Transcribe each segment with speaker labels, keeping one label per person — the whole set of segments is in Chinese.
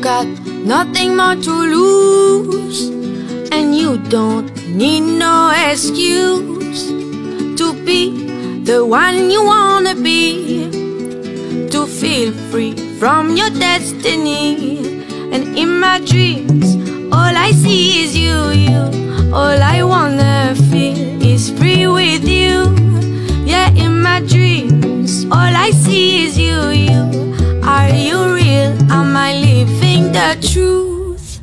Speaker 1: got nothing more to lose, and you don't need no excuse to be the one you wanna be. To feel free from your destiny, and in my dreams, all I see is you, you. All I wanna feel is free with you. Yeah, in my dreams, all I see is you, you. Are you real? Am I living the truth?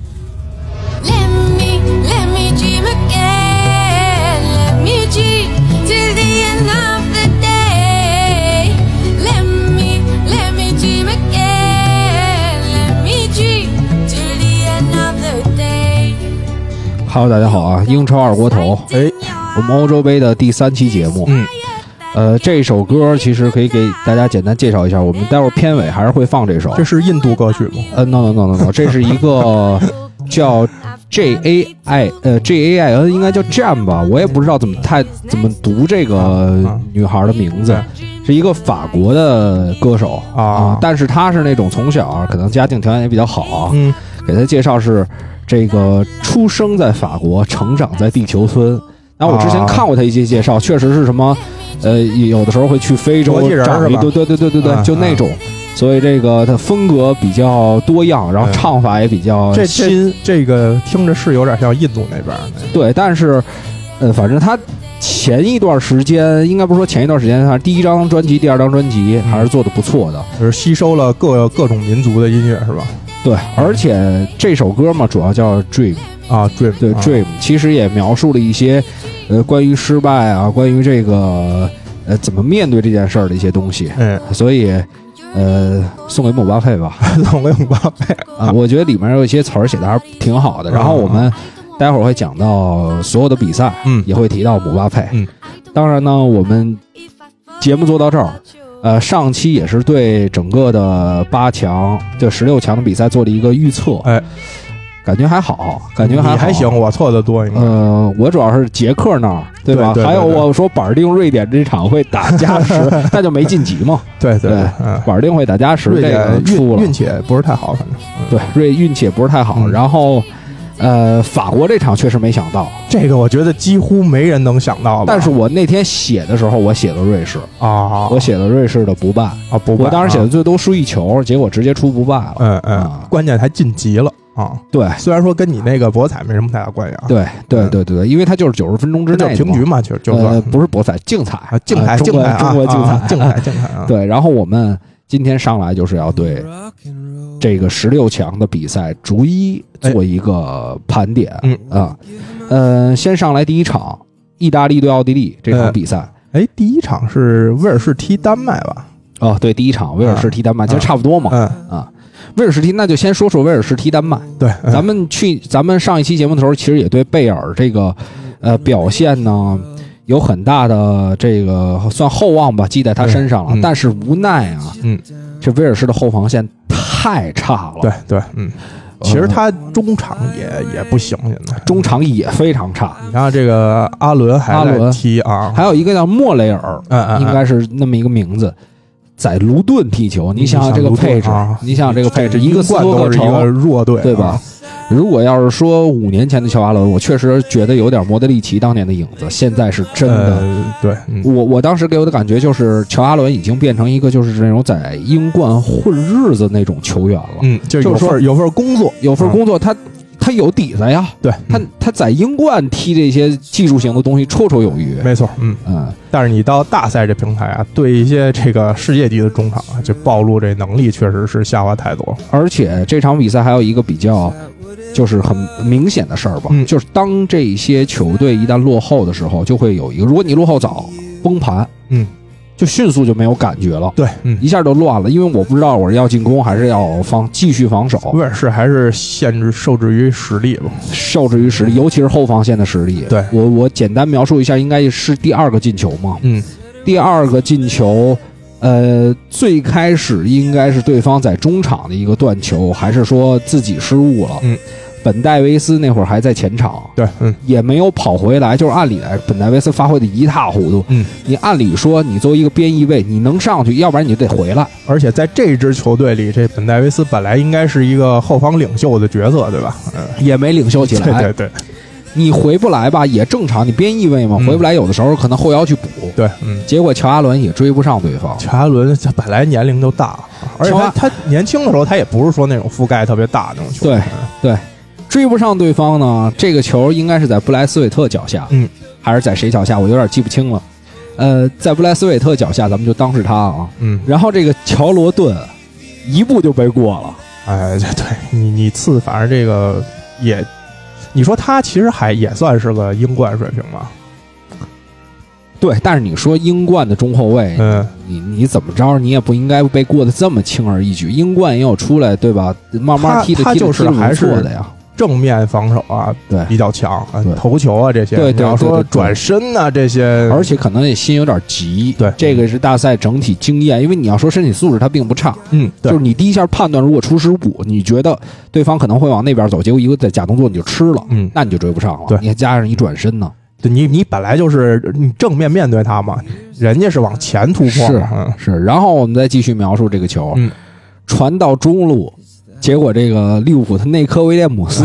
Speaker 1: Let me, let me dream again. Let me dream till the end of the day. Let me, let me dream again. Let me dream till the end of the day.
Speaker 2: Hello，大家好啊！英超二锅头，
Speaker 1: 哎
Speaker 2: 我们欧洲杯的第三期节目，
Speaker 3: 嗯，
Speaker 2: 呃，这首歌其实可以给大家简单介绍一下，我们待会儿片尾还是会放这首。
Speaker 3: 这是印度歌曲吗？
Speaker 2: 呃，no no no no no，这是一个叫 J A I 呃 J A I N，应该叫 Jam 吧，我也不知道怎么太怎么读这个
Speaker 3: 啊
Speaker 2: 女孩的名字，是一个法国的歌手
Speaker 3: 啊
Speaker 2: 但是她是那种从小啊可能家庭条件也比较好，啊
Speaker 3: 嗯，
Speaker 2: 给她介绍是这个出生在法国，成长在地球村。然后我之前
Speaker 3: 啊
Speaker 2: 看过她一些介绍，确实是什么，呃，有的时候会去非洲
Speaker 3: 国际人
Speaker 2: 找
Speaker 3: 是
Speaker 2: 一
Speaker 3: 吧
Speaker 2: 对对对对对对，
Speaker 3: 啊
Speaker 2: 就那
Speaker 3: 啊
Speaker 2: 种。所以这个它风格比较多样，然后
Speaker 3: 嗯
Speaker 2: 唱法也比较
Speaker 3: 这
Speaker 2: 新，
Speaker 3: 这这个听着是有点像印度那边儿的，
Speaker 2: 对。但是，呃，反正他前一段时间，应该不是说前一段时间，他第一张专辑、第二张专辑还是
Speaker 3: 嗯
Speaker 2: 做的不错的。
Speaker 3: 就是吸收了各各种民族的音乐是吧？
Speaker 2: 对，而且这首歌嘛，主要叫《Dream》，
Speaker 3: 啊，Dream，
Speaker 2: 对，
Speaker 3: 啊
Speaker 2: 《Dream》其实也描述了一些，呃，关于失败啊，关于这个，呃，怎么面对这件事儿的一些东西。
Speaker 3: 嗯，
Speaker 2: 所以，呃，送给莫巴佩 吧。
Speaker 3: 送给姆巴佩
Speaker 2: 啊，我觉得里面有一些词儿写的还是挺好的。然后我们待会儿会讲到所有的比赛，
Speaker 3: 嗯
Speaker 2: 也会提到姆巴佩。
Speaker 3: 嗯，
Speaker 2: 当然呢，我们节目做到这儿，呃，上期也是对整个的八强，就十六强的比赛做了一个预测。
Speaker 3: 哎，
Speaker 2: 感觉还好，感觉还
Speaker 3: 你
Speaker 2: 好
Speaker 3: 还行，。我错的多应该。
Speaker 2: 呃，我主要是捷克那儿，对吧？
Speaker 3: 对对对
Speaker 2: 还有
Speaker 3: 对
Speaker 2: 我说板儿定瑞典这场会打加 时，那就没晋级嘛。
Speaker 3: 对对
Speaker 2: 对
Speaker 3: 嗯，
Speaker 2: 板儿定会打加时，
Speaker 3: 瑞
Speaker 2: 这个
Speaker 3: 典运
Speaker 2: 出了
Speaker 3: 运气也不是太好，反正
Speaker 2: 对，瑞运气也不是太好。
Speaker 3: 嗯
Speaker 2: 然后，呃，法国这场确实没想到，
Speaker 3: 这个我觉得几乎没人能想到吧。
Speaker 2: 但是我那天写的时候，我写了瑞士，
Speaker 3: 啊，
Speaker 2: 我写了瑞士的不败，
Speaker 3: 啊不败，
Speaker 2: 我当时写的
Speaker 3: 啊
Speaker 2: 最多输一球，结果直接出不败了。
Speaker 3: 嗯嗯
Speaker 2: 啊，
Speaker 3: 关键还晋级了啊。
Speaker 2: 对，
Speaker 3: 虽然说跟你那个博彩没什么太大关系啊，，
Speaker 2: 对，对，
Speaker 3: 嗯
Speaker 2: 对，对，对，因为他就是九十分钟之
Speaker 3: 这
Speaker 2: 内的
Speaker 3: 叫平局
Speaker 2: 嘛，
Speaker 3: 嘛，其实就
Speaker 2: 呃，
Speaker 3: 算
Speaker 2: 不是博彩，竞彩
Speaker 3: 啊，竞
Speaker 2: 呃
Speaker 3: 彩
Speaker 2: 中
Speaker 3: 竞
Speaker 2: 国
Speaker 3: 彩啊，
Speaker 2: 中国竞
Speaker 3: 啊
Speaker 2: 彩，
Speaker 3: 竞彩竞彩啊，
Speaker 2: 对，然后我们今天上来就是要对这个十六强的比赛逐一做一个盘点。
Speaker 3: 嗯
Speaker 2: 啊，呃，先上来第一场，意大利对奥地利这场比赛。
Speaker 3: 哎，第一场是威尔士踢丹麦吧？
Speaker 2: 哦，对，第一场威尔士踢丹麦，其实差不多嘛。
Speaker 3: 嗯，
Speaker 2: 啊，威尔士踢，那就先说说威尔士踢丹麦。
Speaker 3: 对，嗯
Speaker 2: 咱们去咱们上一期节目的时候，其实也对贝尔这个呃表现呢有很大的这个算厚望吧，记在他身上了。
Speaker 3: 嗯嗯
Speaker 2: 但是无奈啊，
Speaker 3: 嗯，
Speaker 2: 这威尔士的后防线太差了，
Speaker 3: 对，对，嗯，其实他中场也也不行，现在
Speaker 2: 呃中场也非常差。
Speaker 3: 你看这个阿伦还
Speaker 2: 阿伦
Speaker 3: 在踢啊，
Speaker 2: 还有一个叫莫雷尔，
Speaker 3: 嗯嗯，
Speaker 2: 应该是那么一个名字。在卢顿踢球，你想想这个配置，你想想这个配置，一个斯
Speaker 3: 啊冠
Speaker 2: 多
Speaker 3: 都
Speaker 2: 克
Speaker 3: 是一个
Speaker 2: 城，
Speaker 3: 弱队，啊
Speaker 2: 对吧？？如果要是说五年前的乔阿伦，我确实觉得有点莫德里奇当年的影子，现在是真的。
Speaker 3: 呃，对，嗯，
Speaker 2: 我我当时给我的感觉就是，乔阿伦已经变成一个就是那种在英冠混日子那种球员了，
Speaker 3: 嗯，就有
Speaker 2: 就是说
Speaker 3: 份有份工作，
Speaker 2: 有份工作他他有底子呀，
Speaker 3: 对，
Speaker 2: 他
Speaker 3: 嗯
Speaker 2: 他在英冠踢这些技术型的东西绰绰有余。
Speaker 3: 没错，嗯，
Speaker 2: 嗯，
Speaker 3: 但是你到大赛这平台啊，对一些这个世界级的中场啊，这暴露这能力确实是下滑太多，
Speaker 2: 而且这场比赛还有一个比较。就是很明显的事儿吧，
Speaker 3: 嗯
Speaker 2: 就是当这些球队一旦落后的时候，就会有一个，如果你落后早崩盘，
Speaker 3: 嗯，
Speaker 2: 就迅速就没有感觉了，
Speaker 3: 对，嗯，
Speaker 2: 一下就乱了，因为我不知道我是要进攻还是要防继续防守，
Speaker 3: 威尔士还是限制受制于实力吧，
Speaker 2: 受制于实力，尤其是后防线的实力。
Speaker 3: 对
Speaker 2: 我，我简单描述一下，应该是第二个进球嘛。
Speaker 3: 嗯，
Speaker 2: 第二个进球，呃，最开始应该是对方在中场的一个断球，还是说自己失误了？
Speaker 3: 嗯，
Speaker 2: 本戴维斯那会儿还在前场，
Speaker 3: 对，嗯，
Speaker 2: 也没有跑回来，就是按理来，本戴维斯发挥的一塌糊涂。
Speaker 3: 嗯，
Speaker 2: 你按理说，你作为一个边翼位，你能上去，要不然你就得回来。
Speaker 3: 而且在这支球队里，这本戴维斯本来应该是一个后方领袖的角色，对吧？嗯，
Speaker 2: 也没领袖起
Speaker 3: 对
Speaker 2: 来。
Speaker 3: 对对
Speaker 2: 你回不来吧，也正常，你边翼位嘛，
Speaker 3: 嗯
Speaker 2: 回不来，有的时候可能后腰去补。
Speaker 3: 对，嗯，
Speaker 2: 结果乔阿伦也追不上对方，
Speaker 3: 乔阿伦他本来年龄就大，啊而且他他年轻的时候他也不是说那种覆盖特别大那种球员，
Speaker 2: 追不上对方呢，这个球应该是在布莱斯韦特脚下，
Speaker 3: 嗯，
Speaker 2: 还是在谁脚下，我有点记不清了。呃，在布莱斯韦特脚下，咱们就当是他啊。
Speaker 3: 嗯，
Speaker 2: 然后这个乔罗顿一步就被过了，
Speaker 3: 哎，对对，你你次反正这个也，你说他其实还也算是个英冠水平吧，
Speaker 2: 对。但是你说英冠的中后卫，
Speaker 3: 嗯，
Speaker 2: 你你怎么着，你也不应该被过得这么轻而易举。英冠也有出来，对吧？慢慢
Speaker 3: 他
Speaker 2: 踢的
Speaker 3: 他
Speaker 2: 踢的
Speaker 3: 就是
Speaker 2: 踢的不
Speaker 3: 还
Speaker 2: 错
Speaker 3: 是
Speaker 2: 的呀。
Speaker 3: 正面防守啊
Speaker 2: 对
Speaker 3: 比较强，啊
Speaker 2: 对
Speaker 3: 头球啊这些，
Speaker 2: 对对
Speaker 3: 你要
Speaker 2: 对
Speaker 3: 说
Speaker 2: 对对
Speaker 3: 转身呐、这些，
Speaker 2: 而且可能也心有点急，
Speaker 3: 对
Speaker 2: 这个是大赛整体经验，因为你要说身体素质，他并不差，
Speaker 3: 嗯，
Speaker 2: 就
Speaker 3: 对
Speaker 2: 是，你第一下判断，如果出失误，你觉得对方可能会往那边走，结果一个在假动作你就吃了，
Speaker 3: 嗯，
Speaker 2: 那你就追不上了，
Speaker 3: 对
Speaker 2: 你还加上一转身呢，
Speaker 3: 对你你本来就是你正面面对他嘛，人家是往前突破
Speaker 2: 是
Speaker 3: 嘛，嗯
Speaker 2: 是。然后我们再继续描述这个球，
Speaker 3: 嗯
Speaker 2: 传到中路，结果这个利物浦的内科威廉姆斯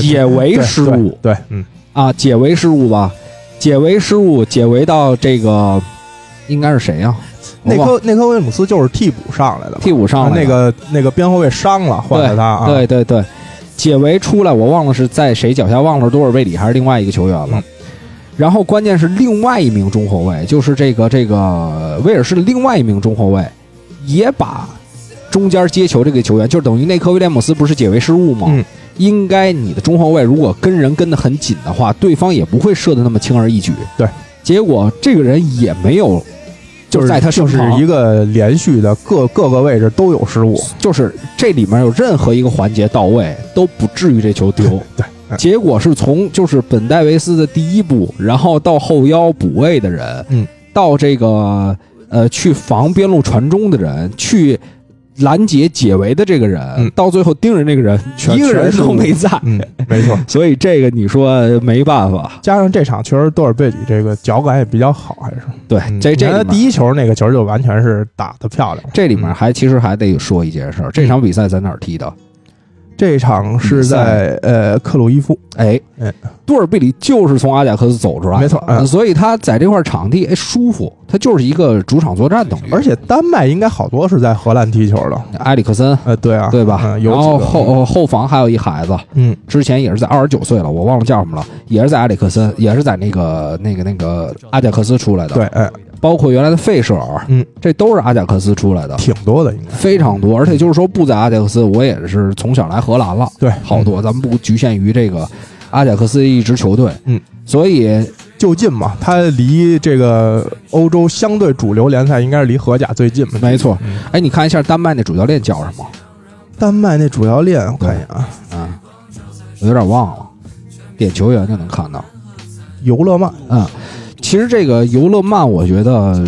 Speaker 2: 解围
Speaker 3: 对
Speaker 2: 失误，
Speaker 3: 对，对嗯，
Speaker 2: 啊，解围失误吧，解围失误，解围到这个应该是谁呀、
Speaker 3: 内
Speaker 2: 我忘
Speaker 3: 科内科威廉姆斯就是替补上来的嘛，
Speaker 2: 替补上来的
Speaker 3: 那个那个边后卫伤了，换了他啊，
Speaker 2: 对对对，解围出来，我忘了是在谁脚下，忘了是多尔贝里还是另外一个球员了。
Speaker 3: 嗯
Speaker 2: 然后关键是另外一名中后卫，就是这个这个威尔士的另外一名中后卫，也把中间接球这个球员，就是等于内克威廉姆斯不是解围失误吗？
Speaker 3: 嗯
Speaker 2: 应该你的中后卫如果跟人跟得很紧的话，对方也不会射得那么轻而易举。
Speaker 3: 对，
Speaker 2: 结果这个人也没有，
Speaker 3: 就是
Speaker 2: 在他身
Speaker 3: 就是
Speaker 2: 旁，
Speaker 3: 一个连续的各各个位置都有失误，
Speaker 2: 就是这里面有任何一个环节到位，都不至于这球 丢。
Speaker 3: 对，嗯
Speaker 2: 结果是从就是本戴维斯的第一步，然后到后腰补位的人，
Speaker 3: 嗯，
Speaker 2: 到这个呃去防边路传中的人，去拦截解围的这个人，
Speaker 3: 嗯
Speaker 2: 到最后盯人这个人，
Speaker 3: 全
Speaker 2: 一个人都没在。
Speaker 3: 嗯，没错。
Speaker 2: 所以这个你说没办法，
Speaker 3: 加上这场确实多尔贝里这个脚感也比较好，还是
Speaker 2: 对，这这
Speaker 3: 你看
Speaker 2: 里面
Speaker 3: 他嗯第一嗯球那个球就完全是打得漂亮。
Speaker 2: 这里面还其实还得说一件事儿，这场比赛在哪儿踢的？
Speaker 3: 这场是在呃克鲁伊夫，
Speaker 2: 哎
Speaker 3: 哎，
Speaker 2: 杜尔贝里就是从阿贾克斯走出来的，
Speaker 3: 没错嗯
Speaker 2: 所以他在这块场地哎舒服，他就是一个主场作战等于。
Speaker 3: 而且丹麦应该好多是在荷兰踢球的。
Speaker 2: 埃里克森
Speaker 3: 呃，对啊，
Speaker 2: 对吧？
Speaker 3: 嗯、有
Speaker 2: 然
Speaker 3: 几
Speaker 2: 后
Speaker 3: 个
Speaker 2: 后后防还有一孩子，
Speaker 3: 嗯，
Speaker 2: 之前也是在二十九岁了，我忘了叫什么了，也是在埃里克森，也是在那个那个那个阿贾克斯出来的，
Speaker 3: 对，，哎，
Speaker 2: 包括原来的费舍尔，
Speaker 3: 嗯，
Speaker 2: 这都是阿贾克斯出来的。
Speaker 3: 挺多的应该。
Speaker 2: 非常多，而且就是说，不在阿贾克斯，我也是从小来荷兰了，
Speaker 3: 对，嗯
Speaker 2: 好多，咱们不局限于这个阿贾克斯一支球队，
Speaker 3: 嗯，
Speaker 2: 所以
Speaker 3: 就近嘛，他离这个欧洲相对主流联赛应该是离荷甲最近嘛。
Speaker 2: 没错
Speaker 3: 嗯，
Speaker 2: 哎，你看一下丹麦那主教练叫什么？
Speaker 3: 丹麦那主教练，我看一眼啊，
Speaker 2: 啊，我有点忘了，点球员就能看到。
Speaker 3: 尤勒曼，
Speaker 2: 嗯，其实这个尤勒曼，我觉得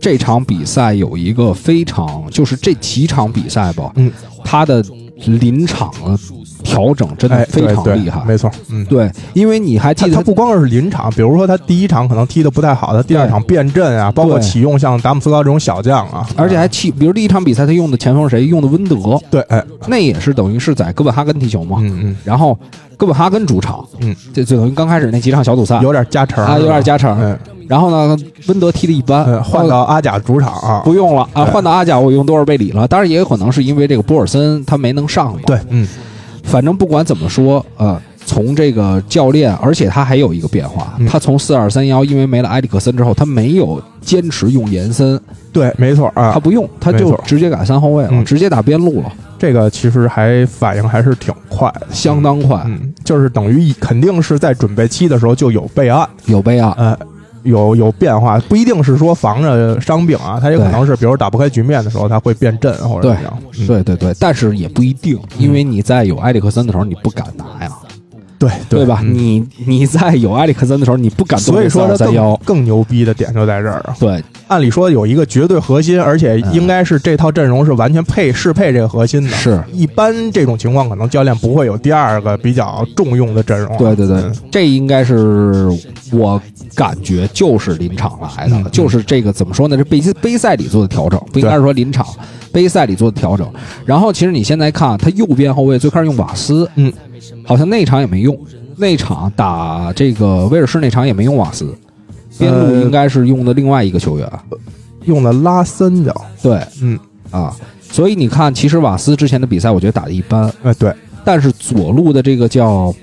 Speaker 2: 这场比赛有一个非常，就是这几场比赛吧，
Speaker 3: 嗯，
Speaker 2: 他的临场的调整真的
Speaker 3: 哎，
Speaker 2: 非常
Speaker 3: 对对
Speaker 2: 厉害。
Speaker 3: 没错，嗯，
Speaker 2: 对，因为你还
Speaker 3: 他
Speaker 2: 记得
Speaker 3: 他不光是临场，比如说他第一场可能踢得不太好，他第二
Speaker 2: 对
Speaker 3: 场变阵啊，包括
Speaker 2: 对
Speaker 3: 启用像达姆斯高这种小将啊，
Speaker 2: 而且还气，比如第一场比赛他用的前锋谁？用的温德，
Speaker 3: 对，哎，
Speaker 2: 那也是等于是在哥本哈根踢球嘛。
Speaker 3: 嗯
Speaker 2: 然后哥本哈根主场，
Speaker 3: 嗯，
Speaker 2: 这这等于刚开始那几场小组赛
Speaker 3: 嗯，有点加成
Speaker 2: 啊，有点，加成。
Speaker 3: 嗯
Speaker 2: 然后呢，温德踢的一般，
Speaker 3: 嗯，换到阿贾主场啊，
Speaker 2: 不用了啊，
Speaker 3: 对
Speaker 2: 换到阿贾我用多尔贝里了。当然也有可能是因为这个波尔森他没能上嘛。
Speaker 3: 对，，嗯，
Speaker 2: 反正不管怎么说，呃，从这个教练，而且他还有一个变化，
Speaker 3: 嗯
Speaker 2: 他从四二三幺，因为没了埃里克森之后，他没有坚持用延森，
Speaker 3: 对，没错
Speaker 2: 他
Speaker 3: 啊，
Speaker 2: 不用，他
Speaker 3: 没
Speaker 2: 就
Speaker 3: 错
Speaker 2: 直接改三后卫了，
Speaker 3: 嗯
Speaker 2: 直接打边路了，
Speaker 3: 这个其实还反应还是挺快的，
Speaker 2: 相当快，
Speaker 3: 嗯，就是等于肯定是在准备期的时候就有备案，
Speaker 2: 有啊备案。
Speaker 3: 呃，有有变化，不一定是说防着伤病啊，他也可
Speaker 2: 对
Speaker 3: 能是比如打不开局面的时候他会变阵或者
Speaker 2: 对
Speaker 3: 怎么样，嗯嗯
Speaker 2: 对对对，但是也不一定，因为你在有埃里克森的时候，你不敢拿呀。
Speaker 3: 对
Speaker 2: 对吧？
Speaker 3: 嗯
Speaker 2: 你你在有埃里克森的时候，你不敢动
Speaker 3: 所以说他
Speaker 2: 三
Speaker 3: 更
Speaker 2: 幺，
Speaker 3: 更牛逼的点就在这儿啊！
Speaker 2: 对
Speaker 3: 按理说有一个绝对核心，而且应该是这套阵容是完全配适配这个核心的。
Speaker 2: 是
Speaker 3: 一般这种情况，可能教练不会有第二个比较重用的阵容啊。
Speaker 2: 对对对
Speaker 3: 嗯，
Speaker 2: 这应该是我感觉就是临场来的，
Speaker 3: 嗯
Speaker 2: 就是这个怎么说呢？这杯杯赛里做的调整，不应该是说临场，杯赛里做的调整。然后其实你现在看啊他右边后卫最开始用瓦斯，
Speaker 3: 嗯，
Speaker 2: 好像那场也没用，那场打这个威尔士那场也没用瓦斯，边路
Speaker 3: 呃
Speaker 2: 应该是用的另外一个球员，
Speaker 3: 用的拉森叫，
Speaker 2: 对
Speaker 3: 嗯，
Speaker 2: 啊。所以你看，其实瓦斯之前的比赛，我觉得打的一般，
Speaker 3: 哎，对，
Speaker 2: 但是左路的这个叫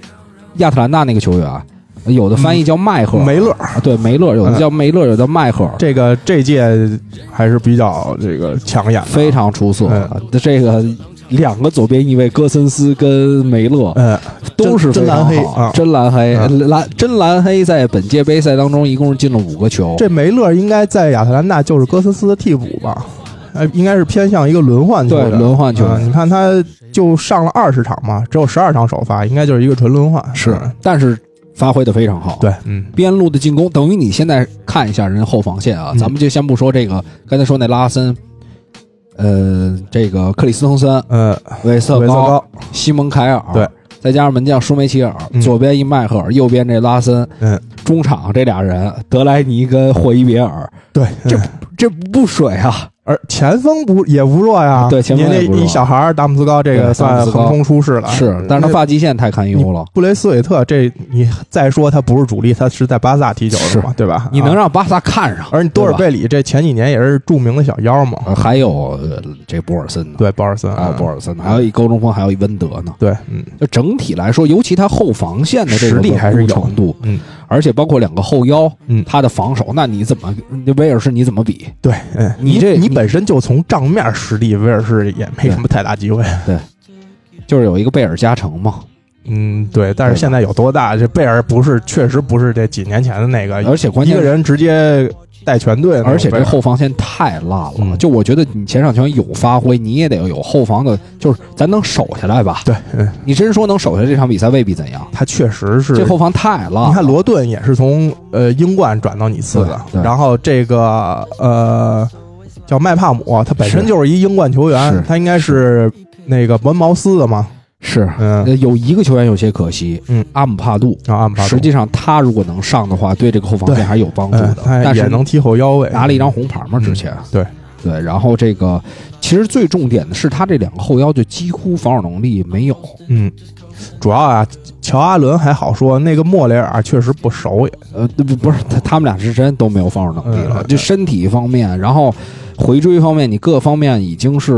Speaker 2: 亚特兰大那个球员啊，有的翻译叫迈赫尔，
Speaker 3: 梅勒
Speaker 2: 啊对梅勒，有的叫梅勒，有的叫迈赫尔，
Speaker 3: 这个这届还是比较这个抢眼的，
Speaker 2: 非常出色。
Speaker 3: 嗯
Speaker 2: 这个两个左边翼卫戈森斯跟梅勒
Speaker 3: 嗯，
Speaker 2: 都是非常
Speaker 3: 真蓝黑
Speaker 2: 好
Speaker 3: 啊，
Speaker 2: 真蓝黑，
Speaker 3: 啊
Speaker 2: 蓝真蓝黑在本届杯赛当中一共是进了五个球，
Speaker 3: 这梅勒应该在亚特兰大就是戈森斯的替补吧？呃，应该是偏向一个轮换球员，
Speaker 2: 对轮换球员
Speaker 3: 嗯你看他就上了二十场嘛，只有十二场首发，应该就是一个纯轮换。
Speaker 2: 是
Speaker 3: 嗯，
Speaker 2: 但是发挥的非常好。
Speaker 3: 对，嗯，
Speaker 2: 边路的进攻，等于你现在看一下人后防线啊，
Speaker 3: 嗯
Speaker 2: 咱们就先不说这个，刚才说那拉森，呃，这个克里斯滕森、
Speaker 3: 呃，
Speaker 2: 韦瑟
Speaker 3: 韦瑟
Speaker 2: 高、
Speaker 3: 高，
Speaker 2: 西蒙凯尔，
Speaker 3: 对，
Speaker 2: 再加上门将舒梅切尔，
Speaker 3: 嗯
Speaker 2: 左边一迈赫尔，右边这拉森，
Speaker 3: 嗯，
Speaker 2: 中场这俩人德莱尼跟霍伊别尔，
Speaker 3: 对，
Speaker 2: 这
Speaker 3: 嗯
Speaker 2: 这不水啊，
Speaker 3: 而前锋不也不弱呀？
Speaker 2: 对前锋
Speaker 3: 你
Speaker 2: 也不
Speaker 3: 那
Speaker 2: 弱
Speaker 3: 一小孩儿达姆斯高，这
Speaker 2: 对达
Speaker 3: 个
Speaker 2: 姆
Speaker 3: 算
Speaker 2: 斯高
Speaker 3: 横空出世了。
Speaker 2: 是，但是他发际线太堪忧了。
Speaker 3: 布雷斯韦特，这你再说他不是主力，他是在巴萨踢球的嘛，对吧？
Speaker 2: 你能
Speaker 3: 啊，
Speaker 2: 让巴萨看上，
Speaker 3: 而你多
Speaker 2: 对
Speaker 3: 尔
Speaker 2: 吧
Speaker 3: 贝里这前几年也是著名的小妖嘛，
Speaker 2: 呃还有呃这博尔森呢，
Speaker 3: 对，保尔森，
Speaker 2: 还有
Speaker 3: 嗯
Speaker 2: 博尔森，还有一高中锋，还有一温德呢。
Speaker 3: 对，嗯，
Speaker 2: 就整体来说，尤其他后防线的这
Speaker 3: 实
Speaker 2: 个
Speaker 3: 力
Speaker 2: 稳
Speaker 3: 还是
Speaker 2: 固
Speaker 3: 有
Speaker 2: 程度，
Speaker 3: 嗯，
Speaker 2: 而且包括两个后腰，
Speaker 3: 嗯
Speaker 2: 他的防守，那你怎么威尔士你怎么比？
Speaker 3: 对，嗯，
Speaker 2: 你这
Speaker 3: 你
Speaker 2: 你
Speaker 3: 本身就从账面实力，威尔士也没什么太大机会。
Speaker 2: 就是有一个贝尔加成嘛，
Speaker 3: 嗯，对，但是
Speaker 2: 对吧
Speaker 3: 现在有多大？这贝尔不是，确实不是这几年前的那个，
Speaker 2: 而且关键
Speaker 3: 哎一个
Speaker 2: 是
Speaker 3: 人直接带全队那种贝尔，
Speaker 2: 而且这后防线太烂了，
Speaker 3: 嗯
Speaker 2: 就我觉得你前场球员有发挥，你也得有后防的，就是咱能守下来吧？
Speaker 3: 对，嗯，
Speaker 2: 你真说能守下来这场比赛未必怎样，
Speaker 3: 他确实是
Speaker 2: 这后防太烂。
Speaker 3: 你看，罗顿也是从呃英冠转到你次的
Speaker 2: 对，对
Speaker 3: 然后这个呃叫麦帕姆，他本身
Speaker 2: 是
Speaker 3: 就是一英冠球
Speaker 2: 是
Speaker 3: 员，他应该是那个文茅斯的嘛，
Speaker 2: 是、
Speaker 3: 嗯
Speaker 2: 呃，有一个球员有些可惜，
Speaker 3: 嗯，
Speaker 2: 阿姆帕杜。
Speaker 3: 然后安巴
Speaker 2: 实际上，他如果能上的话，对这个后防线
Speaker 3: 对
Speaker 2: 还是有帮助
Speaker 3: 嗯
Speaker 2: 的。，
Speaker 3: 他
Speaker 2: 但
Speaker 3: 也
Speaker 2: 是
Speaker 3: 能踢后腰位，
Speaker 2: 拿了一张红牌嘛，
Speaker 3: 嗯
Speaker 2: 之前。
Speaker 3: 对
Speaker 2: 对，然后这个其实最重点的是他这两个后腰就几乎防守能力没有，
Speaker 3: 嗯，主要啊，乔阿伦还好说，那个莫雷尔确实不熟也，
Speaker 2: 呃，不不是他他们俩是真都没有防守能力了，
Speaker 3: 嗯
Speaker 2: 就身体方面，然后回追方面，你各方面已经是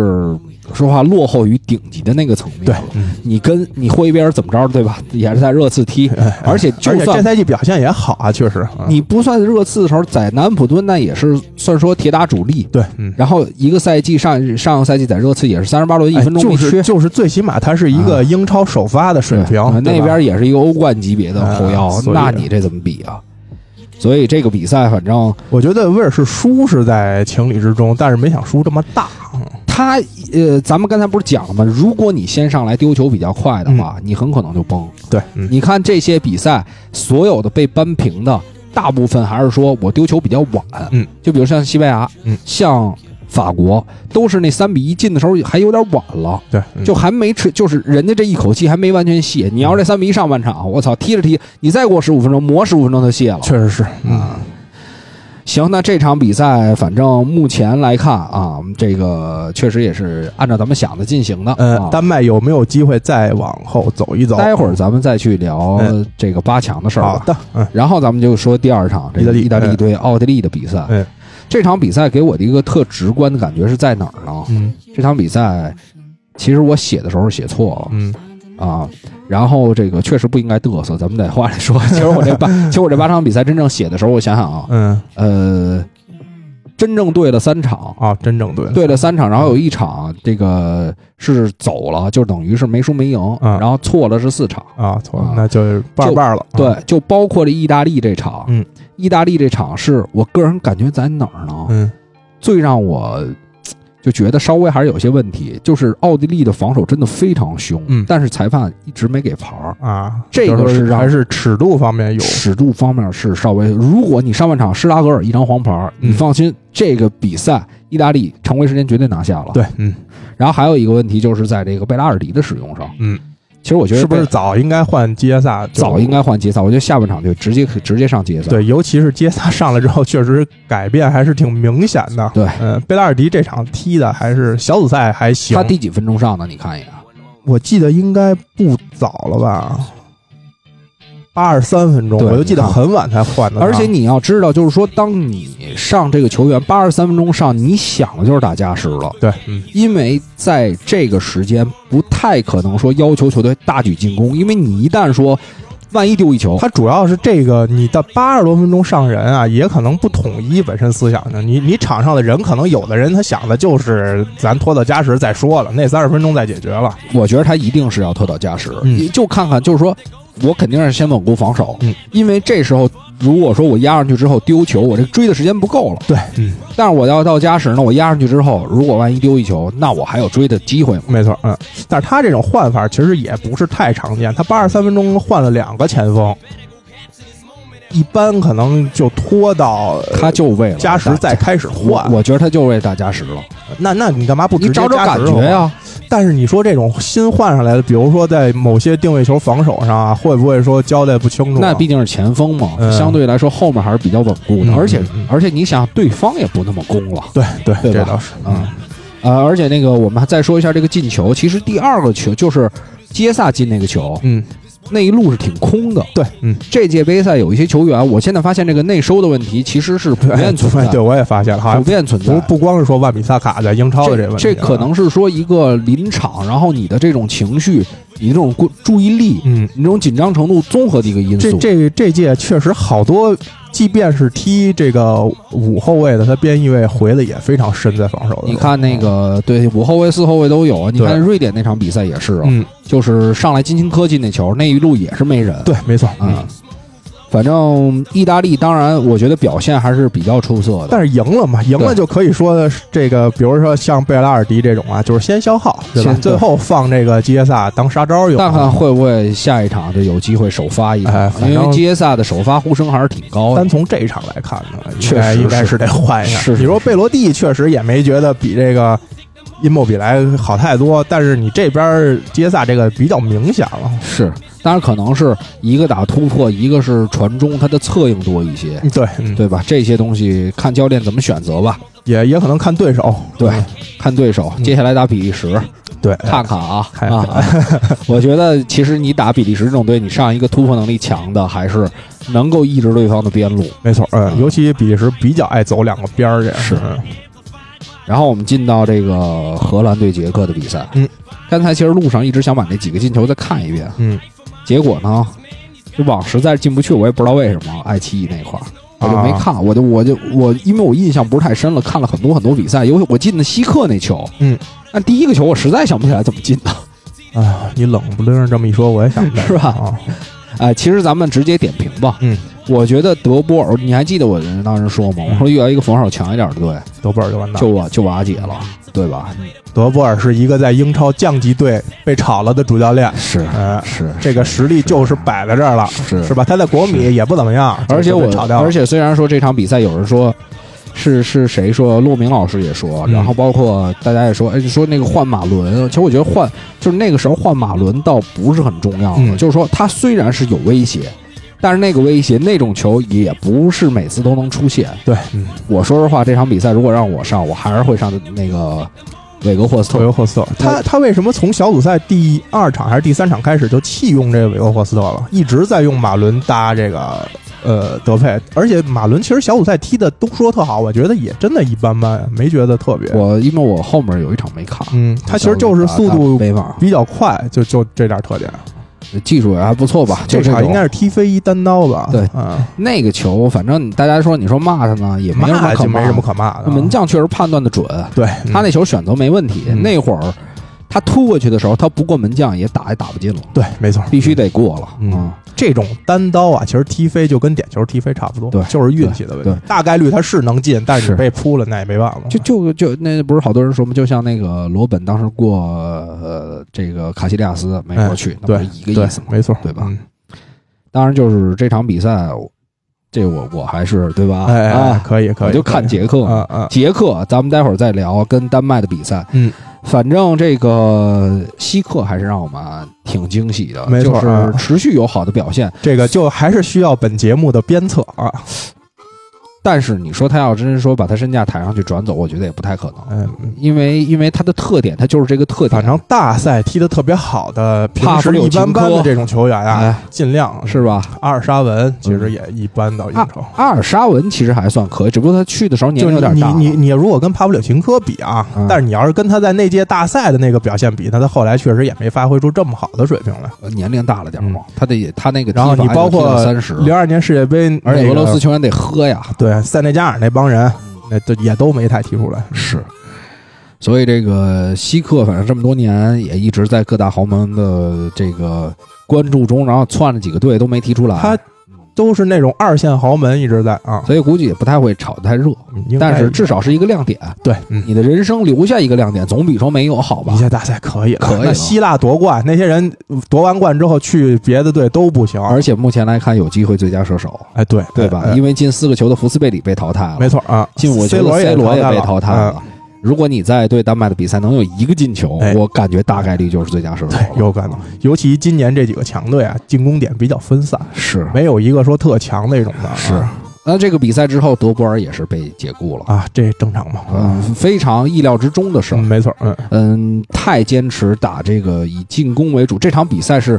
Speaker 2: 说实话落后于顶级的那个层面
Speaker 3: 对
Speaker 2: 了。，
Speaker 3: 嗯
Speaker 2: 你跟你霍伊贝尔怎么着，对吧？也是在热刺踢，而且就
Speaker 3: 哎而且这
Speaker 2: 算
Speaker 3: 赛季表现也好啊，确实，嗯
Speaker 2: 你不算热刺的时候，在南安普敦那也是算说铁打主力。
Speaker 3: 对，嗯。
Speaker 2: 然后一个赛季上上个赛季在热刺也是三十八轮一分钟
Speaker 3: 哎
Speaker 2: 没
Speaker 3: 就
Speaker 2: 缺
Speaker 3: 是，就是最起码他是一个英超首发的水
Speaker 2: 对
Speaker 3: 平，
Speaker 2: 呃
Speaker 3: 对
Speaker 2: 那
Speaker 3: 吧
Speaker 2: 边也是一个欧冠级别的后腰，
Speaker 3: 啊所以
Speaker 2: 那你这怎么比啊？所以这个比赛，反正
Speaker 3: 我觉得威尔士输是在情理之中，但是没想输这么大。
Speaker 2: 他呃，咱们刚才不是讲了吗？如果你先上来丢球比较快的话，你很可能就崩。
Speaker 3: 对，嗯，
Speaker 2: 你看这些比赛，所有的被扳平的，大部分还是说我丢球比较晚。
Speaker 3: 嗯，
Speaker 2: 就比如像西班牙，
Speaker 3: 嗯
Speaker 2: 像法国，都是那三比一进的时候还有点晚了。
Speaker 3: 对，嗯
Speaker 2: 就还没吃，就是人家这一口气还没完全泄。你要是这三比一上半场，我操，踢着踢，你再过十五分钟，磨十五分钟就泄了。
Speaker 3: 确实是，嗯，
Speaker 2: 啊。行，那这场比赛，反正目前来看啊，这个确实也是按照咱们想的进行的。
Speaker 3: 呃，
Speaker 2: 啊
Speaker 3: 丹麦有没有机会再往后走一走？
Speaker 2: 待会儿咱们再去聊
Speaker 3: 嗯
Speaker 2: 这个八强的事儿
Speaker 3: 好
Speaker 2: 吧。
Speaker 3: 的，嗯
Speaker 2: 然后咱们就说第二场这个
Speaker 3: 意大利
Speaker 2: 意大利
Speaker 3: 嗯
Speaker 2: 对奥地利的比赛。
Speaker 3: 嗯
Speaker 2: 这场比赛给我的一个特直观的感觉是在哪儿呢？
Speaker 3: 嗯
Speaker 2: 这场比赛其实我写的时候写错
Speaker 3: 嗯，
Speaker 2: 了啊，然后这个确实不应该嘚瑟，咱们得话里说。 其实我这八，其实我这八场比赛真正写的时候，我想想啊，
Speaker 3: 嗯，
Speaker 2: 呃，真正对了三场，
Speaker 3: 啊，真正对，
Speaker 2: 对了三场，然后有一场这个是走了，就等于是没输没赢，
Speaker 3: 嗯
Speaker 2: 然后错了是四场，
Speaker 3: 啊，错
Speaker 2: 啊，
Speaker 3: 那就是半半了。啊
Speaker 2: 对，，就包括了意大利这场，
Speaker 3: 嗯，
Speaker 2: 意大利这场是我个人感觉在哪儿呢？
Speaker 3: 嗯
Speaker 2: 最让我嘖就觉得稍微还是有些问题。就是奥地利的防守真的非常凶，
Speaker 3: 嗯
Speaker 2: 但是裁判一直没给牌儿。
Speaker 3: 啊，
Speaker 2: 这个
Speaker 3: 就是是
Speaker 2: 让
Speaker 3: 还是尺度方面有
Speaker 2: 尺度方面是稍微，如果你上半场施拉格尔一张黄牌儿，
Speaker 3: 嗯
Speaker 2: 你放心，这个比赛意大利常规时间绝对拿下了。
Speaker 3: 对，嗯
Speaker 2: 然后还有一个问题就是在这个贝拉尔迪的使用上，
Speaker 3: 嗯，
Speaker 2: 其实我觉得
Speaker 3: 是不是
Speaker 2: 贝
Speaker 3: 早应该换基耶萨？就
Speaker 2: 早应该换杰萨？我觉得下半场就直接直接上杰萨。
Speaker 3: 对，尤其是基耶萨上来之后，确实改变还是挺明显的。
Speaker 2: 对
Speaker 3: 嗯，贝拉尔迪这场踢的还是小组赛还行
Speaker 2: 他，第几分钟上的？你看一眼，
Speaker 3: 我记得应该不早了吧，八十三分钟，
Speaker 2: 对
Speaker 3: 我就记得
Speaker 2: 你看
Speaker 3: 很晚才换的他。
Speaker 2: 而且你要知道，就是说，当你上这个球员八十三分钟上，你想的就是打加时了，
Speaker 3: 对，嗯
Speaker 2: 因为在这个时间不太可能说要求球队大举进攻，因为你一旦说万一丢一球，
Speaker 3: 他主要是这个，你到八十多分钟上人啊，也可能不统一本身思想的。你你场上的人，可能有的人他想的就是咱拖到加时再说了，那三十分钟再解决了。
Speaker 2: 我觉得他一定是要拖到加时，
Speaker 3: 嗯
Speaker 2: 你就看看，就是说我肯定是先稳固防守，
Speaker 3: 嗯
Speaker 2: 因为这时候如果说我压上去之后丢球，我这追的时间不够了。
Speaker 3: 对，嗯，
Speaker 2: 但是我要到加时呢，我压上去之后，如果万一丢一球，那我还有追的机会嘛？
Speaker 3: 没错，嗯。但是他这种换法其实也不是太常见，他八十三分钟换了两个前锋，一般可能就拖到呃
Speaker 2: 他就为了
Speaker 3: 加时
Speaker 2: 打
Speaker 3: 再开始换。
Speaker 2: 我我觉得他就为打加时了。
Speaker 3: 那那你干嘛不直
Speaker 2: 你
Speaker 3: 接
Speaker 2: 找找
Speaker 3: 加
Speaker 2: 感
Speaker 3: 时
Speaker 2: 觉
Speaker 3: 换
Speaker 2: 呀、
Speaker 3: 但是你说这种新换上来的，比如说在某些定位球防守上啊，会不会说交代不清楚啊？
Speaker 2: 那毕竟是前锋嘛，
Speaker 3: 嗯
Speaker 2: 相对来说后面还是比较稳固的。
Speaker 3: 嗯
Speaker 2: 而且
Speaker 3: 嗯嗯
Speaker 2: 而且你想，对方也不那么攻了
Speaker 3: 对对，
Speaker 2: 对吧
Speaker 3: 这倒是
Speaker 2: 啊。呃，而且那个，我们还再说一下这个进球。其实第二个球就是杰萨进那个球，
Speaker 3: 嗯，
Speaker 2: 那一路是挺空的。
Speaker 3: 对，嗯，
Speaker 2: 这届杯赛有一些球员，我现在发现这个内收的问题其实是普遍存在
Speaker 3: 对，对，我也发现了，好
Speaker 2: 普
Speaker 3: 像
Speaker 2: 遍存在
Speaker 3: 不。不光是说万比萨卡在英超的
Speaker 2: 这
Speaker 3: 问题啊，
Speaker 2: 这可能是说一个临场，然后你的这种情绪、你这种过注意力、
Speaker 3: 嗯，
Speaker 2: 你这种紧张程度综合的一个因
Speaker 3: 这
Speaker 2: 素。
Speaker 3: 这这届确实好多，即便是踢这个五后卫的，他边翼位回的也非常深，在防守的时候。
Speaker 2: 你看那个，对五后卫、四后卫都有啊。你
Speaker 3: 对
Speaker 2: 看瑞典那场比赛也是啊，
Speaker 3: 嗯，
Speaker 2: 就是上来金琴科进那球，那一路也是没人。
Speaker 3: 对，没错，
Speaker 2: 啊
Speaker 3: 嗯，，
Speaker 2: 反正意大利当然，我觉得表现还是比较出色的。
Speaker 3: 但是赢了嘛，赢了
Speaker 2: 对
Speaker 3: 就可以说是这个，比如说像贝拉尔迪这种啊，就是先消耗，对吧？
Speaker 2: 先
Speaker 3: 最后放这个基耶萨当杀招用。啊
Speaker 2: 但看会不会下一场就有机会首发一场，
Speaker 3: 哎反正
Speaker 2: 因为杰萨的首发呼声还是挺高的
Speaker 3: 单。从这一场来看呢，应
Speaker 2: 确
Speaker 3: 该
Speaker 2: 实
Speaker 3: 应该
Speaker 2: 是
Speaker 3: 是得换一下。
Speaker 2: 是是
Speaker 3: 你说贝罗蒂确实也没觉得比这个因莫比莱好太多，但是你这边儿基耶萨这个比较明显了。
Speaker 2: 是，当然可能是一个打突破，一个是传中，他的策应多一些，
Speaker 3: 对，嗯，
Speaker 2: 对吧？这些东西看教练怎么选择吧。
Speaker 3: 也也可能看对手。
Speaker 2: 对，嗯看对手，接下来打比利时，
Speaker 3: 对，
Speaker 2: 看看啊
Speaker 3: 看
Speaker 2: 啊！啊 我觉得其实你打比利时这种队，你上一个突破能力强的，还是能够抑制对方的边路。
Speaker 3: 没错，
Speaker 2: 嗯
Speaker 3: 嗯，尤其比利时比较爱走两个边儿，这样
Speaker 2: 是
Speaker 3: 嗯
Speaker 2: 然后我们进到这个荷兰对捷克的比赛，
Speaker 3: 嗯，
Speaker 2: 刚才其实路上一直想把那几个进球再看一遍，
Speaker 3: 嗯，
Speaker 2: 结果呢，这网实在是进不去，我也不知道为什么，爱奇艺那块儿。我就
Speaker 3: 啊
Speaker 2: 没看，我就我就我，因为我印象不是太深了，看了很多很多比赛，尤其我进的西克那球，
Speaker 3: 嗯，
Speaker 2: 那第一个球我实在想不起来怎么进的，
Speaker 3: 啊，你冷不丁这么一说，我也想不起 来
Speaker 2: 是吧
Speaker 3: 啊，
Speaker 2: 哎，其实咱们直接点评吧，
Speaker 3: 嗯，
Speaker 2: 我觉得德波尔，你还记得我当时说吗？我说遇到一个防守强一点的队，
Speaker 3: 德布尔就完蛋
Speaker 2: 就
Speaker 3: 了。
Speaker 2: 瓦就瓦解了，对吧？
Speaker 3: 嗯德布尔是一个在英超降级队被炒了的主教练，
Speaker 2: 是
Speaker 3: 嗯，
Speaker 2: 是，
Speaker 3: 这个实力就是摆在这儿了，
Speaker 2: 是
Speaker 3: 是吧？他在国米也不怎么样，
Speaker 2: 而且
Speaker 3: 就被
Speaker 2: 我
Speaker 3: 炒，掉了
Speaker 2: 而且虽然说这场比赛有人说是是谁说，陆明老师也说，
Speaker 3: 嗯
Speaker 2: 然后包括大家也说，哎，说那个换马伦，其实我觉得换就是那个时候换马伦倒不是很重要的，
Speaker 3: 嗯
Speaker 2: 就是说他虽然是有威胁。但是那个威胁，那种球也不是每次都能出现。
Speaker 3: 对，嗯，
Speaker 2: 我说实话，这场比赛如果让我上，我还是会上那个韦格霍斯特。
Speaker 3: 韦格霍斯特，他他为什么从小组赛第二场还是第三场开始就弃用这个韦格霍斯特了，一直在用马伦搭这个呃德佩，而且马伦其实小组赛踢的都说特好，我觉得也真的一般般，没觉得特别。
Speaker 2: 我因为我后面有一场没看，
Speaker 3: 嗯，他其实就是速度
Speaker 2: 没忘，
Speaker 3: 比较快，就就这点特点。
Speaker 2: 技术也还不错吧。就
Speaker 3: 这场
Speaker 2: 种
Speaker 3: 应该是踢飞一单刀吧？
Speaker 2: 对
Speaker 3: 嗯，
Speaker 2: 那个球，反正大家说你说骂他呢，也没什么
Speaker 3: 骂
Speaker 2: 可
Speaker 3: 就
Speaker 2: 骂
Speaker 3: 没
Speaker 2: 的。
Speaker 3: 什么可骂的。啊
Speaker 2: 门将确实判断的准，
Speaker 3: 对
Speaker 2: 他
Speaker 3: 嗯
Speaker 2: 那球选择没问题。
Speaker 3: 嗯
Speaker 2: 那会儿他突过去的时候，他不过门将也打也打不进了，
Speaker 3: 对没错，
Speaker 2: 必须得过了。
Speaker 3: 嗯
Speaker 2: 嗯，
Speaker 3: 这种单刀啊，其实踢飞就跟点球踢飞差不多，
Speaker 2: 对
Speaker 3: 就是运气的问
Speaker 2: 对
Speaker 3: 题
Speaker 2: 对。
Speaker 3: 大概率他是能进，但是
Speaker 2: 是
Speaker 3: 你被扑了，嗯那也没办法。
Speaker 2: 就就就那不是好多人说吗？就像那个罗本当时过呃这个卡西利亚斯美国
Speaker 3: 哎
Speaker 2: 去，那不
Speaker 3: 对
Speaker 2: 是一个意思吗？
Speaker 3: 对没错，
Speaker 2: 对吧
Speaker 3: 嗯
Speaker 2: 当然就是这场比赛，这我我还是对吧？
Speaker 3: 哎哎，哎
Speaker 2: 啊，
Speaker 3: 可以可以，
Speaker 2: 我就看
Speaker 3: 可以
Speaker 2: 捷克嘛，
Speaker 3: 啊啊，
Speaker 2: 捷克，咱们待会儿再聊跟丹麦的比赛。
Speaker 3: 嗯，
Speaker 2: 反正这个希克还是让我们挺惊喜的，
Speaker 3: 没错啊
Speaker 2: 就是持续有好的表现。
Speaker 3: 这个就还是需要本节目的鞭策啊。
Speaker 2: 但是你说他要真是说把他身价抬上去转走，我觉得也不太可能，
Speaker 3: 嗯，
Speaker 2: 因为因为他的特点，他就是这个特点。
Speaker 3: 反正大赛踢得特别好的，平
Speaker 2: 帕弗
Speaker 3: 时
Speaker 2: 柳
Speaker 3: 一
Speaker 2: 琴
Speaker 3: 般般的
Speaker 2: 科
Speaker 3: 这种球员啊，
Speaker 2: 哎，
Speaker 3: 尽量
Speaker 2: 是嗯啊吧？
Speaker 3: 阿尔沙文其实也一般到英
Speaker 2: 阿
Speaker 3: 超。
Speaker 2: 阿尔沙文其实还算可以，只不过他去的时候年
Speaker 3: 就
Speaker 2: 龄有
Speaker 3: 是
Speaker 2: 点
Speaker 3: 你
Speaker 2: 大了。
Speaker 3: 你你如果跟帕布柳琴科比啊
Speaker 2: 嗯，
Speaker 3: 但是你要是跟他在那届大赛的那个表现比，那他后来确实也没发挥出这么好的水平来。
Speaker 2: 呃年龄大了点儿嘛
Speaker 3: 嗯，
Speaker 2: 他得他那个
Speaker 3: 然后你包括
Speaker 2: 三十，
Speaker 3: 零二年世界杯，
Speaker 2: 而且
Speaker 3: 那
Speaker 2: 俄
Speaker 3: 个
Speaker 2: 罗斯球员得喝呀，
Speaker 3: 对塞内加尔那帮人，那都也都没太踢出来。
Speaker 2: 是。所以这个希克，反正这么多年也一直在各大豪门的这个关注中，然后窜了几个队都没提出来，
Speaker 3: 他都是那种二线豪门一直在啊，嗯
Speaker 2: 所以估计也不太会炒得太热，
Speaker 3: 应该
Speaker 2: 但是至少是一个亮点。
Speaker 3: 对，嗯，
Speaker 2: 你的人生留下一个亮点，总比说没有好吧
Speaker 3: 一？届大赛可以了
Speaker 2: 可以了
Speaker 3: 那希腊夺冠，那些人夺完冠之后去别的队都不行。
Speaker 2: 而且目前来看，有机会最佳射手，
Speaker 3: 哎，对
Speaker 2: 对吧？
Speaker 3: 哎哎
Speaker 2: 因为进四个球的福斯贝里被淘汰了，
Speaker 3: 没错啊，
Speaker 2: 进五个
Speaker 3: C
Speaker 2: 球的
Speaker 3: 罗
Speaker 2: C 罗也
Speaker 3: 也
Speaker 2: 被淘汰
Speaker 3: 了。嗯
Speaker 2: 了。如果你在对丹麦的比赛能有一个进球，
Speaker 3: 哎
Speaker 2: 我感觉大概率就是最佳射手
Speaker 3: 对
Speaker 2: 了。，
Speaker 3: 有可能，尤其今年这几个强队啊，进攻点比较分散，
Speaker 2: 是
Speaker 3: 没有一个说特强那种的啊。
Speaker 2: 是那这个比赛之后，德波尔也是被解雇了，
Speaker 3: 啊，这正常嘛。
Speaker 2: 嗯，非常意料之中的事
Speaker 3: 嗯
Speaker 2: 儿。
Speaker 3: 没错，嗯，
Speaker 2: 嗯，太坚持打这个以进攻为主，这场比赛是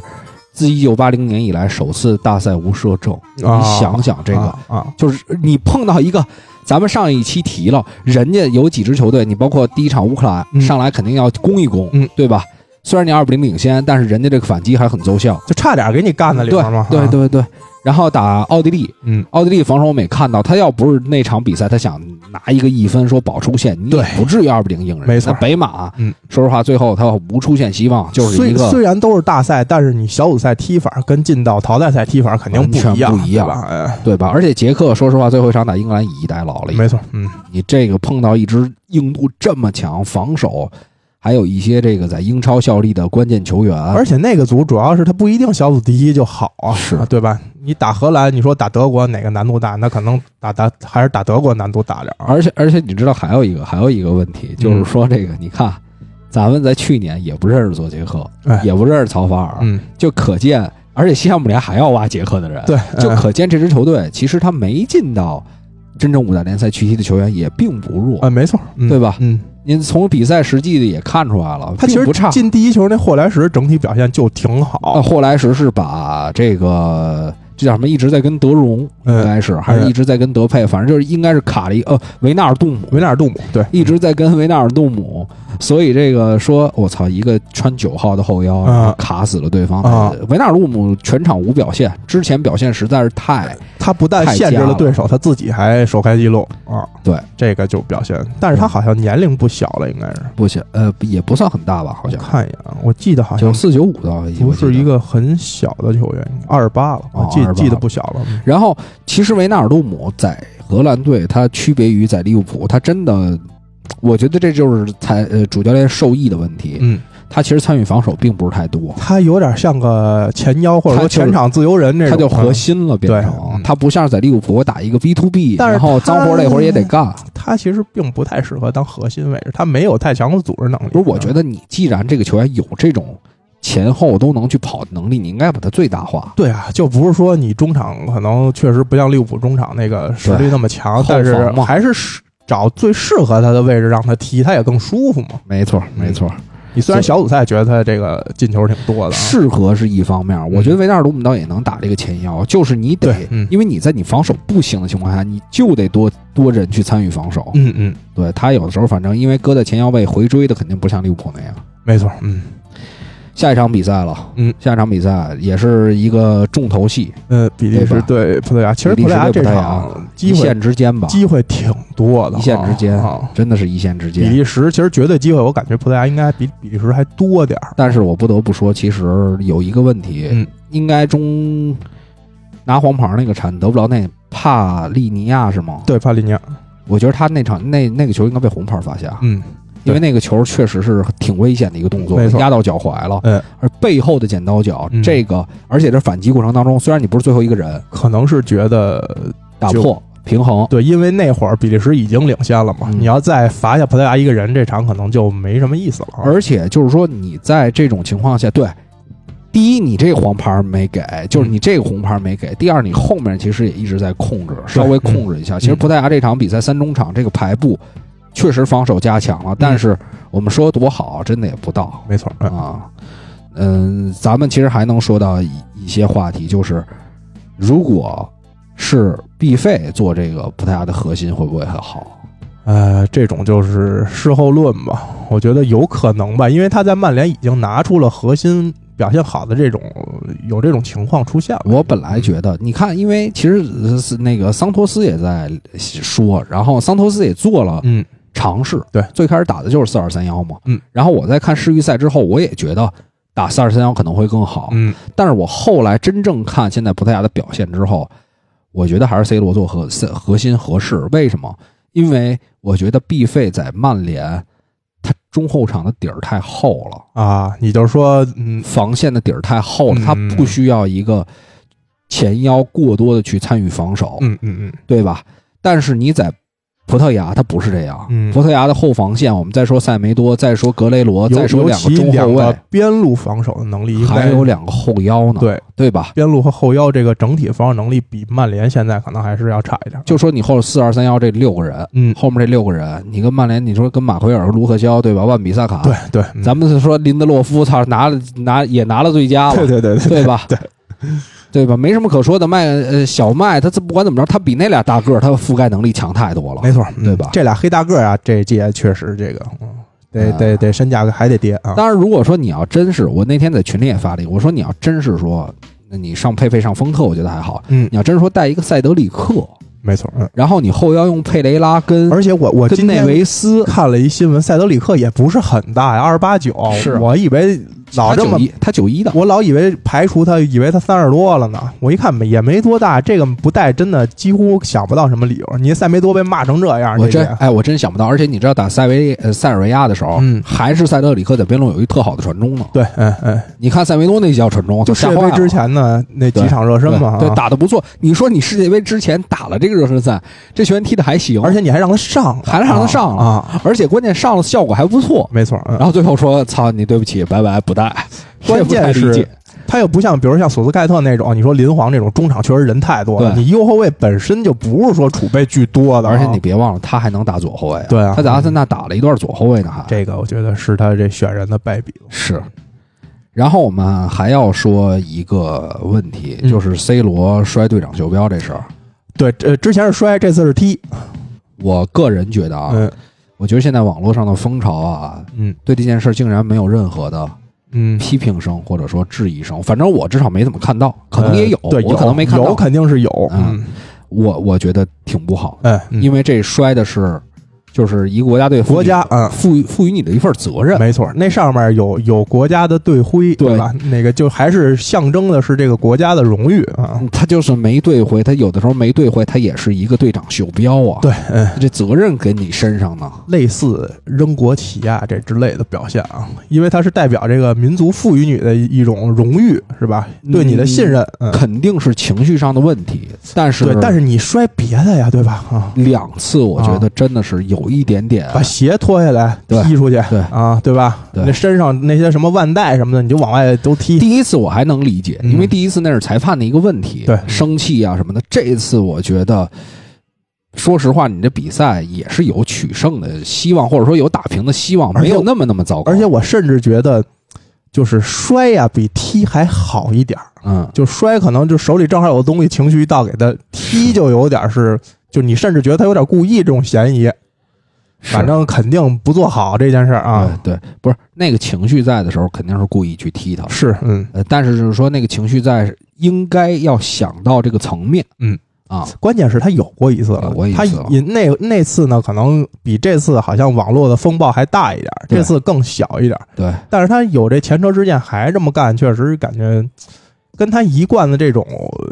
Speaker 2: 自一九八零年以来首次大赛无射正。
Speaker 3: 啊
Speaker 2: 你想想这个，
Speaker 3: 啊啊，
Speaker 2: 就是你碰到一个。咱们上一期提了，人家有几支球队，你包括第一场乌克兰、
Speaker 3: 嗯
Speaker 2: 上来肯定要攻一攻，
Speaker 3: 嗯
Speaker 2: 对吧？虽然你二比零领先，但是人家这个反击还很奏效。
Speaker 3: 就差点给你干在里
Speaker 2: 对
Speaker 3: 边嘛。
Speaker 2: 对
Speaker 3: 啊，
Speaker 2: 对对。然后打奥地利，
Speaker 3: 嗯，
Speaker 2: 奥地利防守我们也看到，他要不是那场比赛，他想拿一个一分说保出线，你也
Speaker 3: 对
Speaker 2: 不至于二比零赢人。
Speaker 3: 没错
Speaker 2: 那北马，啊
Speaker 3: 嗯，
Speaker 2: 说实话，最后他无出线希望，就是一
Speaker 3: 虽虽
Speaker 2: 个
Speaker 3: 然都是大赛，但是你小组赛踢法跟进到淘汰赛踢法肯定不一样，
Speaker 2: 完全不一样
Speaker 3: 对吧？哎，
Speaker 2: 对吧？而且捷克说实话，最后一场打英格兰以逸待劳了。
Speaker 3: 没错，嗯，
Speaker 2: 你这个碰到一支硬度这么强，防守还有一些这个在英超效力的关键球员，
Speaker 3: 而且那个组主要是他不一定小组第一就好啊，
Speaker 2: 是
Speaker 3: 啊对吧？你打荷兰，你说打德国哪个难度大？那可能打打还是打德国难度大点儿啊。
Speaker 2: 而且而且你知道还有一个还有一个问题，就是说这个、你看，咱们在去年也不认识佐杰克，
Speaker 3: 嗯哎
Speaker 2: 也不认识曹法尔，
Speaker 3: 嗯，
Speaker 2: 就可见，而且西汉姆联还要挖杰克的人，，
Speaker 3: 对，
Speaker 2: 就
Speaker 3: 嗯
Speaker 2: 可见这支球队其实他没进到真正五大联赛去踢的球员也并不弱。
Speaker 3: 啊，没错，嗯
Speaker 2: 对吧
Speaker 3: 嗯，
Speaker 2: 您从比赛实际的也看出来了，
Speaker 3: 他其
Speaker 2: 并
Speaker 3: 实
Speaker 2: 不差。
Speaker 3: 进第一球那霍莱什整体表现就挺
Speaker 2: 啊，
Speaker 3: 好，
Speaker 2: 霍莱什是把这个这叫什么，一直在跟德容，应
Speaker 3: 嗯，
Speaker 2: 该是还是一直在跟德佩，反正就是应该是卡了一呃维纳尔杜姆，
Speaker 3: 维纳尔杜姆对，
Speaker 2: 一直在跟维纳尔杜姆，所以这个说我操，一个穿九号的后腰，
Speaker 3: 啊
Speaker 2: 然后卡死了对方。
Speaker 3: 啊
Speaker 2: 维纳尔杜姆全场无表现，之前表现实在是太
Speaker 3: 他不但
Speaker 2: 太
Speaker 3: 限制
Speaker 2: 佳
Speaker 3: 了
Speaker 2: 了
Speaker 3: 对手，他自己还首开纪录啊，
Speaker 2: 对，
Speaker 3: 这个就表现，但是他好像年龄不小了，应该是，
Speaker 2: 不行，呃，也不算很大吧，好
Speaker 3: 我
Speaker 2: 像
Speaker 3: 看一眼啊，我记得好像
Speaker 2: 九四九五的，
Speaker 3: 不是一
Speaker 2: 个。
Speaker 3: 个很小的球员，二十八了，我
Speaker 2: 哦
Speaker 3: 记
Speaker 2: 28
Speaker 3: 记得
Speaker 2: 了
Speaker 3: 不小了，嗯
Speaker 2: 然后其实维纳尔杜姆在荷兰队，他区别于在利物浦，他真的，我觉得这就是才呃主教练受益的问题。
Speaker 3: 嗯。
Speaker 2: 他其实参与防守并不是太多，
Speaker 3: 他有点像个前腰或者
Speaker 2: 他
Speaker 3: 说
Speaker 2: 就是
Speaker 3: 前场自由人这
Speaker 2: 他就
Speaker 3: 种，
Speaker 2: 核心了，变
Speaker 3: 对
Speaker 2: 成
Speaker 3: 嗯
Speaker 2: 他不像是在利物浦我打一个 B to B，
Speaker 3: 但是
Speaker 2: 然后脏活累活也得
Speaker 3: 他
Speaker 2: 干。
Speaker 3: 嗯。他其实并不太适合当核心位置，他没有太强的组织能力。
Speaker 2: 不是，我觉
Speaker 3: 得
Speaker 2: 得你既然这个球员有这种前后都能去跑的能力，你应该把它最大化。
Speaker 3: 对啊，就不是说你中场可能确实不像利物浦中场那个实力那么强
Speaker 2: 后，
Speaker 3: 但是
Speaker 2: 防嘛
Speaker 3: 还是适找最适合他的位置让他踢，他也更舒服嘛。
Speaker 2: 没错，
Speaker 3: 没
Speaker 2: 错，
Speaker 3: 你虽然
Speaker 2: 对
Speaker 3: 小组赛觉得他这个进球挺多的啊，嗯
Speaker 2: 适合是一方面。我觉得维纳尔杜姆倒也能打这个前腰，就是你得
Speaker 3: 对嗯，
Speaker 2: 因为你在你防守不行的情况下，你就得多多人去参与防守。
Speaker 3: 嗯嗯，
Speaker 2: 对他有的时候，反正因为搁在前腰位回追的肯定不像利物浦那样。
Speaker 3: 没错，嗯
Speaker 2: 下一场比赛了，
Speaker 3: 嗯，
Speaker 2: 下一场比赛也是一个重头戏，
Speaker 3: 呃，比利
Speaker 2: 对
Speaker 3: 时
Speaker 2: 吧
Speaker 3: 对葡萄牙，其实
Speaker 2: 比利
Speaker 3: 葡萄
Speaker 2: 时
Speaker 3: 牙
Speaker 2: 对
Speaker 3: 这
Speaker 2: 葡萄牙
Speaker 3: 场
Speaker 2: 一
Speaker 3: 机会
Speaker 2: 线之间吧，
Speaker 3: 机会挺多的啊，
Speaker 2: 一线之间
Speaker 3: 啊。
Speaker 2: 真的是一线之
Speaker 3: 比
Speaker 2: 间。
Speaker 3: 利时其实绝对机会，我感觉葡萄牙应该比比利时还多点儿。
Speaker 2: 但是我不得不说，其实有一个问题，
Speaker 3: 嗯
Speaker 2: 应该中拿黄牌那个铲德布劳内帕利尼亚是吗？
Speaker 3: 对帕利尼亚，
Speaker 2: 我觉得他那场那那个球应该被红牌罚下，
Speaker 3: 嗯，
Speaker 2: 因为那个球确实是挺危险的一个动作
Speaker 3: 没，错
Speaker 2: 压到脚踝了，
Speaker 3: 嗯
Speaker 2: 而背后的剪刀脚，
Speaker 3: 嗯
Speaker 2: 这个而且这反击过程当中，虽然你不是最后一个人
Speaker 3: 可能是觉得
Speaker 2: 打
Speaker 3: 就
Speaker 2: 破平衡，
Speaker 3: 对，因为那会儿比利时已经领先了嘛，
Speaker 2: 嗯
Speaker 3: 你要再罚下葡萄牙一个人，这场可能就没什么意思了。啊
Speaker 2: 而且就是说你在这种情况下，对，第一你这个黄牌没给，就是
Speaker 3: 嗯
Speaker 2: 你这个红牌没给；第二你后面其实也一直在控制，稍
Speaker 3: 嗯
Speaker 2: 微控制一下。其实葡萄牙这场比赛三中场这个排布确实防守加强了，
Speaker 3: 嗯
Speaker 2: 但是我们说多好，真的也不到
Speaker 3: 没错，嗯
Speaker 2: 啊。嗯，咱们其实还能说到一一些话题，就是如果是毕费做这个葡萄牙的核心，会不会很好？
Speaker 3: 呃，这种就是事后论吧，我觉得有可能吧，因为他在曼联已经拿出了核心表现好的这种有这种情况出现了。
Speaker 2: 我本来觉得，你看，因为其实呃是那个桑托斯也在说，然后桑托斯也做了
Speaker 3: 嗯，
Speaker 2: 尝试。
Speaker 3: 对
Speaker 2: 最开始打的就是四二三幺嘛。
Speaker 3: 嗯，
Speaker 2: 然后我在看世预赛之后，我也觉得打四二三幺可能会更好。
Speaker 3: 嗯
Speaker 2: 但是我后来真正看现在葡萄牙的表现之后，我觉得还是 C 罗做核核心合适。为什么？因为我觉得 B 费在曼联，他中后场的底儿太厚了。
Speaker 3: 啊，你就说，嗯，
Speaker 2: 防线的底儿太厚了，
Speaker 3: 嗯
Speaker 2: 他不需要一个前腰过多的去参与防守，
Speaker 3: 嗯嗯嗯，
Speaker 2: 对吧？但是你在葡萄牙，他不是这样。
Speaker 3: 嗯
Speaker 2: 葡萄牙的后防线，我们再说塞梅多，再说格雷罗，
Speaker 3: 尤
Speaker 2: 再说
Speaker 3: 尤
Speaker 2: 两
Speaker 3: 其
Speaker 2: 个中后
Speaker 3: 两个
Speaker 2: 卫，
Speaker 3: 边路防守的能力应该
Speaker 2: 还有两个后腰呢，
Speaker 3: 对
Speaker 2: 对吧？
Speaker 3: 边路和后腰这个整体防守能力比曼联现在可能还是要差一点。
Speaker 2: 就说你后四二三幺这六个人，
Speaker 3: 嗯，
Speaker 2: 后面这六个人，你跟曼联，你说跟马奎尔、卢克肖，对吧？万比萨卡，
Speaker 3: 对对，嗯
Speaker 2: 咱们是说林德洛夫，操，拿了拿也拿了最佳了，
Speaker 3: 对对对对
Speaker 2: 对吧？
Speaker 3: 对，
Speaker 2: 对吧？没什么可说的。麦呃，小麦他这不管怎么着，他比那俩大个儿，他覆盖能力强太多了。
Speaker 3: 没错，嗯
Speaker 2: 啊对吧
Speaker 3: 这俩黑大个儿啊，这届确实这个，嗯，得
Speaker 2: 啊
Speaker 3: 得得，身价还得跌啊。
Speaker 2: 当然，如果说你要真是，我那天在群里也发了一个，我说你要真是说，那你上佩佩上丰特，我觉得还好。
Speaker 3: 嗯
Speaker 2: 你，要真是说带一个塞德里克，
Speaker 3: 没错，嗯。
Speaker 2: 然后你后腰用佩雷拉跟
Speaker 3: 而且我我
Speaker 2: 跟
Speaker 3: 今
Speaker 2: 内
Speaker 3: 天
Speaker 2: 维斯，
Speaker 3: 看了一新闻，塞德里克也不是很大呀，二十八九。
Speaker 2: 是
Speaker 3: 我以为老
Speaker 2: 他
Speaker 3: 这
Speaker 2: 九，
Speaker 3: 么
Speaker 2: 一，他九一的，
Speaker 3: 我老以为排除他，以为他三十多了呢。我一看没也没多大，这个不带真的几乎想不到什么理由。你塞梅多被骂成这样，
Speaker 2: 我
Speaker 3: 这
Speaker 2: 真
Speaker 3: 届
Speaker 2: 哎，我真想不到。而且你知道打塞维呃塞尔维亚的时候，
Speaker 3: 嗯
Speaker 2: 还是塞德里克在边路有一特好的传中呢。
Speaker 3: 对，嗯嗯，
Speaker 2: 你看塞维多那几脚传中，啊
Speaker 3: 就
Speaker 2: 吓
Speaker 3: 世界
Speaker 2: 坏
Speaker 3: 杯
Speaker 2: 了
Speaker 3: 之前呢那几场热身嘛，
Speaker 2: 对，对
Speaker 3: 啊
Speaker 2: 打得不错。你说你世界杯之前打了这个热身赛，这球员踢的还行，
Speaker 3: 而且你还让他上了，
Speaker 2: 还让他上了
Speaker 3: 啊，啊
Speaker 2: 而且关键上了效果还不错。
Speaker 3: 没错。嗯
Speaker 2: 然后最后说：“操你，对不起，拜拜，不带。”
Speaker 3: 关键
Speaker 2: 这不太理
Speaker 3: 是
Speaker 2: 解
Speaker 3: 他又不像，比如像索斯盖特那种，哦你说林皇这种中场确实人太多了，
Speaker 2: 对
Speaker 3: 你右后卫本身就不是说储备巨多的啊，
Speaker 2: 而且你别忘了，他还能打左后卫、
Speaker 3: 对啊
Speaker 2: 他在阿森纳打了一段左后卫呢，还
Speaker 3: 这个我觉得是他这选人的败笔了。
Speaker 2: 是。然后我们还要说一个问题，
Speaker 3: 嗯
Speaker 2: 就是 C 罗摔队长袖标这事儿。
Speaker 3: 对，这之前是摔，这次是踢。
Speaker 2: 我个人觉得啊，
Speaker 3: 嗯
Speaker 2: 我觉得现在网络上的风潮啊，
Speaker 3: 嗯
Speaker 2: 对这件事儿竟然没有任何的
Speaker 3: 嗯，
Speaker 2: 批评声或者说质疑声，反正我至少没怎么看到，可能也有，
Speaker 3: 呃对，
Speaker 2: 我可能没看
Speaker 3: 有
Speaker 2: 到。
Speaker 3: 肯定是有。
Speaker 2: 嗯
Speaker 3: 嗯
Speaker 2: 我我觉得挺不好的，
Speaker 3: 哎，嗯
Speaker 2: 因为这摔的是就是一个国家队赋予
Speaker 3: 国家嗯。
Speaker 2: 赋予赋予你的一份责任。
Speaker 3: 没错，那上面有有国家的队徽，
Speaker 2: 对
Speaker 3: 对吧？那个就还是象征的是这个国家的荣誉啊。
Speaker 2: 他就是没对回，他有的时候没对回，他也是一个队长袖标啊。
Speaker 3: 对，嗯，
Speaker 2: 这责任给你身上呢。
Speaker 3: 类似扔国旗啊这之类的表现啊，因为它是代表这个民族赋予你的一种荣誉，是吧？对你的信任，嗯，
Speaker 2: 肯定是情绪上的问题，但是
Speaker 3: 对。但是你摔别的呀，对吧？啊，
Speaker 2: 两次我觉得真的是有一点点，
Speaker 3: 把鞋脱下来
Speaker 2: 对
Speaker 3: 踢出去，
Speaker 2: 对
Speaker 3: 啊，对吧？
Speaker 2: 对
Speaker 3: 那身上那些什么腕带什么的，你就往外都踢。
Speaker 2: 第一次我还能理解，
Speaker 3: 嗯
Speaker 2: 因为第一次那是裁判的一个问题，
Speaker 3: 对
Speaker 2: 生气啊什么的。这一次我觉得，说实话，你这比赛也是有取胜的希望，或者说有打平的希望，
Speaker 3: 而
Speaker 2: 没
Speaker 3: 且
Speaker 2: 有那么那么糟糕。
Speaker 3: 而且，我甚至觉得，就是摔呀、比踢还好一点儿。
Speaker 2: 嗯，
Speaker 3: 就摔可能就手里正好有个东西，情绪一到给他踢，就有点是，就你甚至觉得他有点故意这种嫌疑。啊反正肯定不做好这件事儿啊。
Speaker 2: 对对，不是那个情绪在的时候，肯定是故意去踢他。
Speaker 3: 是，嗯，
Speaker 2: 呃，但是就是说那个情绪在，应该要想到这个层面。
Speaker 3: 嗯
Speaker 2: 啊，
Speaker 3: 关键是他有过一次了
Speaker 2: 有过一，次
Speaker 3: 他
Speaker 2: 了
Speaker 3: 也那那次呢，可能比这次好像网络的风暴还大一点儿，
Speaker 2: 对
Speaker 3: 这次更小一点儿。
Speaker 2: 对，
Speaker 3: 但是他有这前车之鉴还这么干，确实感觉跟他一贯的这种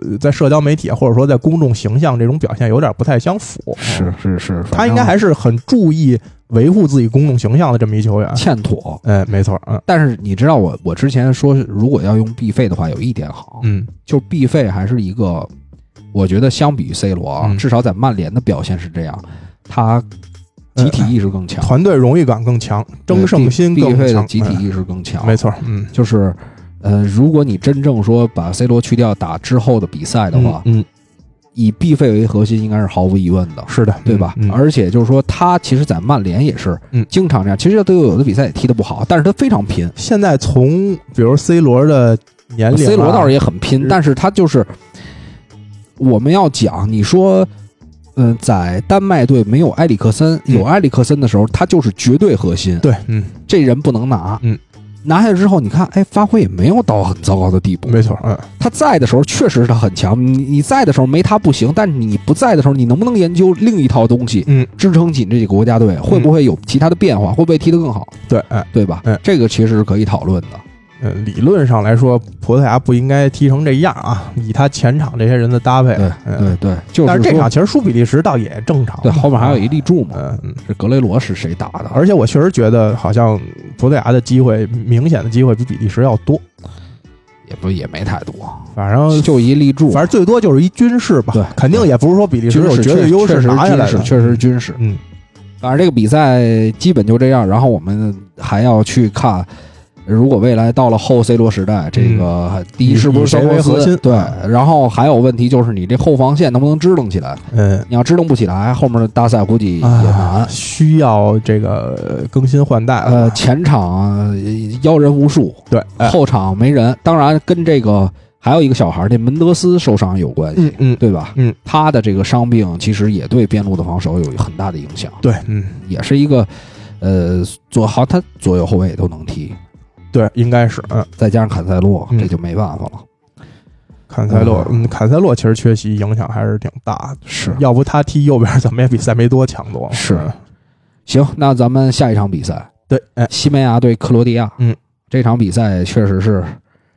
Speaker 3: 呃在社交媒体或者说在公众形象这种表现有点不太相符。嗯
Speaker 2: 是是是，
Speaker 3: 他应该还是很注意维护自己公众形象的这么一球员。
Speaker 2: 欠妥。
Speaker 3: 哎，没错，嗯
Speaker 2: 但是你知道我我之前说，如果要用 B 费的话，有一点好，
Speaker 3: 嗯，
Speaker 2: 就是 B 费还是一个，我觉得相比于 C 罗啊，
Speaker 3: 嗯
Speaker 2: 至少在曼联的表现是这样，他集体意识更强，
Speaker 3: 呃团队荣誉感更强，争胜心
Speaker 2: 对 B
Speaker 3: 更
Speaker 2: 费的
Speaker 3: 强，
Speaker 2: 集体
Speaker 3: 哎
Speaker 2: 意识更强，
Speaker 3: 没错，嗯，
Speaker 2: 就是。呃，如果你真正说把 C 罗去掉打之后的比赛的话，
Speaker 3: 嗯，嗯
Speaker 2: 以 B 费为核心，应该是毫无疑问的。
Speaker 3: 是的，
Speaker 2: 对吧？
Speaker 3: 嗯嗯
Speaker 2: 而且就是说，他其实，在曼联也是
Speaker 3: 嗯
Speaker 2: 经常这样。其实队友有的比赛也踢得不好，但是他非常拼。
Speaker 3: 现在从比如 C 罗的年龄啊、
Speaker 2: C 罗倒是也很拼，
Speaker 3: 是
Speaker 2: 但是他就是我们要讲，你说，嗯、在丹麦队没有埃里克森，
Speaker 3: 嗯
Speaker 2: 有埃里克森的时候，他就是绝对核心，
Speaker 3: 对，嗯，
Speaker 2: 这人不能拿。
Speaker 3: 嗯，
Speaker 2: 拿下之后，你看，哎，发挥也没有到很糟糕的地步。
Speaker 3: 没错，嗯，
Speaker 2: 他在的时候确实他很强，你你在的时候没他不行，但你不在的时候，你能不能研究另一套东西，
Speaker 3: 嗯，
Speaker 2: 支撑起这几个国家队，会不会有其他的变化，会不会踢得更好，
Speaker 3: 对，哎，
Speaker 2: 对吧？
Speaker 3: 哎
Speaker 2: 这个其实是可以讨论的。
Speaker 3: 呃，理论上来说，葡萄牙不应该踢成这样啊，以他前场这些人的搭配，
Speaker 2: 对
Speaker 3: 嗯
Speaker 2: 对，就
Speaker 3: 但
Speaker 2: 是
Speaker 3: 是这
Speaker 2: 说
Speaker 3: 场其实输比利时倒也正常，啊
Speaker 2: 对后面还有一立柱嘛，
Speaker 3: 嗯嗯，
Speaker 2: 这格雷罗是谁打的？
Speaker 3: 而且我确实觉得好像葡萄牙的机会明显的机会比比利时要多，
Speaker 2: 也不也没太多，
Speaker 3: 反正
Speaker 2: 就一立柱，
Speaker 3: 呃反正最多就是一军事吧，
Speaker 2: 对
Speaker 3: 肯定也不是说比利时
Speaker 2: 军
Speaker 3: 有
Speaker 2: 事
Speaker 3: 绝对优势拿下来的，
Speaker 2: 确实是军事。
Speaker 3: 嗯，
Speaker 2: 反正这个比赛基本就这样，然后我们还要去看，如果未来到了后 C 罗时代，这个第一
Speaker 3: 以
Speaker 2: 是不是
Speaker 3: 嗯以谁
Speaker 2: 生活
Speaker 3: 为核心嗯
Speaker 2: 对，然后还有问题就是你这后防线能不能支棱起来？
Speaker 3: 嗯。
Speaker 2: 你要支棱不起来，后面的大赛估计也难。
Speaker 3: 啊，需要这个更新换代了
Speaker 2: 呃，前场呃妖人无数，
Speaker 3: 对，哎
Speaker 2: 后场没人，当然跟这个还有一个小孩儿，这门德斯受伤有关系，
Speaker 3: 嗯嗯，
Speaker 2: 对吧？
Speaker 3: 嗯，
Speaker 2: 他的这个伤病其实也对边路的防守有很大的影响。
Speaker 3: 对，嗯
Speaker 2: 也是一个，呃，左好他左右后卫都能踢，
Speaker 3: 对，应该是嗯，
Speaker 2: 再加上坎塞洛，
Speaker 3: 嗯
Speaker 2: 这就没办法了。
Speaker 3: 坎塞洛，嗯，坎塞洛其实缺席影响还是挺大的，
Speaker 2: 是
Speaker 3: 要不他踢右边，怎么也比塞梅多强多了。嗯
Speaker 2: 是行，那咱们下一场比赛，
Speaker 3: 对，哎，
Speaker 2: 西班牙对克罗地亚，
Speaker 3: 嗯，
Speaker 2: 这场比赛确实是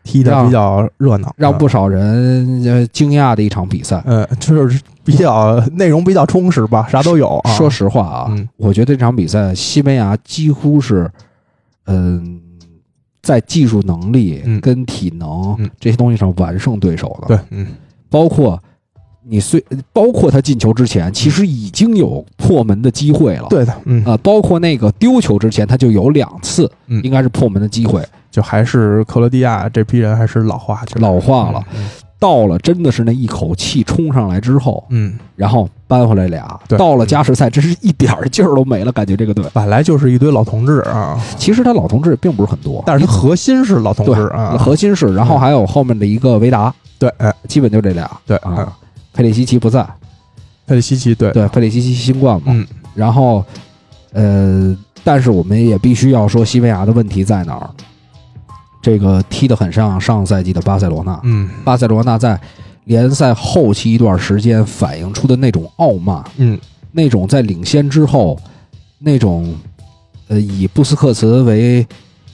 Speaker 3: 踢的比较热闹，嗯
Speaker 2: 让不少人呃惊讶的一场比赛。
Speaker 3: 嗯，呃就是比较内容比较充实吧，啥都有啊。
Speaker 2: 说实话啊，
Speaker 3: 嗯
Speaker 2: 我觉得这场比赛西班牙几乎是，嗯、在技术能力
Speaker 3: 嗯
Speaker 2: 跟体能、
Speaker 3: 嗯
Speaker 2: 这些东西上完胜对手的。
Speaker 3: 对，嗯，
Speaker 2: 包括你虽包括他进球之前，其实已经有破门的机会了。
Speaker 3: 对的，嗯
Speaker 2: 啊、，包括那个丢球之前，他就有两次
Speaker 3: 嗯
Speaker 2: 应该是破门的机会。
Speaker 3: 就还是克罗地亚这批人还是老化，就是
Speaker 2: 老化了，
Speaker 3: 嗯
Speaker 2: 到了真的是那一口气冲上来之后，
Speaker 3: 嗯，
Speaker 2: 然后扳回来俩。
Speaker 3: 对嗯
Speaker 2: 到了加时赛，真是一点儿劲儿都没了，感觉这个队。
Speaker 3: 本来就是一堆老同志啊，
Speaker 2: 其实他老同志并不是很多，
Speaker 3: 但是他核心是老同
Speaker 2: 对
Speaker 3: 志啊，
Speaker 2: 核心是，然后还有后面的一个维达，
Speaker 3: 对，哎，
Speaker 2: 基本就这俩。
Speaker 3: 对嗯
Speaker 2: 啊，佩里西奇不在，
Speaker 3: 佩里西奇，对，
Speaker 2: 对，佩里西奇新冠嘛，
Speaker 3: 嗯，
Speaker 2: 然后，呃，但是我们也必须要说西班牙的问题在哪儿？这个踢得很像上赛季的巴塞罗那，
Speaker 3: 嗯
Speaker 2: 巴塞罗那在联赛后期一段时间反映出的那种傲慢，
Speaker 3: 嗯，
Speaker 2: 那种在领先之后，那种呃以布斯克茨为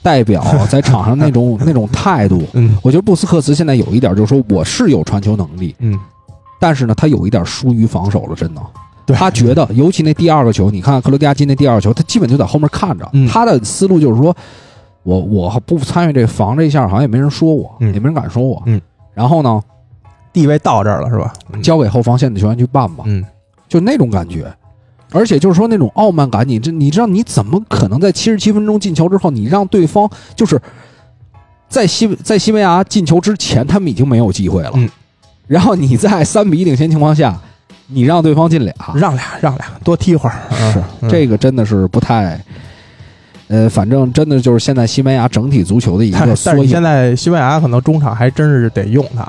Speaker 2: 代表在场上那 种那种态度。
Speaker 3: 嗯
Speaker 2: 我觉得布斯克茨现在有一点，就是说我是有传球能力，
Speaker 3: 嗯，
Speaker 2: 但是呢，他有一点疏于防守了，真的。
Speaker 3: 对，
Speaker 2: 他觉得，尤其那第二个球，你看克罗地亚进那第二个球，他基本就在后面看着。
Speaker 3: 嗯
Speaker 2: 他的思路就是说，我我不参与这防这一下，好像也没人说我，
Speaker 3: 嗯
Speaker 2: 也没人敢说我。
Speaker 3: 嗯
Speaker 2: 然后呢，
Speaker 3: 地位到这儿了是吧？嗯
Speaker 2: 交给后防线的球员去办吧，
Speaker 3: 嗯，
Speaker 2: 就那种感觉。而且就是说那种傲慢感，你这你知道你怎么可能在七十七分钟进球之后，你让对方就是在西在西班牙进球之前，他们已经没有机会了。
Speaker 3: 嗯
Speaker 2: 然后你在三比一领先情况下，你让对方进俩，
Speaker 3: 让俩让俩，多踢会儿。
Speaker 2: 是
Speaker 3: 嗯
Speaker 2: 这个真的是不太，呃，反正真的就是现在西班牙整体足球的一
Speaker 3: 但
Speaker 2: 个
Speaker 3: 是但是
Speaker 2: 缩
Speaker 3: 你现
Speaker 2: 影。
Speaker 3: 在西班牙可能中场还真是得用他，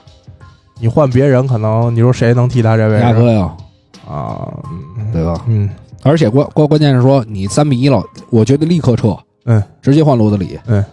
Speaker 3: 你换别人可能你说谁能替他这位
Speaker 2: 亚
Speaker 3: 置
Speaker 2: 哥呀，
Speaker 3: 啊？
Speaker 2: 对吧？
Speaker 3: 嗯
Speaker 2: 而且关关关键是说你三比一了，我觉得立刻撤，
Speaker 3: 嗯，
Speaker 2: 直接换罗德里，
Speaker 3: 嗯，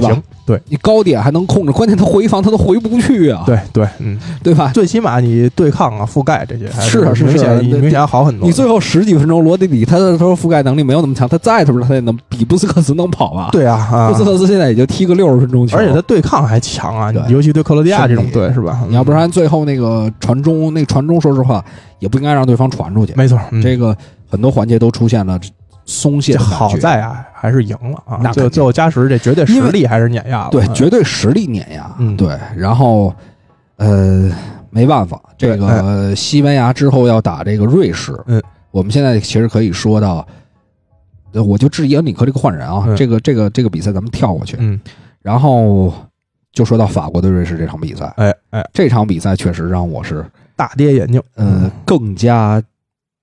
Speaker 2: 对吧
Speaker 3: 行，对
Speaker 2: 你高点还能控制，关键他回防他都回不去啊，
Speaker 3: 对对，嗯，
Speaker 2: 对吧？
Speaker 3: 最起码你对抗啊、覆盖这些还
Speaker 2: 是啊是啊是
Speaker 3: 明
Speaker 2: 啊
Speaker 3: 显
Speaker 2: 对
Speaker 3: 明显好很多。
Speaker 2: 你最后十几分钟，罗德里他的他说覆盖能力没有那么强，他在的时候他也能比布斯克茨能跑吧？，
Speaker 3: 对啊啊
Speaker 2: 布，斯克茨现在也就踢个六十分钟球，
Speaker 3: 而且他对抗还强啊，
Speaker 2: 对
Speaker 3: 尤其对克罗地亚这种
Speaker 2: 身体
Speaker 3: 队是吧？
Speaker 2: 你要不然最后那个传中，那个传中说实话也不应该让对方传出去，
Speaker 3: 嗯没错，嗯
Speaker 2: 这个很多环节都出现了松懈
Speaker 3: 这
Speaker 2: 的感觉
Speaker 3: 好在啊还是赢了啊，
Speaker 2: 那肯
Speaker 3: 最
Speaker 2: 定
Speaker 3: 最后加时这绝对实
Speaker 2: 因为
Speaker 3: 力还是碾压了，
Speaker 2: 对，
Speaker 3: 嗯
Speaker 2: 绝对实力碾压，
Speaker 3: 嗯
Speaker 2: 对。然后，呃，没办法，这个、
Speaker 3: 对哎
Speaker 2: 呃西班牙之后要打这个瑞士，
Speaker 3: 嗯，
Speaker 2: 我们现在其实可以说到，呃我就质疑恩里克这个换人啊，
Speaker 3: 嗯
Speaker 2: 这个这个这个比赛咱们跳过去，
Speaker 3: 嗯，
Speaker 2: 然后就说到法国对瑞士这场比赛，
Speaker 3: 哎哎，
Speaker 2: 这场比赛确实让我是
Speaker 3: 大跌眼镜，嗯
Speaker 2: 呃，更加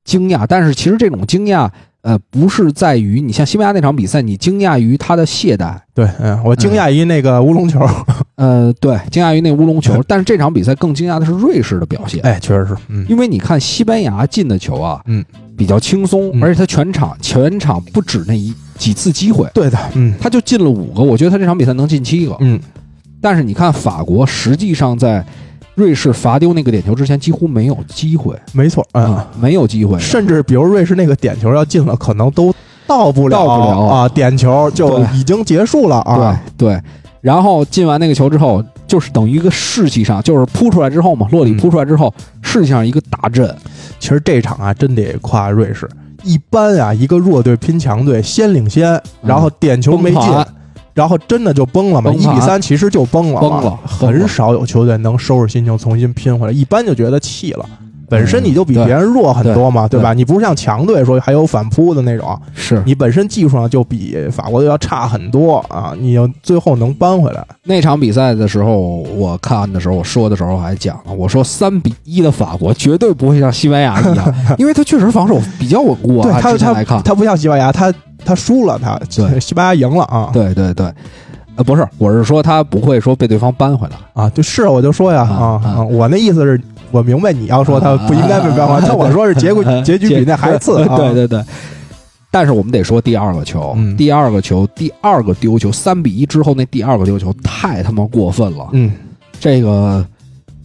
Speaker 2: 惊讶。但是其实这种惊讶，呃，不是在于你像西班牙那场比赛，你惊讶于他的懈怠，
Speaker 3: 对，嗯，我惊讶于那个乌龙球，
Speaker 2: 呃，对，惊讶于那乌龙球。但是这场比赛更惊讶的是瑞士的表现，
Speaker 3: 嗯哎，确实是，嗯，
Speaker 2: 因为你看西班牙进的球啊，
Speaker 3: 嗯，
Speaker 2: 比较轻松，
Speaker 3: 嗯
Speaker 2: 而且他全场全场不止那一几次机会，
Speaker 3: 对的，嗯
Speaker 2: 他就进了五个。我觉得他这场比赛能进七个。
Speaker 3: 嗯，
Speaker 2: 但是你看法国，实际上在瑞士罚丢那个点球之前，几乎没有机会
Speaker 3: 没错，嗯，
Speaker 2: 啊、没有机会。
Speaker 3: 甚至比如瑞士那个点球要进了，可能都到不了
Speaker 2: 到不了
Speaker 3: 啊，点球就
Speaker 2: 对
Speaker 3: 已经结束了啊。
Speaker 2: 对对。然后进完那个球之后，就是等于一个士气上，就是扑出来之后嘛，洛里
Speaker 3: 嗯
Speaker 2: 扑出来之后，士气上一个大振。
Speaker 3: 其实这场啊，真得夸瑞士。一般啊，一个弱队拼强队，先领先，然后点球没进
Speaker 2: 嗯崩盘，
Speaker 3: 然后真的就崩了嘛，
Speaker 2: 崩
Speaker 3: 一
Speaker 2: 盘
Speaker 3: 比三其实就崩了嘛，
Speaker 2: 崩了崩
Speaker 3: 很
Speaker 2: 了
Speaker 3: 少有球队能收拾心情重新拼回来，一般就觉得气了。本身你就比
Speaker 2: 嗯对
Speaker 3: 别人弱很多嘛，
Speaker 2: 对
Speaker 3: 对吧？你不是像强队说还有反扑的那种，
Speaker 2: 是
Speaker 3: 你本身技术上就比法国队要差很多啊，你要最后能扳回来。
Speaker 2: 那场比赛的时候，我看的时候，我说的时候还讲了，我说三比一的法国绝对不会像西班牙一 样，因为他确实防守比较稳固
Speaker 3: 对
Speaker 2: 啊。
Speaker 3: 他
Speaker 2: 之前
Speaker 3: 他
Speaker 2: 来看，
Speaker 3: 他不像西班牙，他他输了，他
Speaker 2: 对
Speaker 3: 西班牙赢了啊
Speaker 2: 对对对，呃，不是，我是说他不会说被对方扳回来。
Speaker 3: 啊！就是我就说呀
Speaker 2: 啊
Speaker 3: 啊
Speaker 2: 啊
Speaker 3: 啊！我那意思是我明白你要说他不应该被扳
Speaker 2: 啊啊啊
Speaker 3: 回，但我说是 结果
Speaker 2: 呃
Speaker 3: 结局比那还次 啊！
Speaker 2: 对对对。但是我们得说第二个球，
Speaker 3: 嗯
Speaker 2: 第二个球，第二个丢球，三比一之后那第二个丢球太他妈过分了。
Speaker 3: 嗯，
Speaker 2: 这个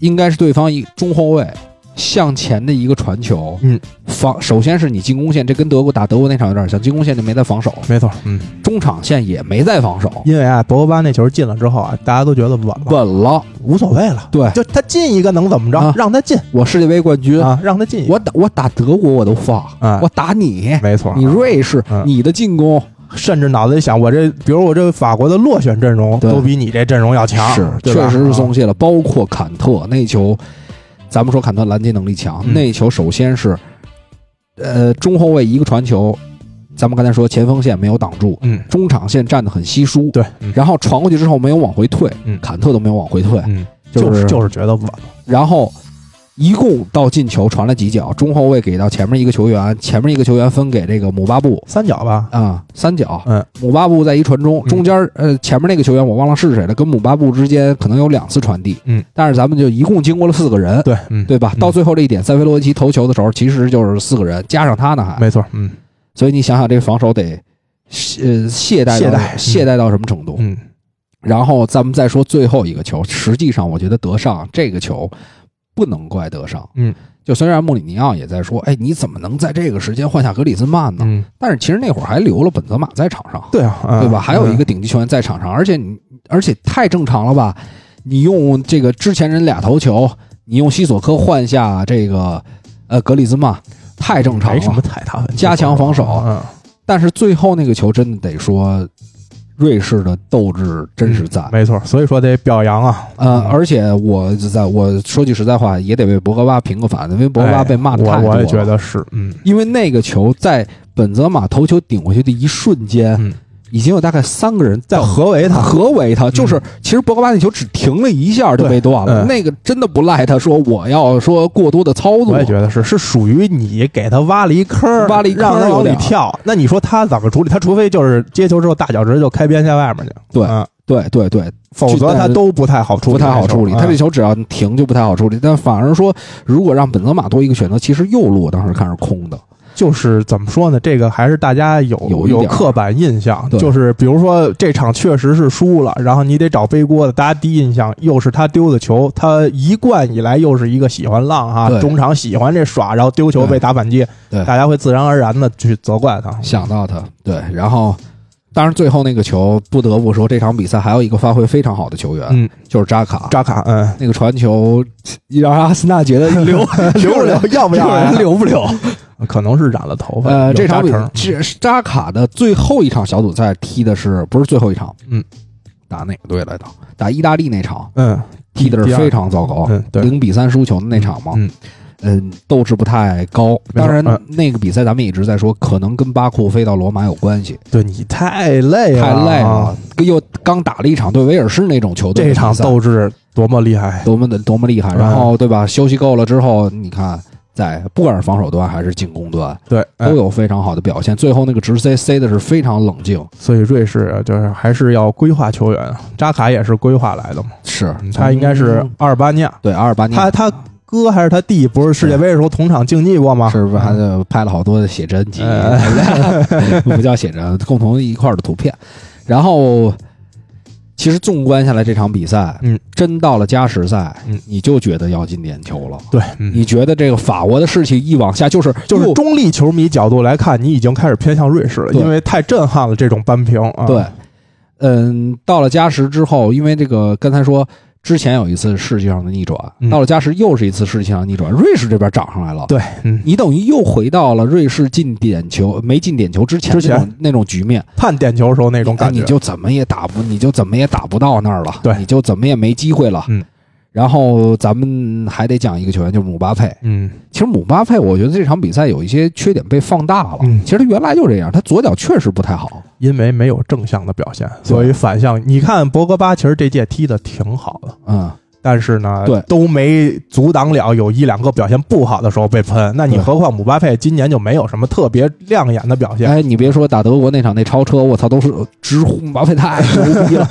Speaker 2: 应该是对方一中后卫向前的一个传球，
Speaker 3: 嗯，
Speaker 2: 防首先是你进攻线，这跟德国打德国那场有点像，进攻线就没在防守，
Speaker 3: 没错，嗯，
Speaker 2: 中场线也没在防守，
Speaker 3: 因为啊，博格巴那球进了之后啊，大家都觉得稳了，
Speaker 2: 稳了。
Speaker 3: 无所谓了，
Speaker 2: 对
Speaker 3: 就他进一个能怎么
Speaker 2: 啊
Speaker 3: 着？让他进
Speaker 2: 我世界杯冠军，
Speaker 3: 啊，让他进一个，
Speaker 2: 我打我打德国我都放，
Speaker 3: 啊
Speaker 2: 我打你，
Speaker 3: 没错
Speaker 2: 你。瑞士，
Speaker 3: 嗯
Speaker 2: 你的进攻。
Speaker 3: 甚至脑子里想，我这比如我这法国的落选阵容
Speaker 2: 对
Speaker 3: 都比你这阵容要强，
Speaker 2: 是，
Speaker 3: 对
Speaker 2: 确
Speaker 3: 吧
Speaker 2: 实是松
Speaker 3: 啊
Speaker 2: 懈了。包括坎特那球，咱们说坎特拦截能力强，
Speaker 3: 嗯
Speaker 2: 那球首先是，呃，中后卫一个传球，咱们刚才说前锋线没有挡住，
Speaker 3: 嗯，
Speaker 2: 中场线站得很稀疏，
Speaker 3: 对，嗯
Speaker 2: 然后传过去之后没有往回退，
Speaker 3: 嗯
Speaker 2: 坎特都没有往回退，
Speaker 3: 嗯，
Speaker 2: 就
Speaker 3: 就是是就是觉得稳，
Speaker 2: 然后。一共到进球传了几脚，中后卫给到前面一个球员，前面一个球员分给这个姆巴布
Speaker 3: 三角吧，
Speaker 2: 啊、三脚，
Speaker 3: 嗯，
Speaker 2: 姆巴布在一传中，中间呃前面那个球员我忘了是谁了，跟姆巴布之间可能有两次传递，
Speaker 3: 嗯，
Speaker 2: 但是咱们就一共经过了四个人，
Speaker 3: 对，嗯，
Speaker 2: 对吧？
Speaker 3: 嗯
Speaker 2: 到最后这一点，塞维洛维奇投球的时候，其实就是四个人加上他呢，还，
Speaker 3: 没错，嗯
Speaker 2: 所以你想想这防守得呃懈怠
Speaker 3: 懈
Speaker 2: 到
Speaker 3: 怠嗯
Speaker 2: 懈怠到什么程度？
Speaker 3: 嗯，
Speaker 2: 然后咱们再说最后一个球，实际上我觉得德尚这个球不能怪德尚，
Speaker 3: 嗯，
Speaker 2: 就虽然穆里尼奥也在说，哎，你怎么能在这个时间换下格里兹曼呢？
Speaker 3: 嗯，
Speaker 2: 但是其实那会儿还留了本泽马在场上，
Speaker 3: 对啊，嗯
Speaker 2: 对吧？还有一个顶级球员在场上，而且你而且太正常了吧？你用这个之前人俩头球，你用西索科换下这个呃格里兹曼，太正常
Speaker 3: 没什么
Speaker 2: 了。
Speaker 3: 太大问题，
Speaker 2: 加强防守啊
Speaker 3: 嗯，
Speaker 2: 但是最后那个球真的得说，瑞士的斗志真是在。
Speaker 3: 没错，所以说得表扬啊，
Speaker 2: 呃，而且我在我说句实在话，也得为博格巴平个反，因为博格巴
Speaker 3: 哎
Speaker 2: 被骂的太
Speaker 3: 我
Speaker 2: 多了。
Speaker 3: 我也觉，得是，嗯
Speaker 2: 因为那个球在本泽马头球顶过去的一瞬间，
Speaker 3: 嗯，
Speaker 2: 已经有大概三个人
Speaker 3: 在
Speaker 2: 等
Speaker 3: 合围他，嗯
Speaker 2: 合围他，就是其实博格巴那球只停了一下就被断了，
Speaker 3: 对嗯
Speaker 2: 那个真的不赖他说我要说过多的操作
Speaker 3: 我也，觉得是，是属于你给他挖了一坑儿，
Speaker 2: 挖了一坑儿
Speaker 3: 让他
Speaker 2: 有
Speaker 3: 往里
Speaker 2: 点儿
Speaker 3: 跳，那你说他怎么处理？他除非就是接球之后大脚直接就开边线外面去，
Speaker 2: 对
Speaker 3: 嗯
Speaker 2: 对对对，
Speaker 3: 否则他
Speaker 2: 但是
Speaker 3: 都不太好处理，
Speaker 2: 不太好处理，他这
Speaker 3: 这球
Speaker 2: 球只要停就不太好处理，但反而说如果让本泽马多一个选择，其实右路我当时看是空的，
Speaker 3: 嗯就是怎么说呢？这个还是大家有
Speaker 2: 有
Speaker 3: 有
Speaker 2: 一点
Speaker 3: 刻板印象，
Speaker 2: 对
Speaker 3: 就是比如说这场确实是输了，然后你得找背锅的。大家第一印象又是他丢的球，他一贯以来又是一个喜欢浪哈，
Speaker 2: 对
Speaker 3: 中场喜欢这耍，然后丢球
Speaker 2: 对
Speaker 3: 被打反击，
Speaker 2: 对
Speaker 3: 大家会自然而然的去责怪他。
Speaker 2: 想到他，对，然后当然最后那个球，不得不说这场比赛还有一个发挥非常好的球员，
Speaker 3: 嗯，
Speaker 2: 就是扎卡。
Speaker 3: 扎卡，嗯，
Speaker 2: 那个传球让阿森纳觉得留
Speaker 3: 留不留要不要啊
Speaker 2: 留不留？
Speaker 3: 可能是染了头发。
Speaker 2: 呃，
Speaker 3: 有
Speaker 2: 这场
Speaker 3: 扎
Speaker 2: 比
Speaker 3: 成
Speaker 2: 这扎卡的最后一场小组赛踢的是不是最后一场？
Speaker 3: 嗯，
Speaker 2: 打哪个队来着？打意大利那场
Speaker 3: 嗯，
Speaker 2: 踢的
Speaker 3: 第
Speaker 2: 是
Speaker 3: 二
Speaker 2: 非常糟糕，
Speaker 3: 嗯对
Speaker 2: 零比三输球的那场嘛。
Speaker 3: 嗯
Speaker 2: 嗯，斗志不太高。
Speaker 3: 没错
Speaker 2: 当然
Speaker 3: 嗯，
Speaker 2: 那个比赛咱们也一直在说，可能跟巴库飞到罗马有关系，
Speaker 3: 对你太累了，啊
Speaker 2: 太累了，，又刚打了一场对威尔士那种球队的
Speaker 3: 这
Speaker 2: 比赛，
Speaker 3: 场斗志多么厉害。
Speaker 2: 多么的多么厉害。
Speaker 3: 嗯
Speaker 2: 然后对吧？休息够了之后，你看在不管是防守端还是进攻端
Speaker 3: 对，嗯
Speaker 2: 都有非常好的表现。最后那个直塞塞的是非常冷静，
Speaker 3: 所以瑞士就是还是要规划球员啊，扎卡也是规划来的嘛，嗯
Speaker 2: 是嗯
Speaker 3: 他应该是阿尔巴尼亚，
Speaker 2: 对阿尔巴尼亚
Speaker 3: 他他哥还是他弟，不是世界杯的时候同场竞技过吗？
Speaker 2: 是不是还得拍了好多的写真集？
Speaker 3: 哎
Speaker 2: 不叫写真，共同一块儿的图片。然后，其实纵观下来这场比赛，
Speaker 3: 嗯，
Speaker 2: 真到了加时赛，
Speaker 3: 嗯
Speaker 2: 你就觉得要进点球了。
Speaker 3: 对，嗯
Speaker 2: 你觉得这个法国的士气一往下，就是
Speaker 3: 就是
Speaker 2: 又
Speaker 3: 中立球迷角度来看，你已经开始偏向瑞士了，
Speaker 2: 对
Speaker 3: 因为太震撼了这种扳平啊。
Speaker 2: 对，，嗯，到了加时之后，因为这个刚才说之前有一次士气上的逆转，
Speaker 3: 嗯
Speaker 2: 到了加时又是一次士气上的逆转，瑞士这边涨上来了。
Speaker 3: 对，嗯，
Speaker 2: 你等于又回到了瑞士进点球没进点球之前
Speaker 3: 之
Speaker 2: 那
Speaker 3: 前
Speaker 2: 种那种局面，
Speaker 3: 判点球时候那种感
Speaker 2: 哎
Speaker 3: 觉
Speaker 2: 你，就怎么也打不，你就怎么也打不到那儿了，
Speaker 3: 对
Speaker 2: 你就怎么也没机会了。
Speaker 3: 嗯，
Speaker 2: 然后咱们还得讲一个球员，就是姆巴佩。
Speaker 3: 嗯，
Speaker 2: 其实姆巴佩，我觉得这场比赛有一些缺点被放大了。
Speaker 3: 嗯
Speaker 2: 其实他原来就这样，他左脚确实不太好。
Speaker 3: 因为没有正向的表现，所以反向。你看博格巴其实这届踢的挺好的，
Speaker 2: 嗯，
Speaker 3: 但是呢，
Speaker 2: 对
Speaker 3: 都没阻挡了有一两个表现不好的时候被喷。那你
Speaker 2: 对
Speaker 3: 何况姆巴佩今年就没有什么特别亮眼的表现，
Speaker 2: 哎，你别说打德国那场那超车，我操，都是直呼姆巴佩太牛 逼了，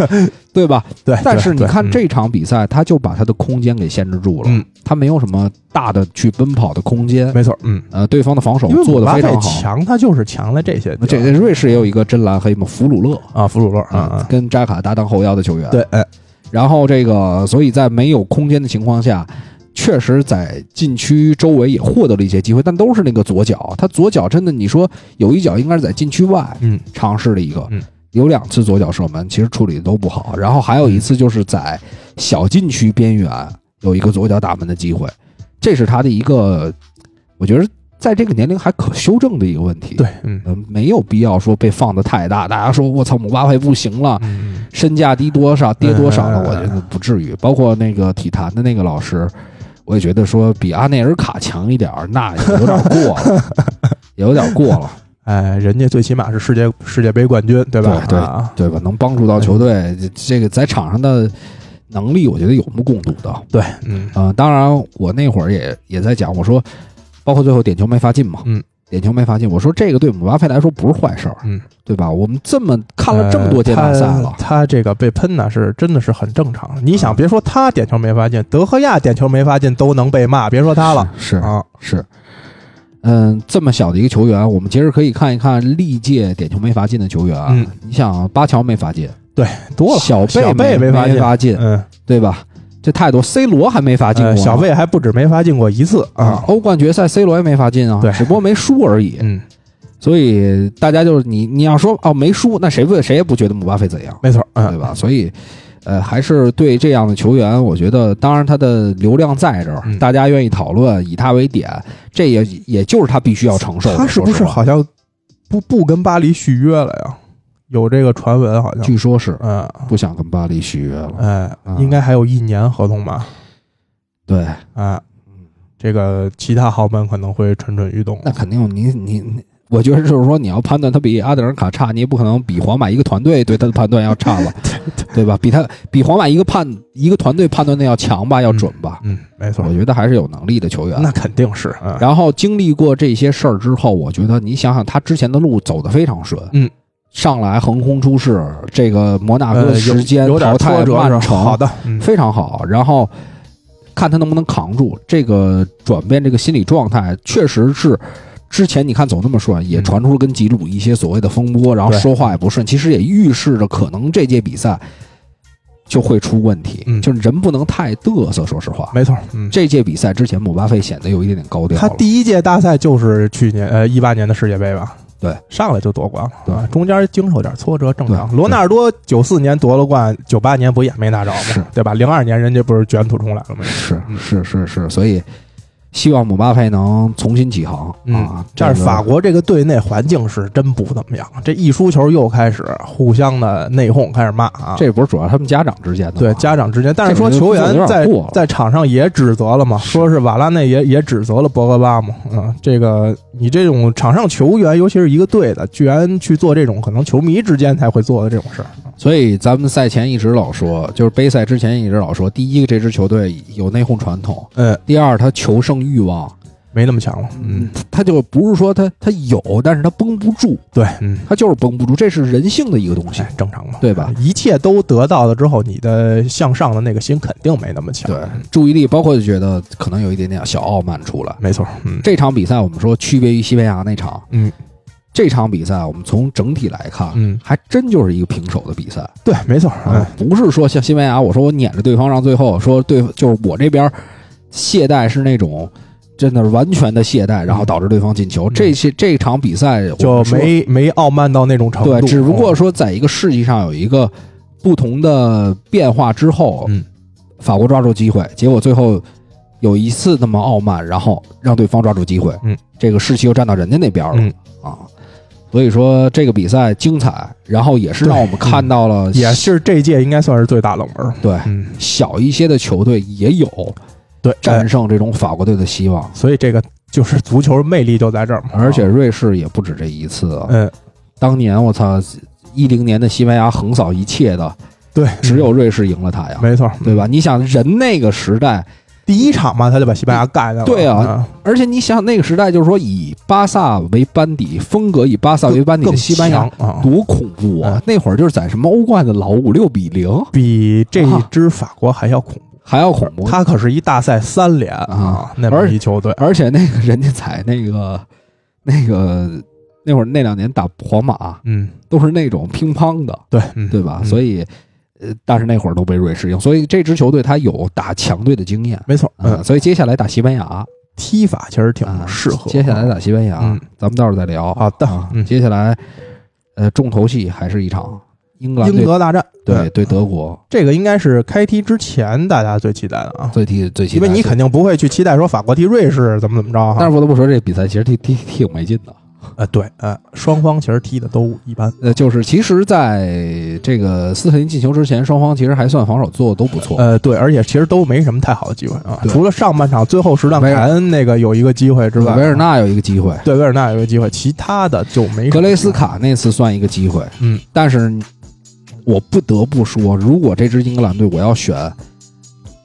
Speaker 2: 对吧？
Speaker 3: 哎对。
Speaker 2: 但是你
Speaker 3: 对
Speaker 2: 看，
Speaker 3: 对
Speaker 2: 这场比赛，他就把他的空间给限制住了，
Speaker 3: 嗯
Speaker 2: 他没有什么大的去奔跑的空间
Speaker 3: 嗯。没错，嗯，
Speaker 2: 呃，对方的防守
Speaker 3: 因为
Speaker 2: 做
Speaker 3: 姆
Speaker 2: 得
Speaker 3: 巴
Speaker 2: 非
Speaker 3: 佩
Speaker 2: 常好。
Speaker 3: 强，啊他就是强在这些地方。
Speaker 2: 这这瑞士也有一个嗯真蓝黑嘛，弗鲁勒
Speaker 3: 啊，弗鲁勒啊，
Speaker 2: 跟扎卡搭档后腰的球员。
Speaker 3: 对，，哎，
Speaker 2: 然后这个，所以在没有空间的情况下，确实在禁区周围也获得了一些机会，但都是那个左脚，他左脚真的，你说有一脚应该是在禁区外
Speaker 3: 嗯，
Speaker 2: 尝试了一个，
Speaker 3: 嗯
Speaker 2: 有两次左脚射门，其实处理的都不好，然后还有一次就是在小禁区边缘有一个左脚打门的机会，这是他的一个，我觉得在这个年龄还可修正的一个问题。
Speaker 3: 对，嗯，
Speaker 2: 嗯，没有必要说被放的太大，大家说我操姆巴佩不行了，
Speaker 3: 嗯
Speaker 2: 身价低多少跌多少了，
Speaker 3: 嗯
Speaker 2: 我觉得不至于。包括那个体坛的那个老师，我也觉得说比阿内尔卡强一点儿，那也有点过 了，也有点过了，
Speaker 3: 哎，人家最起码是世界世界杯冠军，对吧？
Speaker 2: 对
Speaker 3: 啊
Speaker 2: 对吧？能帮助到球
Speaker 3: 哎
Speaker 2: 队，这这个在场上的能力，我觉得有目共睹的。
Speaker 3: 对，嗯，
Speaker 2: 呃，当然，我那会儿也也在讲，我说，包括最后点球没罚进嘛，
Speaker 3: 嗯，
Speaker 2: 点球没罚进，我说这个对姆巴佩来说不是坏事儿，
Speaker 3: 嗯，
Speaker 2: 对吧？我们这么看了这么多届大赛
Speaker 3: 呃
Speaker 2: 了嗯
Speaker 3: 他，他这个被喷呢是真的是很正常的。你想，别说他点球没发进，德赫亚点球没发进都能被骂，别说他了
Speaker 2: 是
Speaker 3: 啊。
Speaker 2: 是，嗯，这么小的一个球员，我们其实可以看一看历届点球没罚进的球员啊，
Speaker 3: 嗯
Speaker 2: 你想巴乔没罚进，
Speaker 3: 多了，
Speaker 2: 小贝
Speaker 3: 小贝
Speaker 2: 没
Speaker 3: 没发进
Speaker 2: 罚进，
Speaker 3: 嗯，
Speaker 2: 对吧？这太多，C 罗还没罚进过
Speaker 3: 呃
Speaker 2: 呢、
Speaker 3: 小贝还不止没发进过一次
Speaker 2: 啊
Speaker 3: 啊，。
Speaker 2: 欧冠决赛 C 罗也没罚进啊，
Speaker 3: 对
Speaker 2: 只不过没输而已。
Speaker 3: 嗯，
Speaker 2: 所以大家就是你你要说哦没输，那谁不谁也不觉得姆巴佩怎样，
Speaker 3: 没错，
Speaker 2: 对
Speaker 3: 嗯，
Speaker 2: 吧？所以，呃，还是对这样的球员，我觉得当然他的流量在这儿，
Speaker 3: 嗯
Speaker 2: 大家愿意讨论，以他为点，这也也就是他必须要承受的。
Speaker 3: 他是不
Speaker 2: 说实
Speaker 3: 是
Speaker 2: 话
Speaker 3: 好像不不跟巴黎续约了呀？有这个传闻好像，
Speaker 2: 据说是
Speaker 3: 嗯，
Speaker 2: 不想跟巴黎续约了。
Speaker 3: 哎
Speaker 2: 啊，
Speaker 3: 应该还有一年合同吧？
Speaker 2: 对，
Speaker 3: 啊，这个其他豪门可能会蠢蠢欲动。
Speaker 2: 那肯定你你你，我觉得就是说，你要判断他比阿德尔卡差，你也不可能比皇马一个团队对他的判断要差 吧，对吧？比他比皇马一个判一个团队判断的要强吧，要准吧。
Speaker 3: 嗯，没错
Speaker 2: 我，觉得还是有能力的球员。
Speaker 3: 那肯定是。嗯
Speaker 2: 然后经历过这些事儿之后，我觉得你想想，他之前的路走得非常顺，
Speaker 3: 嗯，
Speaker 2: 上来横空出世，这个摩纳哥
Speaker 3: 呃有
Speaker 2: 时间
Speaker 3: 有点
Speaker 2: 淘汰
Speaker 3: 挫折是
Speaker 2: 曼
Speaker 3: 吧
Speaker 2: 城，
Speaker 3: 好的，嗯
Speaker 2: 非常好。然后看他能不能扛住这个转变，这个心理状态确实是之前你看总那么顺，也
Speaker 3: 嗯
Speaker 2: 传出跟吉鲁一些所谓的风波，然后
Speaker 3: 对
Speaker 2: 说话也不顺，其实也预示着可能这届比赛就会出问题。
Speaker 3: 嗯
Speaker 2: 就是人不能太嘚瑟，说实话。
Speaker 3: 没错，嗯，
Speaker 2: 这届比赛之前，姆巴佩显得有一点点高调了。
Speaker 3: 他第一届大赛就是去年呃一八年的世界杯吧？
Speaker 2: 对，
Speaker 3: 上来就夺冠了，
Speaker 2: 对
Speaker 3: 啊中间经受点挫折正常。
Speaker 2: 对
Speaker 3: 罗纳尔多九四年夺了冠，九八年不也没拿着
Speaker 2: 是
Speaker 3: 吗？对吧？零二年人家不是卷土重来了吗？
Speaker 2: 是
Speaker 3: 嗯
Speaker 2: 是是是，所以希望姆巴佩能重新起航、
Speaker 3: 嗯
Speaker 2: 啊！。
Speaker 3: 但是
Speaker 2: 这个
Speaker 3: 法国这个队内环境是真不怎么样，这一输球又开始互相的内讧，开始骂啊。
Speaker 2: 这不是主要他们家长之间的吗
Speaker 3: 对家长之间，但是
Speaker 2: 这
Speaker 3: 说
Speaker 2: 个就
Speaker 3: 球
Speaker 2: 有点
Speaker 3: 员在
Speaker 2: 过了
Speaker 3: 在场上也指责了嘛，
Speaker 2: 是
Speaker 3: 说是瓦拉内也也指责了博格巴嘛，嗯，这个你这种场上球员，尤其是一个队的，居然去做这种可能球迷之间才会做的这种事儿，
Speaker 2: 所以咱们赛前一直老说，就是杯赛之前一直老说，第一个这支球队有内讧传统，
Speaker 3: 嗯，
Speaker 2: 第二他求胜欲望，
Speaker 3: 没那么强了，嗯，，
Speaker 2: 他就不是说他他有，但是他绷不住，
Speaker 3: 对，嗯，
Speaker 2: 他就是绷不住，这是人性的一个东西
Speaker 3: 哎。，正常嘛，
Speaker 2: 对吧？
Speaker 3: 一切都得到了之后，你的向上的那个心肯定没那么强，
Speaker 2: 对，注意力包括就觉得可能有一点点小傲慢出来。
Speaker 3: 没错，嗯，
Speaker 2: 这场比赛我们说区别于西班牙那场，
Speaker 3: 嗯
Speaker 2: 这场比赛我们从整体来看，
Speaker 3: 嗯，
Speaker 2: 还真就是一个平手的比赛。
Speaker 3: 对，没错，嗯
Speaker 2: 啊，，不是说像西班牙，我说我撵着对方让最后说对，就是我这边懈怠是那种真的是完全的懈怠，然后导致对方进球。
Speaker 3: 嗯
Speaker 2: 这些这场比赛我
Speaker 3: 就
Speaker 2: 们说
Speaker 3: 没没傲慢到那种程度，
Speaker 2: 对，只不过
Speaker 3: 嗯
Speaker 2: 说在一个士气上有一个不同的变化之后，
Speaker 3: 嗯
Speaker 2: 法国抓住机会，结果最后有一次那么傲慢，然后让对方抓住机会，
Speaker 3: 嗯，
Speaker 2: 这个士气又站到人家那边了、
Speaker 3: 嗯
Speaker 2: 啊。所以说这个比赛精彩，然后也是让我们
Speaker 3: 对
Speaker 2: 看到了
Speaker 3: 嗯也是这届应该算是最大冷门儿，
Speaker 2: 对，
Speaker 3: 嗯，
Speaker 2: 小一些的球队也有
Speaker 3: 对，哎
Speaker 2: 战胜这种法国队的希望，
Speaker 3: 所以这个就是足球魅力就在这儿嘛。
Speaker 2: 而且，瑞士也不止这一次啊。
Speaker 3: 嗯，
Speaker 2: 当年我操，一零年的西班牙横扫一切的，
Speaker 3: 对，
Speaker 2: 只有瑞士赢了他呀，
Speaker 3: 没错，
Speaker 2: 对吧？你想人那个时代，
Speaker 3: 第一场嘛，他就把西班牙干掉了。
Speaker 2: 对啊，而且你想想那个时代，就是说以巴萨为班底，风格以巴萨
Speaker 3: 更
Speaker 2: 为班底的
Speaker 3: 更
Speaker 2: 西班牙
Speaker 3: 强啊，
Speaker 2: 多恐怖啊！那会儿就是在什么欧冠的老五六比零
Speaker 3: 比这一支法国还要恐怖。
Speaker 2: 还要恐怖，
Speaker 3: 他可是一大赛三连
Speaker 2: 啊
Speaker 3: 啊，那么一球队，
Speaker 2: 而且那个人家在那个那个那会儿那两年打皇马
Speaker 3: 嗯，
Speaker 2: 都是那种乒乓的，
Speaker 3: 对，嗯
Speaker 2: 对吧？所
Speaker 3: 以
Speaker 2: 以呃，但是那会儿都被瑞士赢，所以这支球队他有打强队的经验。
Speaker 3: 没错，
Speaker 2: 嗯，
Speaker 3: 嗯，
Speaker 2: 所以接下来打西班牙，
Speaker 3: 踢法其实挺
Speaker 2: 啊
Speaker 3: 适合。
Speaker 2: 接下来打西班牙，
Speaker 3: 嗯
Speaker 2: 咱们到时候再聊。
Speaker 3: 好的
Speaker 2: 啊
Speaker 3: 嗯
Speaker 2: 接下来，呃，重头戏还是一场英格兰
Speaker 3: 英
Speaker 2: 对
Speaker 3: 德大战，
Speaker 2: 对对德国
Speaker 3: 这个应该是开踢之前大家最期待的啊，
Speaker 2: 最替最期
Speaker 3: 因
Speaker 2: 待
Speaker 3: 为
Speaker 2: 的，
Speaker 3: 你肯定啊不会去期待说法国踢瑞士怎么怎么着
Speaker 2: 但是
Speaker 3: 哈。
Speaker 2: 不得不说，这比赛其实挺挺挺没劲的。
Speaker 3: 呃，对，呃，双方其实踢的都一般。
Speaker 2: 呃，就是其实在这个斯特林进球之前，双方其实还算防守做的都不错。
Speaker 3: 呃，对，而且其实都没什么太好的机会啊，
Speaker 2: 对
Speaker 3: 除了上半场最后时段
Speaker 2: 维尔
Speaker 3: 凯恩那个有一个机会之外，
Speaker 2: 维尔纳有一个机会，
Speaker 3: 对维尔纳有一个机会，其他的就没什么。
Speaker 2: 格雷斯，卡那次算一个机会，
Speaker 3: 嗯，
Speaker 2: 但是我不得不说，如果这支英格兰队我要选，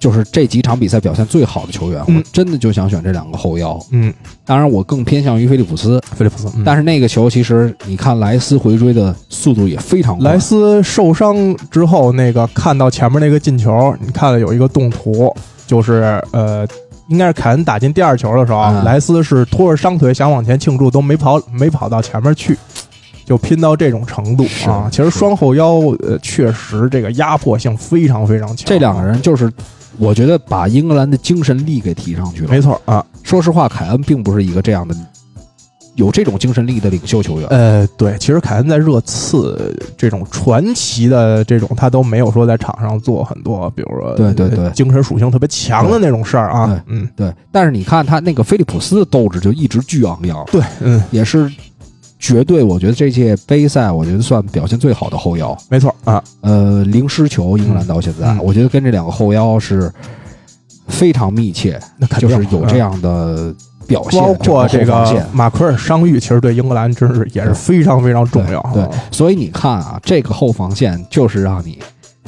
Speaker 2: 就是这几场比赛表现最好的球员，
Speaker 3: 嗯
Speaker 2: 我真的就想选这两个后腰。
Speaker 3: 嗯，
Speaker 2: 当然，我更偏向于菲利普斯，
Speaker 3: 菲利普斯，嗯
Speaker 2: 但是那个球其实你看莱斯回追的速度也非常快，
Speaker 3: 莱斯受伤之后，那个看到前面那个进球，你看了有一个动图，就是呃。应该是凯恩打进第二球的时候，啊
Speaker 2: 嗯
Speaker 3: 莱斯是拖着伤腿想往前庆祝，都没跑，没跑到前面去，就拼到这种程度
Speaker 2: 是
Speaker 3: 啊！其实
Speaker 2: 是
Speaker 3: 双后腰呃确实这个压迫性非常非常强，
Speaker 2: 这两个人就是。我觉得把英格兰的精神力给提上去了。
Speaker 3: 没错啊，
Speaker 2: 说实话，凯恩并不是一个这样的有这种精神力的领袖球员。
Speaker 3: 呃，对，其实凯恩在热刺这种传奇的这种，他都没有说在场上做很多，比如说
Speaker 2: 对
Speaker 3: 呃
Speaker 2: 对对
Speaker 3: 精神属性特别强的那种事儿
Speaker 2: 对
Speaker 3: 啊。嗯，
Speaker 2: 对，但是你看他那个菲利普斯的斗志就一直巨昂扬，
Speaker 3: 对，嗯，
Speaker 2: 也是绝对，我觉得这届杯赛我觉得算表现最好的后腰。
Speaker 3: 没错啊，
Speaker 2: 呃，零失球，英格兰到现在，
Speaker 3: 嗯
Speaker 2: 我觉得跟这两个后腰是非常密切，
Speaker 3: 那肯
Speaker 2: 就
Speaker 3: 定
Speaker 2: 是有这
Speaker 3: 啊。
Speaker 2: 样的表现，
Speaker 3: 包括
Speaker 2: 整
Speaker 3: 这
Speaker 2: 个后防
Speaker 3: 个
Speaker 2: 线。
Speaker 3: 马奎尔伤愈，其实对英格兰真是也是非常非常重要啊。
Speaker 2: 对对所以你看啊，这个后防线就是让你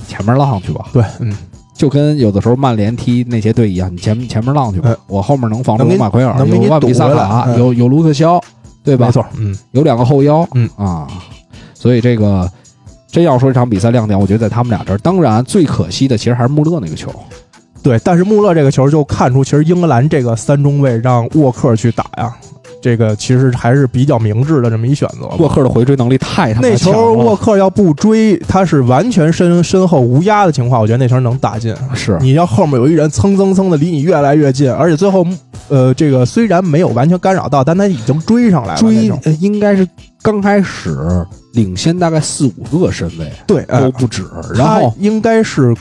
Speaker 2: 前面浪去吧，
Speaker 3: 对，嗯，
Speaker 2: 就跟有的时候曼联踢那些队一样，你前前面浪去吧
Speaker 3: 嗯，
Speaker 2: 我后面能防住有
Speaker 3: 能给你
Speaker 2: 马奎尔，
Speaker 3: 能给
Speaker 2: 有
Speaker 3: 你
Speaker 2: 万比
Speaker 3: 堵
Speaker 2: 萨
Speaker 3: 回来
Speaker 2: 卡，
Speaker 3: 嗯
Speaker 2: 有有卢克肖，对吧
Speaker 3: 没？错，嗯，
Speaker 2: 有两个后腰，
Speaker 3: 嗯
Speaker 2: 啊，所以这个真要说这场比赛亮点，我觉得在他们俩这儿。当然，最可惜的其实还是穆勒那个球，
Speaker 3: 对。但是穆勒这个球就看出，其实英格兰这个三中卫让沃克去打呀，这个其实还是比较明智的这么一选择吧。
Speaker 2: 沃克的回追能力太他妈
Speaker 3: 那
Speaker 2: 强了
Speaker 3: 球沃克要不追，他是完全身身后无压的情况，我觉得那球能打进。
Speaker 2: 是
Speaker 3: 你要后面有一人蹭蹭蹭的离你越来越近，而且最后，呃，这个虽然没有完全干扰到，但他已经追上来了。那
Speaker 2: 追
Speaker 3: 种，
Speaker 2: 呃应该是刚开始领先大概四五个身位
Speaker 3: 对，哎
Speaker 2: 都不止，然
Speaker 3: 他
Speaker 2: 后
Speaker 3: 应该是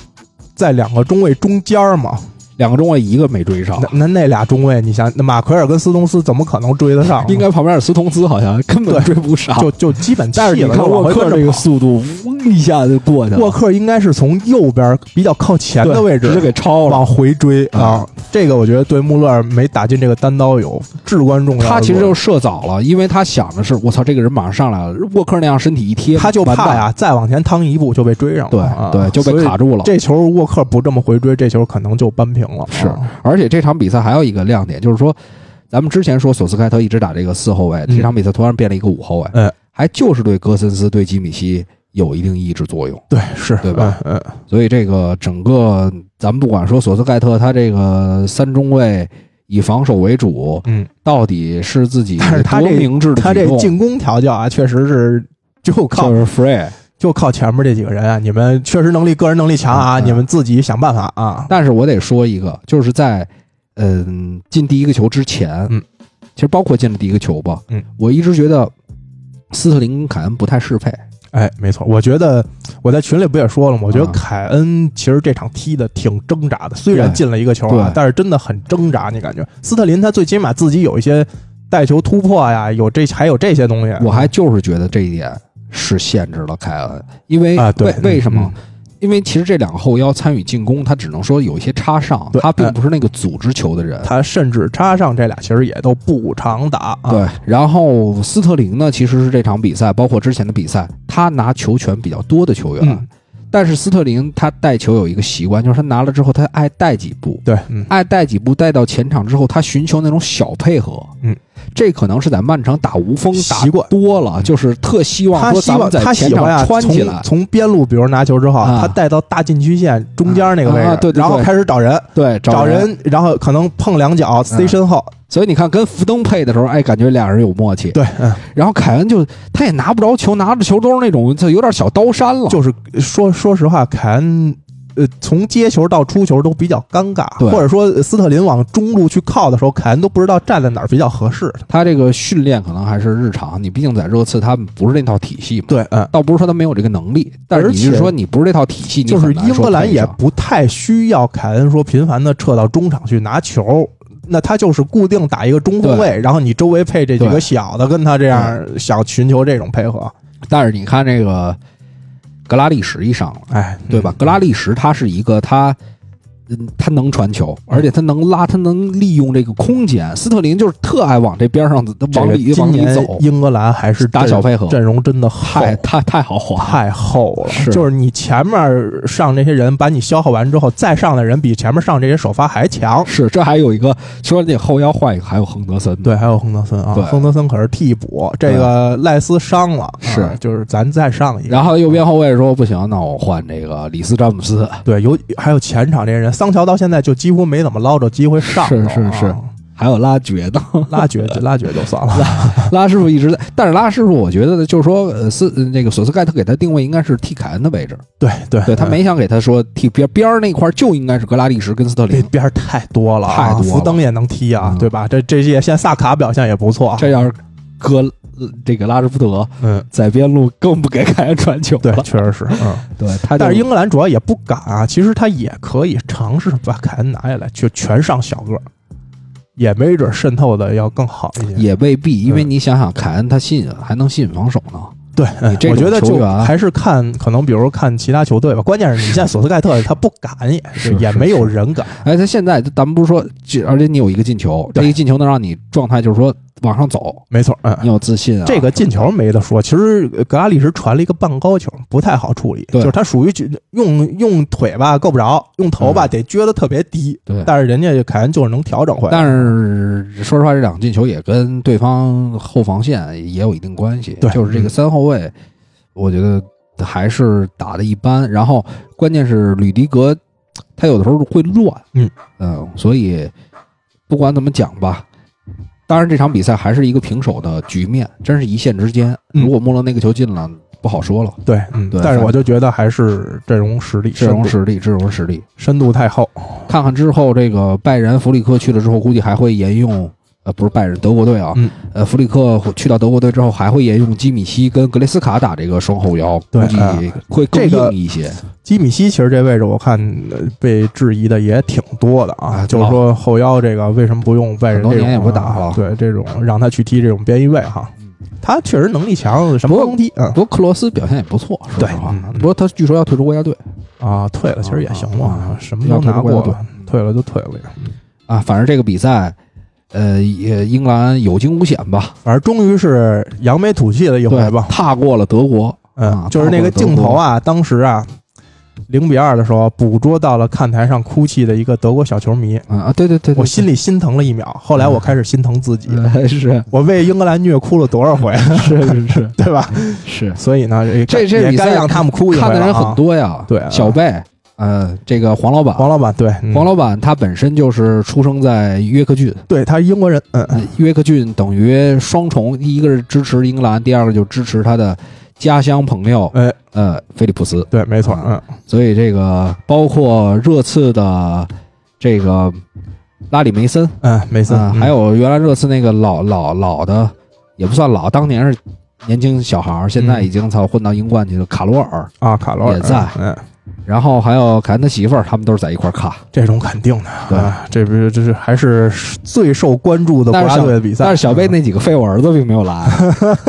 Speaker 3: 在两个中卫中间儿嘛。
Speaker 2: 两个中卫一个没追上
Speaker 3: 那，那那俩中卫，你想，那马奎尔跟斯通斯怎么可能追得上？
Speaker 2: 应该旁边的斯通斯好像根本追不上。
Speaker 3: 就就基本弃
Speaker 2: 但是你
Speaker 3: 了。就
Speaker 2: 看沃
Speaker 3: 往回
Speaker 2: 克
Speaker 3: 奔着
Speaker 2: 这个
Speaker 3: 跑
Speaker 2: 速度，嗡一下就过去了，
Speaker 3: 沃克应该是从右边比较靠前
Speaker 2: 对
Speaker 3: 的位置
Speaker 2: 直接给超了。
Speaker 3: 往回追
Speaker 2: 嗯
Speaker 3: 啊！这个我觉得对穆勒尔没打进这个单刀有至关重要的作用。
Speaker 2: 他其实就是射早了，因为他想的是，我操，这个人马上上来了。沃克那样身体一贴，
Speaker 3: 他就
Speaker 2: 完
Speaker 3: 怕
Speaker 2: 蛋，
Speaker 3: 呀，再往前趟一步就被追上了，
Speaker 2: 对
Speaker 3: 啊
Speaker 2: 对，就被。
Speaker 3: 所
Speaker 2: 卡
Speaker 3: 以
Speaker 2: 住了。
Speaker 3: 这球沃克不这么回追，这球可能就扳平了。啊
Speaker 2: 是而且这场比赛还有一个亮点，就是说，咱们之前说索斯盖特一直打这个四后卫，
Speaker 3: 嗯
Speaker 2: 这场比赛突然变了一个五后卫，
Speaker 3: 哎，
Speaker 2: 还就是对戈森斯、对基米希有一定抑制作用。
Speaker 3: 对，是
Speaker 2: 对吧？
Speaker 3: 嗯，
Speaker 2: 所以这个整个，咱们不管说索斯盖特他这个三中卫以防守为主，
Speaker 3: 嗯，
Speaker 2: 到底是自己
Speaker 3: 但是他
Speaker 2: 多
Speaker 3: 这
Speaker 2: 明智
Speaker 3: 嗯
Speaker 2: 的
Speaker 3: 他这
Speaker 2: 举动
Speaker 3: 进攻调教啊，确实是就靠
Speaker 2: 就是 free。
Speaker 3: 就靠前面这几个人啊，你们确实能力，个人能力强啊，
Speaker 2: 嗯嗯
Speaker 3: 你们自己想办法啊。
Speaker 2: 但是我得说一个，就是在嗯进第一个球之前，
Speaker 3: 嗯，
Speaker 2: 其实包括进了第一个球吧，
Speaker 3: 嗯，
Speaker 2: 我一直觉得斯特林跟凯恩不太适配，
Speaker 3: 哎，没错，我觉得我在群里不也说了吗？我觉得
Speaker 2: 啊
Speaker 3: 凯恩其实这场踢的挺挣扎的，虽然
Speaker 2: 对
Speaker 3: 进了一个球啊
Speaker 2: 对，
Speaker 3: 但是真的很挣扎。你感觉斯特林他最起码自己有一些带球突破呀，有这还有这些东西。啊
Speaker 2: 我还就是觉得这一点是限制了凯恩，因为
Speaker 3: 啊，对
Speaker 2: 为，为什么
Speaker 3: 嗯？？
Speaker 2: 因为其实这两个后腰参与进攻，他只能说有一些插上，
Speaker 3: 对哎
Speaker 2: 他并不是那个组织球的人。
Speaker 3: 他甚至插上这俩，其实也都不常打。啊，
Speaker 2: 对，然后斯特林呢，其实是这场比赛，包括之前的比赛，他拿球权比较多的球员。
Speaker 3: 嗯
Speaker 2: 但是斯特林他带球有一个习惯，就是他拿了之后，他爱带几步，
Speaker 3: 对，嗯，
Speaker 2: 爱带几步带到前场之后，他寻求那种小配合。
Speaker 3: 嗯，
Speaker 2: 这可能是在曼城打无锋打
Speaker 3: 习惯嗯
Speaker 2: 多了，就是特希望
Speaker 3: 他
Speaker 2: 说
Speaker 3: 希
Speaker 2: 咱
Speaker 3: 望
Speaker 2: 们在
Speaker 3: 他
Speaker 2: 前
Speaker 3: 喜欢啊，
Speaker 2: 场穿起
Speaker 3: 从
Speaker 2: 来。
Speaker 3: 从边路，比如拿球之后，
Speaker 2: 啊
Speaker 3: 他带到大禁区线中间那个位置，
Speaker 2: 啊对对对
Speaker 3: 然后开始找人，
Speaker 2: 对，
Speaker 3: 找
Speaker 2: 人。啊
Speaker 3: 人，然后可能碰两脚塞身后，
Speaker 2: 所以你看，跟福登配的时候，哎，感觉俩人有默契。
Speaker 3: 对，嗯，
Speaker 2: 然后凯恩就他也拿不着球，拿着球都是那种就有点小刀山了。
Speaker 3: 就是说说实话，凯恩。呃，从接球到出球都比较尴尬，
Speaker 2: 对
Speaker 3: 或者说呃斯特林往中路去靠的时候，凯恩都不知道站在哪儿比较合适。
Speaker 2: 他这个训练可能还是日常，你毕竟在热刺他们不是那套体系嘛。
Speaker 3: 对，嗯，
Speaker 2: 倒不是说他没有这个能力，但是你
Speaker 3: 而
Speaker 2: 是
Speaker 3: 且
Speaker 2: 说你不是这套体系，你
Speaker 3: 就是
Speaker 2: 很难
Speaker 3: 英
Speaker 2: 说
Speaker 3: 格兰
Speaker 2: 配
Speaker 3: 也
Speaker 2: 上
Speaker 3: 不太需要凯恩说频繁的撤到中场去拿球，那他就是固定打一个中后卫，然后你周围配这几
Speaker 2: 对嗯
Speaker 3: 个小的跟他这样想寻求这种配合，
Speaker 2: 但是你看这个格拉利什一上了，
Speaker 3: 哎，
Speaker 2: 对吧？
Speaker 3: 嗯
Speaker 2: 格拉利什他是一个他。嗯，他能传球，而且他能拉，他能利用这个空间。斯特林就是特爱往这边上，
Speaker 3: 这
Speaker 2: 往
Speaker 3: 个
Speaker 2: 里
Speaker 3: 今
Speaker 2: 往里
Speaker 3: 年
Speaker 2: 走，
Speaker 3: 英格兰还是
Speaker 2: 打
Speaker 3: 阵
Speaker 2: 小配合
Speaker 3: 阵容真的厚。
Speaker 2: 太太太好滑了。
Speaker 3: 太厚了，
Speaker 2: 是
Speaker 3: 就是你前面上这些人把你消耗完之后，再上的人比前面上这些首发还强。
Speaker 2: 是，这还有一个说那后腰换一个，还有亨德森。，
Speaker 3: 对，还有亨德森啊
Speaker 2: 对，
Speaker 3: 亨德森可是替补，这个赖斯伤了，
Speaker 2: 是
Speaker 3: 啊就是咱再上一个。
Speaker 2: 然后右边后卫说不行，那我换这个里斯詹姆斯。
Speaker 3: 对，有还有前场这些人，桑乔到现在就几乎没怎么捞着机会上
Speaker 2: 是
Speaker 3: 头啊
Speaker 2: 是是，还有拉爵呢，
Speaker 3: 拉绝拉绝就算了，
Speaker 2: 拉师傅一直在，但是拉师傅我觉得就是说，呃，斯呃那个索斯盖特给他定位应该是替凯恩的位置，
Speaker 3: 对对
Speaker 2: 对他没想给他说替边边儿那块儿就应该是格拉利什跟斯特
Speaker 3: 这
Speaker 2: 林，
Speaker 3: 边儿太多了啊，
Speaker 2: 太多了
Speaker 3: 福登也能踢啊，
Speaker 2: 嗯
Speaker 3: 对吧？这这些现在萨卡表现也不错，
Speaker 2: 这要是搁呃这个拉什福德
Speaker 3: 嗯，
Speaker 2: 在边路更不给凯恩传球
Speaker 3: 对，
Speaker 2: 了，
Speaker 3: 确实是，嗯。
Speaker 2: 对，他就
Speaker 3: 但是英格兰主要也不敢啊，其实他也可以尝试把凯恩拿下来，就全上小个儿，也没准渗透的要更好一些。
Speaker 2: 也未必，因为
Speaker 3: 嗯
Speaker 2: 你想想凯恩他吸引还能吸引防守呢，
Speaker 3: 对，嗯
Speaker 2: 这
Speaker 3: 我
Speaker 2: 种
Speaker 3: 觉得
Speaker 2: 球
Speaker 3: 就
Speaker 2: 员
Speaker 3: 还是看，可能比如看其他球队吧。 关键是你现在索斯盖特他不敢，也
Speaker 2: 是
Speaker 3: 也
Speaker 2: 是
Speaker 3: 没有
Speaker 2: 是
Speaker 3: 人敢。
Speaker 2: 哎，他现在咱们不是说，这而且你有一个进球，这
Speaker 3: 对
Speaker 2: 一进球能让你状态就是说往上走，
Speaker 3: 没错，嗯，
Speaker 2: 你有自信啊。
Speaker 3: 这个进球没得说，其实呃格拉利什传了一个半高球，不太好处理，
Speaker 2: 对
Speaker 3: 就是他属于就用用腿吧够不着，用头吧
Speaker 2: 嗯
Speaker 3: 得撅得特别低，
Speaker 2: 对，
Speaker 3: 但是人家凯恩就是能调整回来。
Speaker 2: 但是说实话，这两个进球也跟对方后防线也有一定关系。
Speaker 3: 对嗯
Speaker 2: 就是这个三后卫，我觉得还是打的一般。然后关键是吕迪格，他有的时候会乱，呃
Speaker 3: 嗯
Speaker 2: 嗯，所以不管怎么讲吧，当然，这场比赛还是一个平手的局面，真是一线之间。
Speaker 3: 嗯
Speaker 2: 如果莫勒那个球进了，不好说了。
Speaker 3: 对，嗯
Speaker 2: 对
Speaker 3: 但是
Speaker 2: 反
Speaker 3: 我就觉得还是阵容实力，
Speaker 2: 阵容
Speaker 3: 深
Speaker 2: 实力，阵容实力。
Speaker 3: 度深度太厚，
Speaker 2: 看看之后这个拜仁、弗里克去了之后，估计还会沿用，呃，不是拜仁，德国队啊，
Speaker 3: 嗯
Speaker 2: 呃，弗里克去到德国队之后，还会沿用基米希跟格雷斯卡打这个双后腰，
Speaker 3: 对
Speaker 2: 估计
Speaker 3: 哎
Speaker 2: 会更
Speaker 3: 这个
Speaker 2: 硬一些。
Speaker 3: 基米希其实这位置我看呃被质疑的也挺多的啊，
Speaker 2: 啊
Speaker 3: 就是说后腰这个为什么不用外人这种啊？
Speaker 2: 很多年也不打了
Speaker 3: 对这种让他去踢这种边翼位哈
Speaker 2: 嗯，
Speaker 3: 他确实能力强，什么
Speaker 2: 不过
Speaker 3: 都能踢，嗯
Speaker 2: 不过克罗斯表现也不错，说实话
Speaker 3: 对嗯。
Speaker 2: 不过他据说要退出国家队
Speaker 3: 啊，退了其实也行嘛
Speaker 2: 啊，
Speaker 3: 什么都拿
Speaker 2: 要
Speaker 3: 过
Speaker 2: 退出国
Speaker 3: 了
Speaker 2: 家，
Speaker 3: 退了就退了呀。
Speaker 2: 啊，反正这个比赛，呃，也英格兰有惊无险吧，
Speaker 3: 反正终于是扬眉吐气了一回
Speaker 2: 对
Speaker 3: 吧，，
Speaker 2: 踏过了德国，
Speaker 3: 嗯
Speaker 2: 啊，
Speaker 3: 就是那个镜头啊，当时啊。零比二的时候，捕捉到了看台上哭泣的一个德国小球迷，
Speaker 2: 嗯啊，对对对，对嗯
Speaker 3: 我心里心疼了一秒。后来我开始心疼自己，
Speaker 2: 对 是
Speaker 3: 我为英格兰虐哭了多少回，
Speaker 2: 是是是
Speaker 3: 对吧？
Speaker 2: 是，
Speaker 3: 所以呢，
Speaker 2: 这
Speaker 3: 这
Speaker 2: 这
Speaker 3: 也
Speaker 2: 比
Speaker 3: 该
Speaker 2: 赛
Speaker 3: 让他们哭一回
Speaker 2: 看的人
Speaker 3: 了啊
Speaker 2: 很。多呀，
Speaker 3: 对啊
Speaker 2: 小贝，呃，这个黄老板，
Speaker 3: 黄老板对，嗯
Speaker 2: 黄老板他本身就是出生在约克郡，
Speaker 3: 对他是英国人，嗯，
Speaker 2: 呃约克郡等于双重，一个是支持英格兰，第二个就支持他的家乡朋友，
Speaker 3: 哎，
Speaker 2: 呃，菲利普斯。
Speaker 3: 对，没错，嗯
Speaker 2: 啊，所以这个包括热刺的这个拉里梅森
Speaker 3: 嗯，梅森
Speaker 2: 啊、，
Speaker 3: 嗯
Speaker 2: 还有原来热刺那个老老老的，也不算老，当年是年轻小孩儿，现
Speaker 3: 嗯
Speaker 2: 在已经操混到英冠去了，卡罗尔，
Speaker 3: 啊，卡罗尔
Speaker 2: 也在
Speaker 3: 嗯，
Speaker 2: 然后还有凯恩他媳妇儿，他们都是在一块儿看。
Speaker 3: 这种肯定的，
Speaker 2: 对
Speaker 3: 啊，这不是这是还是最受关注的国
Speaker 2: 但是
Speaker 3: 家
Speaker 2: 小
Speaker 3: 队的比赛。
Speaker 2: 但是小贝
Speaker 3: 嗯，
Speaker 2: 那几个废物儿子并没有 来，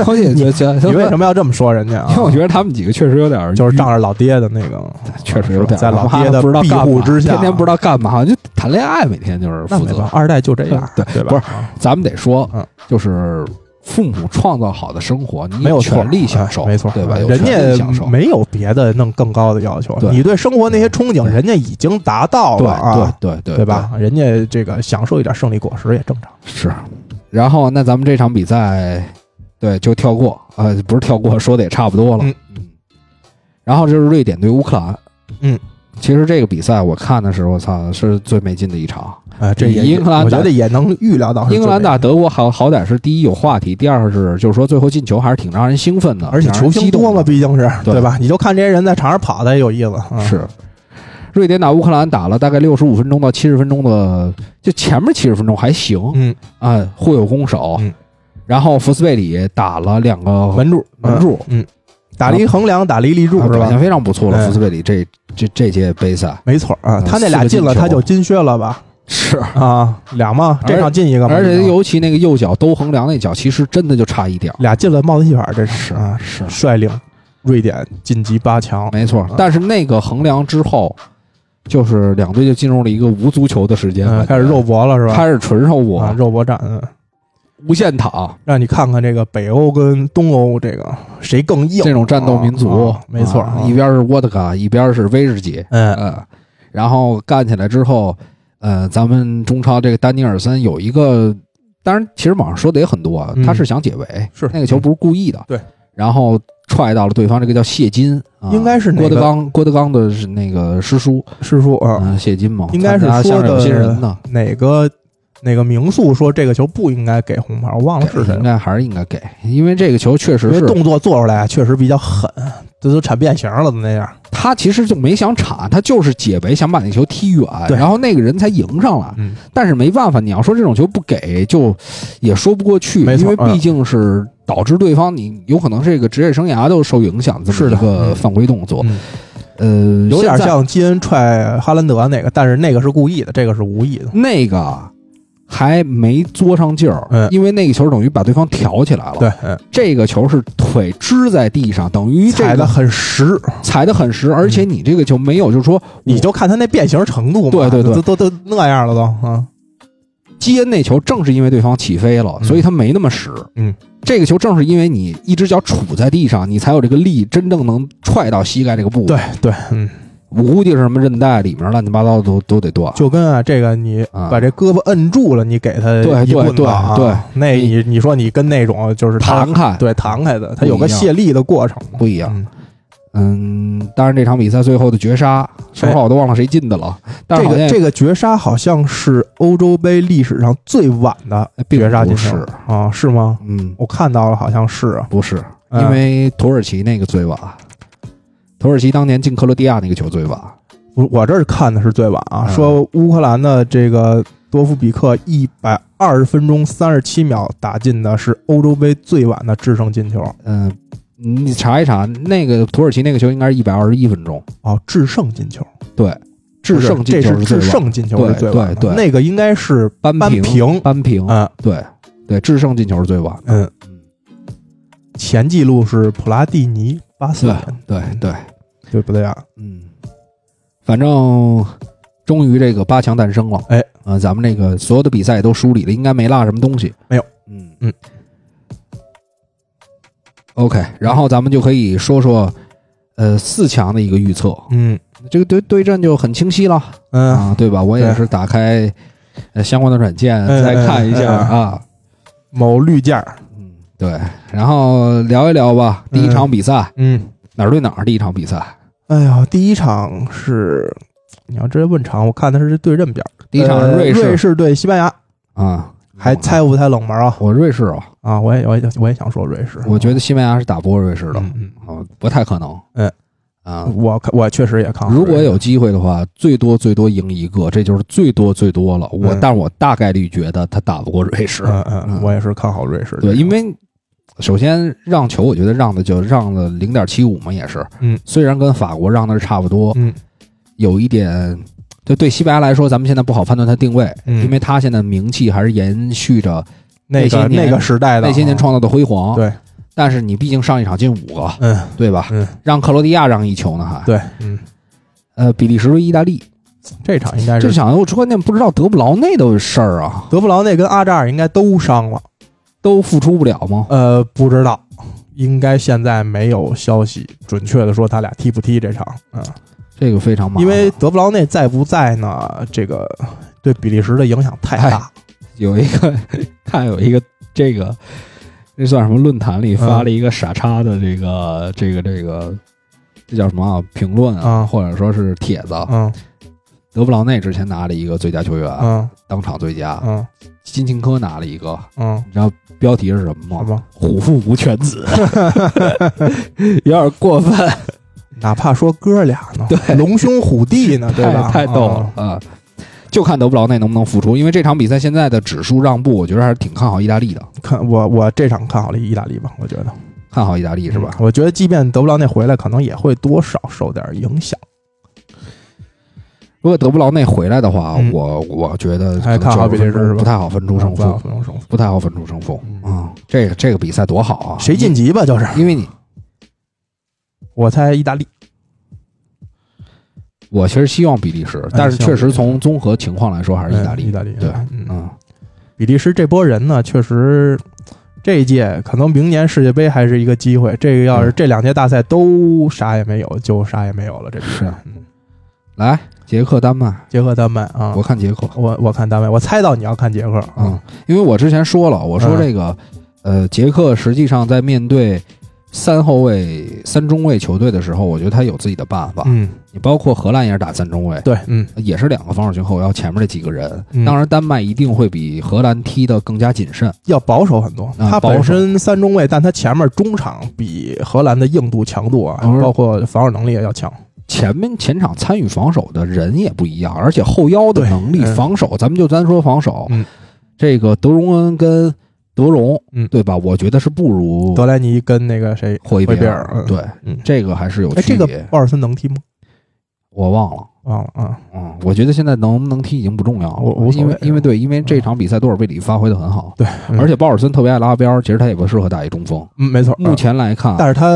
Speaker 2: 我也觉得，
Speaker 3: 你为什
Speaker 2: 么？
Speaker 3: 么啊要这么说人家啊？
Speaker 2: 因为我觉得他们几个确实有点儿
Speaker 3: 就是仗着老爹的那个，
Speaker 2: 确实有点儿
Speaker 3: 在老
Speaker 2: 他妈
Speaker 3: 爹的
Speaker 2: 不知道
Speaker 3: 庇
Speaker 2: 干
Speaker 3: 护
Speaker 2: 嘛
Speaker 3: 之下
Speaker 2: 天天不知道干嘛，就谈恋爱，每天就是
Speaker 3: 那
Speaker 2: 负
Speaker 3: 没
Speaker 2: 责
Speaker 3: 办法，。二代就这样，
Speaker 2: 对
Speaker 3: 对吧？
Speaker 2: 不是咱们得说，
Speaker 3: 嗯
Speaker 2: 就是父母创造好的生活，你
Speaker 3: 没有错
Speaker 2: 权利享受，
Speaker 3: 哎没错，
Speaker 2: 对吧？有
Speaker 3: 人
Speaker 2: 权利
Speaker 3: 家
Speaker 2: 享受，
Speaker 3: 没有别的弄更高的要求，
Speaker 2: 对
Speaker 3: 你对生活那些憧憬，
Speaker 2: 对
Speaker 3: 人家已经达到
Speaker 2: 对
Speaker 3: 了啊，
Speaker 2: 对对对
Speaker 3: 对？吧？人家这个享受一点胜利果实也正常。
Speaker 2: 是。然后，那咱们这场比赛，对，就跳过啊、呃不是跳过，说的也差不多了。
Speaker 3: 嗯
Speaker 2: 然后就是瑞典对乌克兰，
Speaker 3: 嗯。
Speaker 2: 其实这个比赛我看的时候，我操，是最没劲的一场。
Speaker 3: 啊，这也
Speaker 2: 哎英格兰打
Speaker 3: 我觉得也能预料哦到是
Speaker 2: 英格兰
Speaker 3: 最
Speaker 2: 打
Speaker 3: 美的，
Speaker 2: 德国好，好歹是第一有话题，第二是就是说最后进球还是挺让人兴奋的，
Speaker 3: 而且
Speaker 2: 挺让
Speaker 3: 球
Speaker 2: 人
Speaker 3: 星
Speaker 2: 激动
Speaker 3: 多嘛，
Speaker 2: 的
Speaker 3: 毕竟是
Speaker 2: 对
Speaker 3: 对吧？你就看这些人在场上跑的也有意思，啊
Speaker 2: 是，瑞典打乌克兰打了大概六十五分钟到七十分钟的，就前面七十分钟还行
Speaker 3: 嗯，
Speaker 2: 啊、互有攻守。
Speaker 3: 嗯
Speaker 2: 然后福斯贝里打了两个
Speaker 3: 门柱
Speaker 2: 哦门柱，
Speaker 3: 嗯，嗯打了一横梁，打了一立柱
Speaker 2: 啊
Speaker 3: 是
Speaker 2: 表现
Speaker 3: 吧？
Speaker 2: 非常不错了。
Speaker 3: 哎
Speaker 2: 福斯贝里这这这届杯赛
Speaker 3: 没错啊，
Speaker 2: 嗯
Speaker 3: 他那俩进
Speaker 2: 四个进球
Speaker 3: 了他就金靴了吧？
Speaker 2: 是，
Speaker 3: 啊，俩嘛，
Speaker 2: 而
Speaker 3: 这场进一个嘛，
Speaker 2: 而且尤其那个右脚兜横梁那脚，其实真的就差一点儿。
Speaker 3: 俩进了帽子戏法，这
Speaker 2: 是
Speaker 3: 啊，
Speaker 2: 是，
Speaker 3: 率领瑞典晋级八强。
Speaker 2: 没错
Speaker 3: 啊。
Speaker 2: 但是那个横梁之后，就是两队就进入了一个无足球的时间，
Speaker 3: 嗯，
Speaker 2: 感觉
Speaker 3: 开始肉搏了是吧？
Speaker 2: 开始纯肉
Speaker 3: 啊，
Speaker 2: 搏，
Speaker 3: 肉搏战，嗯，
Speaker 2: 无限躺。
Speaker 3: 让你看看这个北欧跟东欧这个谁更硬，
Speaker 2: 这种战斗民族，
Speaker 3: 啊啊没错
Speaker 2: 啊
Speaker 3: 啊
Speaker 2: 一边是沃德卡，一边是威士忌，
Speaker 3: 嗯，
Speaker 2: 呃，然后干起来之后，呃，咱们中超这个丹尼尔森有一个，当然其实网上说的也很多啊，
Speaker 3: 嗯
Speaker 2: 他是想解围，
Speaker 3: 是
Speaker 2: 那个球不是故意的，
Speaker 3: 对，
Speaker 2: 然后踹到了对方这个叫谢金，啊、
Speaker 3: 应该是哪
Speaker 2: 郭
Speaker 3: 个
Speaker 2: 德纲，郭德纲的是那个师叔，
Speaker 3: 师叔
Speaker 2: 嗯、
Speaker 3: 啊，
Speaker 2: 谢金嘛，
Speaker 3: 应该是
Speaker 2: 咱们家
Speaker 3: 说
Speaker 2: 乡
Speaker 3: 的
Speaker 2: 有新人呢，
Speaker 3: 哪个哪个名宿说这个球不应该给红牌，我忘了是谁
Speaker 2: 应
Speaker 3: 了。
Speaker 2: 该还是应该给，因为这个球确
Speaker 3: 因
Speaker 2: 实
Speaker 3: 为
Speaker 2: 是
Speaker 3: 动作做出来确实比较狠，这都铲变形了，都那样。
Speaker 2: 他其实就没想铲，他就是解围，想把那球踢远，
Speaker 3: 对
Speaker 2: 然后那个人才迎上来。
Speaker 3: 嗯，
Speaker 2: 但是没办法，你要说这种球不给，就也说不过去，
Speaker 3: 没
Speaker 2: 因
Speaker 3: 错嗯
Speaker 2: 为毕竟是导致对方你有可能这个职业生涯都受影响这
Speaker 3: 是
Speaker 2: 么
Speaker 3: 的
Speaker 2: 一个
Speaker 3: 嗯
Speaker 2: 犯规动作。
Speaker 3: 嗯
Speaker 2: 呃，
Speaker 3: 有点
Speaker 2: 现在
Speaker 3: 像基恩踹哈兰德那个，但是那个是故意的，这个是无意的。
Speaker 2: 那个还没作上劲儿，
Speaker 3: 嗯
Speaker 2: 因为那个球等于把对方挑起来了。
Speaker 3: 对，，嗯
Speaker 2: 这个球是腿支在地上，等于这
Speaker 3: 踩的
Speaker 2: 个
Speaker 3: 很实，
Speaker 2: 踩的很实，而且你这个球没有，就是说
Speaker 3: 你就看他那变形程度嘛，
Speaker 2: 嗯对对对
Speaker 3: 都都都那样了都啊。
Speaker 2: 基恩那球正是因为对方起飞了，
Speaker 3: 嗯
Speaker 2: 所以他没那么使。
Speaker 3: 嗯，
Speaker 2: 这个球正是因为你一只脚杵在地上，你才有这个力，真正能踹到膝盖这个部位。
Speaker 3: 对，对，嗯，
Speaker 2: 我估计是什么韧带里面乱七八糟的都都得断。
Speaker 3: 就跟啊这个你
Speaker 2: 啊
Speaker 3: 把这胳膊摁住了，你给他
Speaker 2: 对
Speaker 3: 一棍子啊，
Speaker 2: 对对对
Speaker 3: 那你你说你跟那种就是他
Speaker 2: 弹开
Speaker 3: 对弹开的，它
Speaker 2: 不一
Speaker 3: 有个
Speaker 2: 样
Speaker 3: 卸力的过程，
Speaker 2: 不一样。
Speaker 3: 嗯
Speaker 2: 嗯，当然这场比赛最后的绝杀，说实话我都忘了谁进的了。但是好像
Speaker 3: 哎这个
Speaker 2: 也
Speaker 3: 这个绝杀好像是欧洲杯历史上最晚的
Speaker 2: 哎并
Speaker 3: 绝杀
Speaker 2: 不
Speaker 3: 进
Speaker 2: 是
Speaker 3: 球啊，是吗？
Speaker 2: 嗯，
Speaker 3: 我看到了，好像是啊，
Speaker 2: 不是，
Speaker 3: 嗯
Speaker 2: 因为土耳其那个最晚，土耳其当年进克罗地亚那个球最晚，
Speaker 3: 我我这儿看的是最晚啊，
Speaker 2: 嗯
Speaker 3: 说乌克兰的这个多夫比克一百二十分钟三十七秒打进的是欧洲杯最晚的制胜进球
Speaker 2: 嗯。你查一查，那个土耳其那个球应该是一百二十一分钟，
Speaker 3: 哦，制胜进球，
Speaker 2: 对，制
Speaker 3: 制
Speaker 2: 胜进
Speaker 3: 这
Speaker 2: 球
Speaker 3: 是
Speaker 2: 最
Speaker 3: 制
Speaker 2: 晚，
Speaker 3: 胜进球是最晚的，
Speaker 2: 对对对
Speaker 3: 那个应该是
Speaker 2: 扳
Speaker 3: 扳平，
Speaker 2: 扳平，
Speaker 3: 嗯
Speaker 2: 对对，制胜进球是最晚的，
Speaker 3: 嗯，前记录是普拉蒂尼八四
Speaker 2: 对
Speaker 3: 年，
Speaker 2: 对对，
Speaker 3: 对不对啊？
Speaker 2: 嗯，反正终于这个八强诞生了。
Speaker 3: 哎，
Speaker 2: 呃，咱们这个所有的比赛都梳理了，应该没落什么东西。
Speaker 3: 没有，
Speaker 2: 嗯
Speaker 3: 嗯。
Speaker 2: OK，然后咱们就可以说说，呃，四强的一个预测，
Speaker 3: 嗯
Speaker 2: 这个对对阵就很清晰了
Speaker 3: 嗯，
Speaker 2: 啊，对吧？我也是打开呃相关的软件
Speaker 3: 嗯
Speaker 2: 再看一下
Speaker 3: 嗯嗯
Speaker 2: 啊，
Speaker 3: 某绿箭儿，
Speaker 2: 嗯，对，然后聊一聊吧。第一场比赛
Speaker 3: 嗯，
Speaker 2: 哪儿对哪儿？第一场比赛，
Speaker 3: 哎呀，第一场是你要直接问场，我看的是对阵表，
Speaker 2: 第一场是
Speaker 3: 呃
Speaker 2: 瑞
Speaker 3: 瑞
Speaker 2: 士
Speaker 3: 士对西班牙，
Speaker 2: 啊，
Speaker 3: 还猜不猜冷门啊？
Speaker 2: 我瑞士啊，
Speaker 3: 啊，我也我也我也想说瑞士，
Speaker 2: 我觉得西班牙是打不过瑞士的，
Speaker 3: 嗯嗯
Speaker 2: 啊，不太可能。
Speaker 3: 嗯
Speaker 2: 啊，
Speaker 3: 我看我确实也看好瑞士。
Speaker 2: 如果有机会的话，最多最多赢一个，这就是最多最多了。我，
Speaker 3: 嗯
Speaker 2: 但我大概率觉得他打不过瑞士。
Speaker 3: 嗯嗯，
Speaker 2: 嗯
Speaker 3: 我也是看好瑞士。
Speaker 2: 对，因为首先让球，我觉得让的就让了零点七五嘛，也是。
Speaker 3: 嗯，
Speaker 2: 虽然跟法国让的是差不多，
Speaker 3: 嗯
Speaker 2: 有一点。就对西班牙来说，咱们现在不好判断他定位，
Speaker 3: 嗯
Speaker 2: 因为他现在名气还是延续着
Speaker 3: 那
Speaker 2: 那
Speaker 3: 个
Speaker 2: 些年
Speaker 3: 那个时代的
Speaker 2: 那些年
Speaker 3: 啊，
Speaker 2: 创造的辉煌。
Speaker 3: 对，
Speaker 2: 但是你毕竟上一场进五个，
Speaker 3: 嗯
Speaker 2: 对吧？
Speaker 3: 嗯，
Speaker 2: 让克罗地亚让一球呢，还
Speaker 3: 对，嗯，
Speaker 2: 呃，比利时对意大利，
Speaker 3: 这场应该
Speaker 2: 这
Speaker 3: 是
Speaker 2: 场我关键不知道德布劳内的事儿啊，
Speaker 3: 德布劳内跟阿扎尔应该都伤了，
Speaker 2: 都复出不了吗？
Speaker 3: 呃，不知道。应该现在没有消息准确的说他俩踢不踢这场，嗯，
Speaker 2: 这个非常麻烦，
Speaker 3: 因为德布劳内在不在呢，这个对比利时的影响太
Speaker 2: 哎
Speaker 3: 大。
Speaker 2: 有一个 看有一个这个那算什么论坛里发
Speaker 3: 嗯
Speaker 2: 了一个傻叉的这个、这个这个这叫什么啊评论啊，
Speaker 3: 嗯
Speaker 2: 或者说是帖子，
Speaker 3: 嗯
Speaker 2: 德布劳内之前拿了一个最佳球员，
Speaker 3: 嗯
Speaker 2: 当场最佳，
Speaker 3: 嗯
Speaker 2: 金琴科拿了一个，
Speaker 3: 嗯，
Speaker 2: 你知道标题是什么吗？
Speaker 3: 好吧，
Speaker 2: 虎父无犬子， 有点过分。
Speaker 3: 哪怕说哥俩呢，龙兄虎弟 呢，对吧？
Speaker 2: 太太逗了
Speaker 3: 嗯
Speaker 2: 啊、呃就看德布劳内能不能复出，因为这场比赛现在的指数让步，我觉得还是挺看好意大利的，
Speaker 3: 嗯看我我这场看好了意大利吧，我觉得嗯
Speaker 2: 看好意大利是吧？
Speaker 3: 我觉得即便德布劳内回来，可能也会多少受点影响。
Speaker 2: 如果德布劳内回来的话，
Speaker 3: 嗯
Speaker 2: 我我觉得
Speaker 3: 还
Speaker 2: 可能
Speaker 3: 看好
Speaker 2: 90
Speaker 3: 比利时
Speaker 2: 分钟
Speaker 3: 是吧
Speaker 2: 不太好分出胜
Speaker 3: 啊不要
Speaker 2: 负，
Speaker 3: 分胜负，
Speaker 2: 不太好分出胜负
Speaker 3: 嗯
Speaker 2: 嗯，这个这个比赛多好啊！
Speaker 3: 谁晋级吧？就是
Speaker 2: 因？因为你，
Speaker 3: 我猜意大利。
Speaker 2: 我其实希望比利时，但是
Speaker 3: 哎希望
Speaker 2: 确
Speaker 3: 比
Speaker 2: 实
Speaker 3: 利时
Speaker 2: 从综合情况来说还是意大
Speaker 3: 嗯
Speaker 2: 利。
Speaker 3: 意大利
Speaker 2: 对，
Speaker 3: 嗯
Speaker 2: 嗯，
Speaker 3: 比利时这波人呢，确实这一届可能明年世界杯还是一个机会。这个要是
Speaker 2: 嗯
Speaker 3: 这两届大赛都啥也没有，就啥也没有了。这比赛
Speaker 2: 是啊
Speaker 3: 嗯
Speaker 2: 来捷克丹麦，
Speaker 3: 捷克丹麦啊
Speaker 2: 我，看捷克，
Speaker 3: 我我看丹麦，我猜到你要看捷克啊，
Speaker 2: 嗯，因为我之前说了，我说
Speaker 3: 嗯
Speaker 2: 这个，呃，杰克实际上在面对三后卫、三中卫球队的时候，我觉得他有自己的办法。
Speaker 3: 嗯，
Speaker 2: 你包括荷兰也是打三中卫，
Speaker 3: 对，嗯
Speaker 2: 呃也是两个防守型后腰前面这几个人。
Speaker 3: 嗯
Speaker 2: 当然，丹麦一定会比荷兰踢得更加谨慎。
Speaker 3: 要保守很多。
Speaker 2: 啊
Speaker 3: 他
Speaker 2: 保守
Speaker 3: 本身三中卫，但他前面中场比荷兰的硬度、强度啊，
Speaker 2: 嗯
Speaker 3: 包括防守能力也要强。
Speaker 2: 前面前场参与防守的人也不一样，而且后腰的
Speaker 3: 对
Speaker 2: 能力、
Speaker 3: 嗯
Speaker 2: 防守，咱们就单说防守，
Speaker 3: 嗯
Speaker 2: 这个德容恩跟德容，
Speaker 3: 嗯
Speaker 2: 对吧？我觉得是不如
Speaker 3: 德莱尼跟那个谁，
Speaker 2: 霍伊
Speaker 3: 霍伊
Speaker 2: 贝
Speaker 3: 贝尔嗯
Speaker 2: 对，
Speaker 3: 嗯，
Speaker 2: 这个还是有
Speaker 3: 哎，
Speaker 2: 区
Speaker 3: 这
Speaker 2: 别。
Speaker 3: 个鲍尔森能踢吗？
Speaker 2: 我忘了。
Speaker 3: 忘了啊，
Speaker 2: 嗯，我觉得现在能不能踢已经不重要了，
Speaker 3: 哦我无所
Speaker 2: 因为
Speaker 3: 谓
Speaker 2: 因为对，因为这场比赛多尔贝里发挥的很好，
Speaker 3: 对，嗯
Speaker 2: 而且鲍尔森特别爱拉边儿，其实他也不适合打一中锋。
Speaker 3: 嗯，没错，
Speaker 2: 目
Speaker 3: 嗯
Speaker 2: 前来看，啊
Speaker 3: 但是他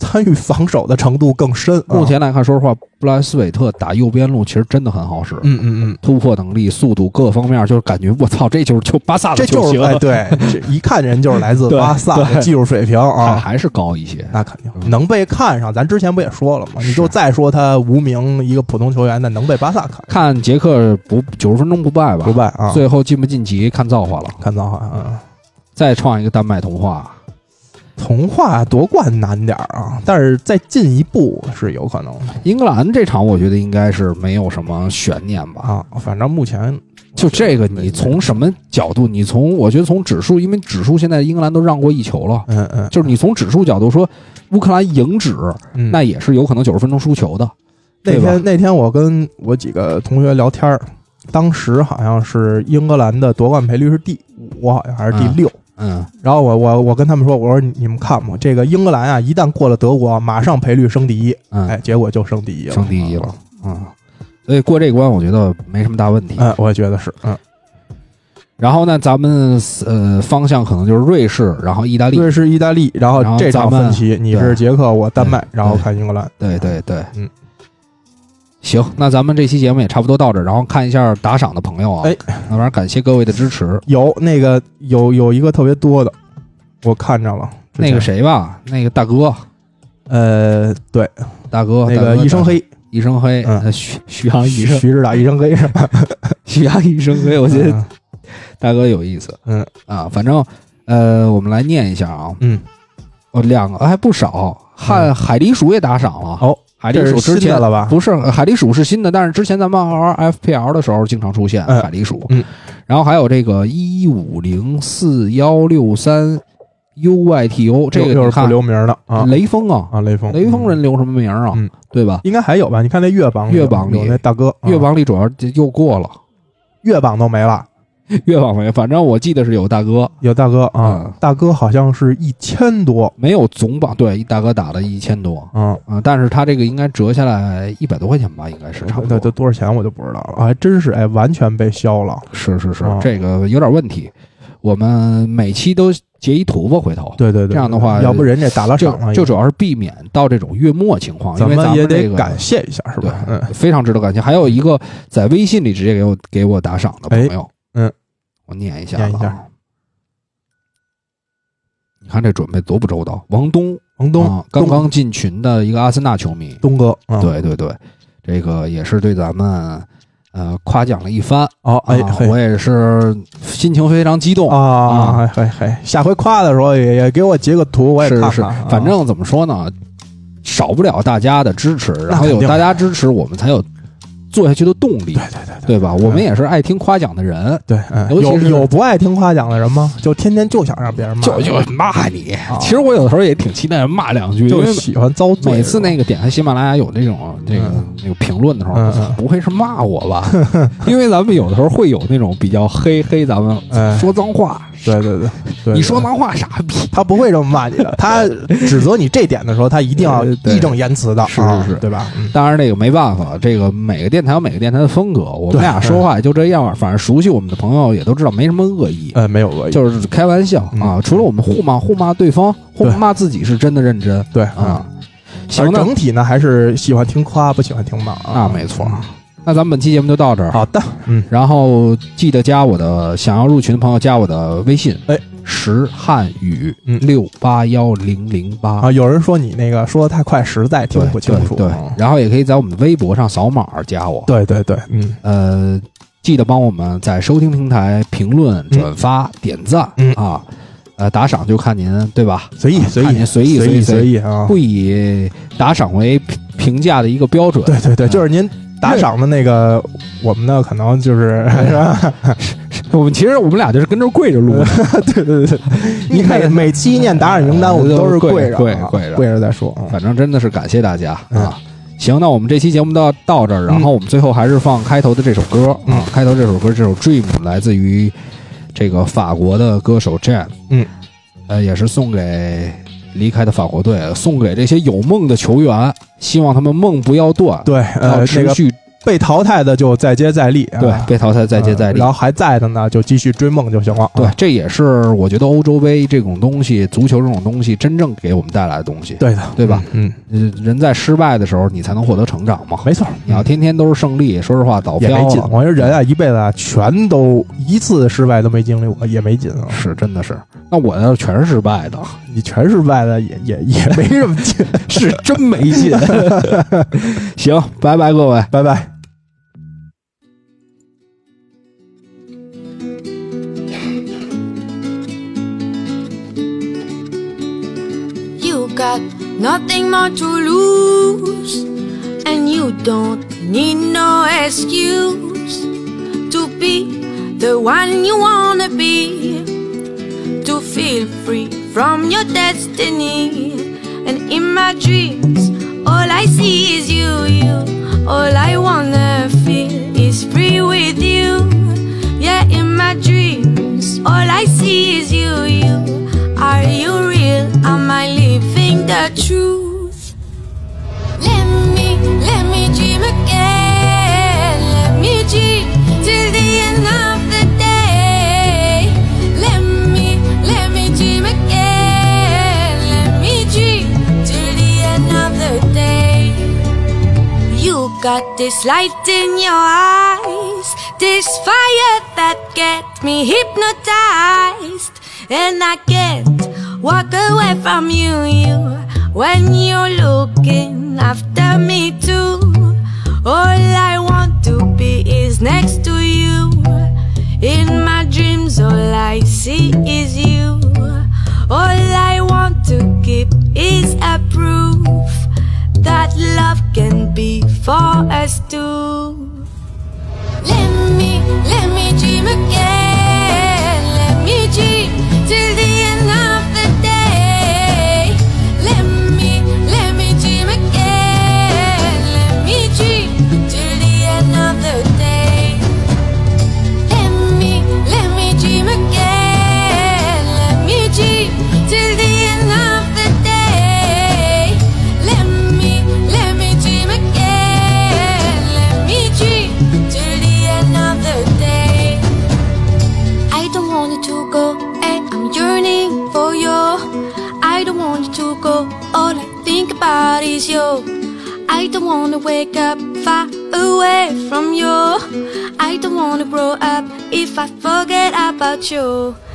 Speaker 3: 参与防守的程度更深。啊
Speaker 2: 目，前来看，说实话，布莱斯韦特打右边路其实真的很好使，
Speaker 3: 嗯嗯嗯，
Speaker 2: 突破能力、速度各方面，就是感觉我操，这就是就巴萨
Speaker 3: 这
Speaker 2: 的
Speaker 3: 就是
Speaker 2: 球
Speaker 3: 哎，
Speaker 2: 星，
Speaker 3: 对， 这一看人就是来自
Speaker 2: 对
Speaker 3: 巴萨的
Speaker 2: 对
Speaker 3: 技术水 平
Speaker 2: 还
Speaker 3: 啊。
Speaker 2: 还是高一些。
Speaker 3: 那肯定
Speaker 2: 嗯
Speaker 3: 能被看上，咱之前不也说了吗？你
Speaker 2: 是
Speaker 3: 就再说他无名一个普通球员，那能被巴萨看
Speaker 2: 看杰克不九十分钟不败吧，
Speaker 3: 不败啊？
Speaker 2: 最后晋不晋级看造化了，
Speaker 3: 看造化啊！
Speaker 2: 再创一个丹麦童话，
Speaker 3: 童话夺冠难点儿啊，但是再进一步是有可能的
Speaker 2: 英格兰这场我觉得应该是没有什么悬念吧。
Speaker 3: 啊。反正目前
Speaker 2: 就这个，
Speaker 3: 没
Speaker 2: 你从什么角度？你从我觉得从指数，因为指数现在英格兰都让过一球了，
Speaker 3: 嗯嗯，
Speaker 2: 就是你从指数角度说，乌克兰赢指，
Speaker 3: 嗯
Speaker 2: 那也是有可能九十分钟输球的。
Speaker 3: 那
Speaker 2: 对
Speaker 3: 天那天我跟我几个同学聊天儿，当时好像是英格兰的夺冠赔率是第五，好像还是第
Speaker 2: 嗯
Speaker 3: 六。
Speaker 2: 嗯，
Speaker 3: 然后我我我跟他们说，我说你你们看吧，这个英格兰啊，一旦过了德国，马上赔率升第一，
Speaker 2: 嗯
Speaker 3: 哎，结果就升第一了，
Speaker 2: 升第一了。嗯，所以过这关我觉得没什么大问题。
Speaker 3: 嗯，我也觉得是，嗯，
Speaker 2: 然后呢，咱们呃方向可能就是瑞士，然后意大利。
Speaker 3: 瑞士、意大利，然后
Speaker 2: 然后
Speaker 3: 这场
Speaker 2: 咱们
Speaker 3: 分歧，你
Speaker 2: 对
Speaker 3: 是捷克，我丹麦
Speaker 2: 对，
Speaker 3: 然后看英格兰，
Speaker 2: 对对对，
Speaker 3: 嗯。
Speaker 2: 行，那咱们这期节目也差不多到这儿，然后看一下打赏的朋友啊，
Speaker 3: 哎，
Speaker 2: 那玩意儿感谢各位的支持。
Speaker 3: 有那个有有一个特别多的，我看着了，之前
Speaker 2: 那个，谁吧，那个大哥，
Speaker 3: 呃，对，
Speaker 2: 大哥，哦
Speaker 3: 那
Speaker 2: 大
Speaker 3: 个
Speaker 2: 哥
Speaker 3: 一生
Speaker 2: 大哥
Speaker 3: 黑，
Speaker 2: 一生黑，
Speaker 3: 嗯
Speaker 2: 呃徐徐阳医
Speaker 3: 徐
Speaker 2: 生，
Speaker 3: 徐指导一 生黑是啊吧？
Speaker 2: 徐阳医生黑，我觉得
Speaker 3: 嗯
Speaker 2: 大哥有意思
Speaker 3: 嗯
Speaker 2: 啊。反正呃，我们来念一下啊，
Speaker 3: 嗯，
Speaker 2: 哦，两个还不少，汉海狸鼠也打赏了。
Speaker 3: 哦，
Speaker 2: 海狸
Speaker 3: 这
Speaker 2: 鼠
Speaker 3: 是
Speaker 2: 之
Speaker 3: 新
Speaker 2: 前
Speaker 3: 的了吧？
Speaker 2: 不是呃海狸鼠是新的，但是之前咱们玩 FPL 的时候经常出现
Speaker 3: 嗯
Speaker 2: 海狸鼠。
Speaker 3: 嗯，
Speaker 2: 然后还有这个一五零四幺六三 UYTO，这
Speaker 3: 又
Speaker 2: 个你
Speaker 3: 是不
Speaker 2: 看
Speaker 3: 留名的啊
Speaker 2: 雷锋啊，
Speaker 3: 啊，雷锋，
Speaker 2: 雷锋人留什么名儿啊
Speaker 3: 嗯？
Speaker 2: 对吧？
Speaker 3: 应该还有吧？你看那越榜
Speaker 2: 越
Speaker 3: 有
Speaker 2: 榜里
Speaker 3: 有那大哥，啊啊
Speaker 2: 越王里主要就又过了，
Speaker 3: 越榜都没了。
Speaker 2: 越往没，反正我记得是有大哥，
Speaker 3: 有大哥啊，
Speaker 2: 嗯
Speaker 3: 大哥好像是一千多，
Speaker 2: 没有总榜，对，大哥打了一千多
Speaker 3: 嗯，
Speaker 2: 啊、但是他这个应该折下来一百多块钱吧，应该是差不
Speaker 3: 那
Speaker 2: 多
Speaker 3: 都。多少钱我就不知道了，还真是哎，完全被削了。
Speaker 2: 是是是
Speaker 3: 哦，
Speaker 2: 这个有点问题，我们每期都截一图吧，回头。
Speaker 3: 对对对，
Speaker 2: 这样的话
Speaker 3: 要不人家打了
Speaker 2: 就
Speaker 3: 赏了，
Speaker 2: 就主要是避免到这种月末情况，因
Speaker 3: 咱
Speaker 2: 为咱
Speaker 3: 也
Speaker 2: 们这
Speaker 3: 得
Speaker 2: 个
Speaker 3: 感谢一下，是吧？嗯，
Speaker 2: 非常值得感谢。还有一个在微信里直接给我给我打赏的朋友，
Speaker 3: 哎嗯，
Speaker 2: 我念一下，啊
Speaker 3: 念一下。
Speaker 2: 你看这准备多不周到，王东
Speaker 3: 王东
Speaker 2: 啊，刚刚进群的一个阿森纳球迷，
Speaker 3: 东哥，嗯，
Speaker 2: 对对对，这个也是对咱们呃夸奖了一番
Speaker 3: 哦，哎
Speaker 2: 啊
Speaker 3: 嘿
Speaker 2: 我也是心情非常激动。
Speaker 3: 啊，
Speaker 2: 啊
Speaker 3: 嘿嘿嘿，下回夸的时候也也给我截个图，我也
Speaker 2: 是
Speaker 3: 看
Speaker 2: 是，
Speaker 3: 看啊。
Speaker 2: 反正怎么说呢，少不了大家的支持，然后
Speaker 3: 肯
Speaker 2: 有
Speaker 3: 定
Speaker 2: 大家支持，我们才有做下去的动力，
Speaker 3: 对对对
Speaker 2: 对吧？我们也是爱听夸奖的人，
Speaker 3: 对，嗯
Speaker 2: 尤
Speaker 3: 有
Speaker 2: 其是
Speaker 3: 有不爱听夸奖的人吗？就天天就想让别人骂，
Speaker 2: 就就骂你
Speaker 3: 啊。
Speaker 2: 其实我有的时候也挺期待骂两句，因
Speaker 3: 就
Speaker 2: 为
Speaker 3: 喜欢遭罪。
Speaker 2: 每次那个点开喜马拉雅有这种这个
Speaker 3: 嗯
Speaker 2: 那个评论的时
Speaker 3: 嗯
Speaker 2: 候
Speaker 3: 嗯，
Speaker 2: 不会是骂我 吧？因为咱们有的时候会有那种比较黑黑咱们
Speaker 3: 哎
Speaker 2: 说脏话，
Speaker 3: 对对对，对
Speaker 2: 你说
Speaker 3: 对
Speaker 2: 脏话傻逼。
Speaker 3: 他不会这么骂你 的，他指责你这点的时候，他一定要
Speaker 2: 对对
Speaker 3: 义正言辞的，
Speaker 2: 是
Speaker 3: 啊
Speaker 2: 是是
Speaker 3: 对吧？嗯
Speaker 2: 当然，这个没办法，这个每个电台有每个电台的风格，我们
Speaker 3: 对
Speaker 2: 俩说话也就这样，反正熟悉我们的朋友也都知道，没什么恶意，
Speaker 3: 呃，没有恶意，
Speaker 2: 就是开玩笑啊。除了我们互骂互骂对方，互
Speaker 3: 对
Speaker 2: 骂自己是真的认真
Speaker 3: 对
Speaker 2: 啊。。
Speaker 3: 而
Speaker 2: 行，那
Speaker 3: 整体呢，还是喜欢听夸，不喜欢听骂啊。
Speaker 2: 那没错。那咱们本期节目就到这儿，
Speaker 3: 好的，嗯，
Speaker 2: 然后记得加我的，想要入群的朋友加我的微信，
Speaker 3: 哎，
Speaker 2: 石汉语
Speaker 3: 嗯
Speaker 2: 六八幺零零八。
Speaker 3: 啊，有人说你那个说的太快，实在听
Speaker 2: 对
Speaker 3: 不清楚。
Speaker 2: 对，对
Speaker 3: 嗯
Speaker 2: 然后也可以在我们的微博上扫码加我。
Speaker 3: 对对对，嗯
Speaker 2: 呃，记得帮我们在收听平台评论、转发、点赞、
Speaker 3: 嗯
Speaker 2: 啊，呃，打赏就看您对吧？
Speaker 3: 随意随
Speaker 2: 看
Speaker 3: 意
Speaker 2: 您随意
Speaker 3: 随
Speaker 2: 随意
Speaker 3: 随
Speaker 2: 随
Speaker 3: 意啊。
Speaker 2: 不以打赏为评评价的一个标准。
Speaker 3: 对对对，
Speaker 2: 嗯
Speaker 3: 就是您打赏的那个，我们呢可能就是，是吧
Speaker 2: 我们其实我们俩就是跟着跪着录的，
Speaker 3: 对 对对，你
Speaker 2: 看
Speaker 3: 每每期念打赏名单，我们都是
Speaker 2: 都是跪
Speaker 3: 跪
Speaker 2: 着
Speaker 3: 着啊
Speaker 2: 跪着嗯
Speaker 3: 跪着再说啊。
Speaker 2: 反正真的是感谢大家
Speaker 3: 嗯
Speaker 2: 啊。行，那我们这期节目到到这儿，然后我们最后还是放开头的这首歌、
Speaker 3: 嗯
Speaker 2: 啊。开头这首歌，这首《Dream》来自于这个法国的歌手 Jam，
Speaker 3: 嗯，
Speaker 2: 呃，也是送给离开的法国队，送给这些有梦的球员，希望他们梦不要断，
Speaker 3: 对，
Speaker 2: 要
Speaker 3: 呃，这
Speaker 2: 持
Speaker 3: 个
Speaker 2: 续、
Speaker 3: 被淘汰的就再接再厉，啊呃
Speaker 2: 对被淘汰再接再厉。
Speaker 3: 然后还在的呢，就继续追梦就行了。啊
Speaker 2: 对，这也是我觉得欧洲杯这种东西，足球这种东西，真正给我们带来的东西。
Speaker 3: 对的，
Speaker 2: 对吧？
Speaker 3: 嗯，
Speaker 2: 呃，人在失败的时候，你才能获得成长嘛。
Speaker 3: 没错，嗯
Speaker 2: 你要天天都是胜利，说实话早
Speaker 3: 也
Speaker 2: 飘
Speaker 3: 没劲。
Speaker 2: 了。
Speaker 3: 我觉得人啊，一辈子啊，全都一次失败都没经历过，也没劲啊。
Speaker 2: 是，真的是。那我要全是失败的，
Speaker 3: 你全失败了，也也也没什么劲。
Speaker 2: 是真没劲。行，拜拜，各位。
Speaker 3: 拜拜。
Speaker 1: You've got nothing more to lose, and you don't need no excuse to be the one you wanna be. To feel free from your destiny, and in my dreams, all I see is you, you. All I wanna feel is free with you. Yeah, in my dreams, all I see is you, you. Are you real? Am I living the truth? Let me, let me dream again. Let me dream till the end of the day. Let me, let me dream again. Let me dream till the end of the day. You got this light in your eyes, this fire that get me hypnotized, and I can't walk away from you. You, when you're looking after me too, all I want to be is next to you. In my dreams, all I see is you. All I want to keep is a proof that love can be for us two. Let me, let me dream again. Let me dream till the end of the day. Let me, let me dream again. Let me dream till the end of the day. Let me, let me dream again. Let me dream till the end of the day. Let me, let me dream again. Let me dream till the end of the day. I don't want you to go, and I'm yearning for you. I don't want you to go, all I think about is you. I don't wanna wake up far away from you. I don't wanna grow up if I forget about you.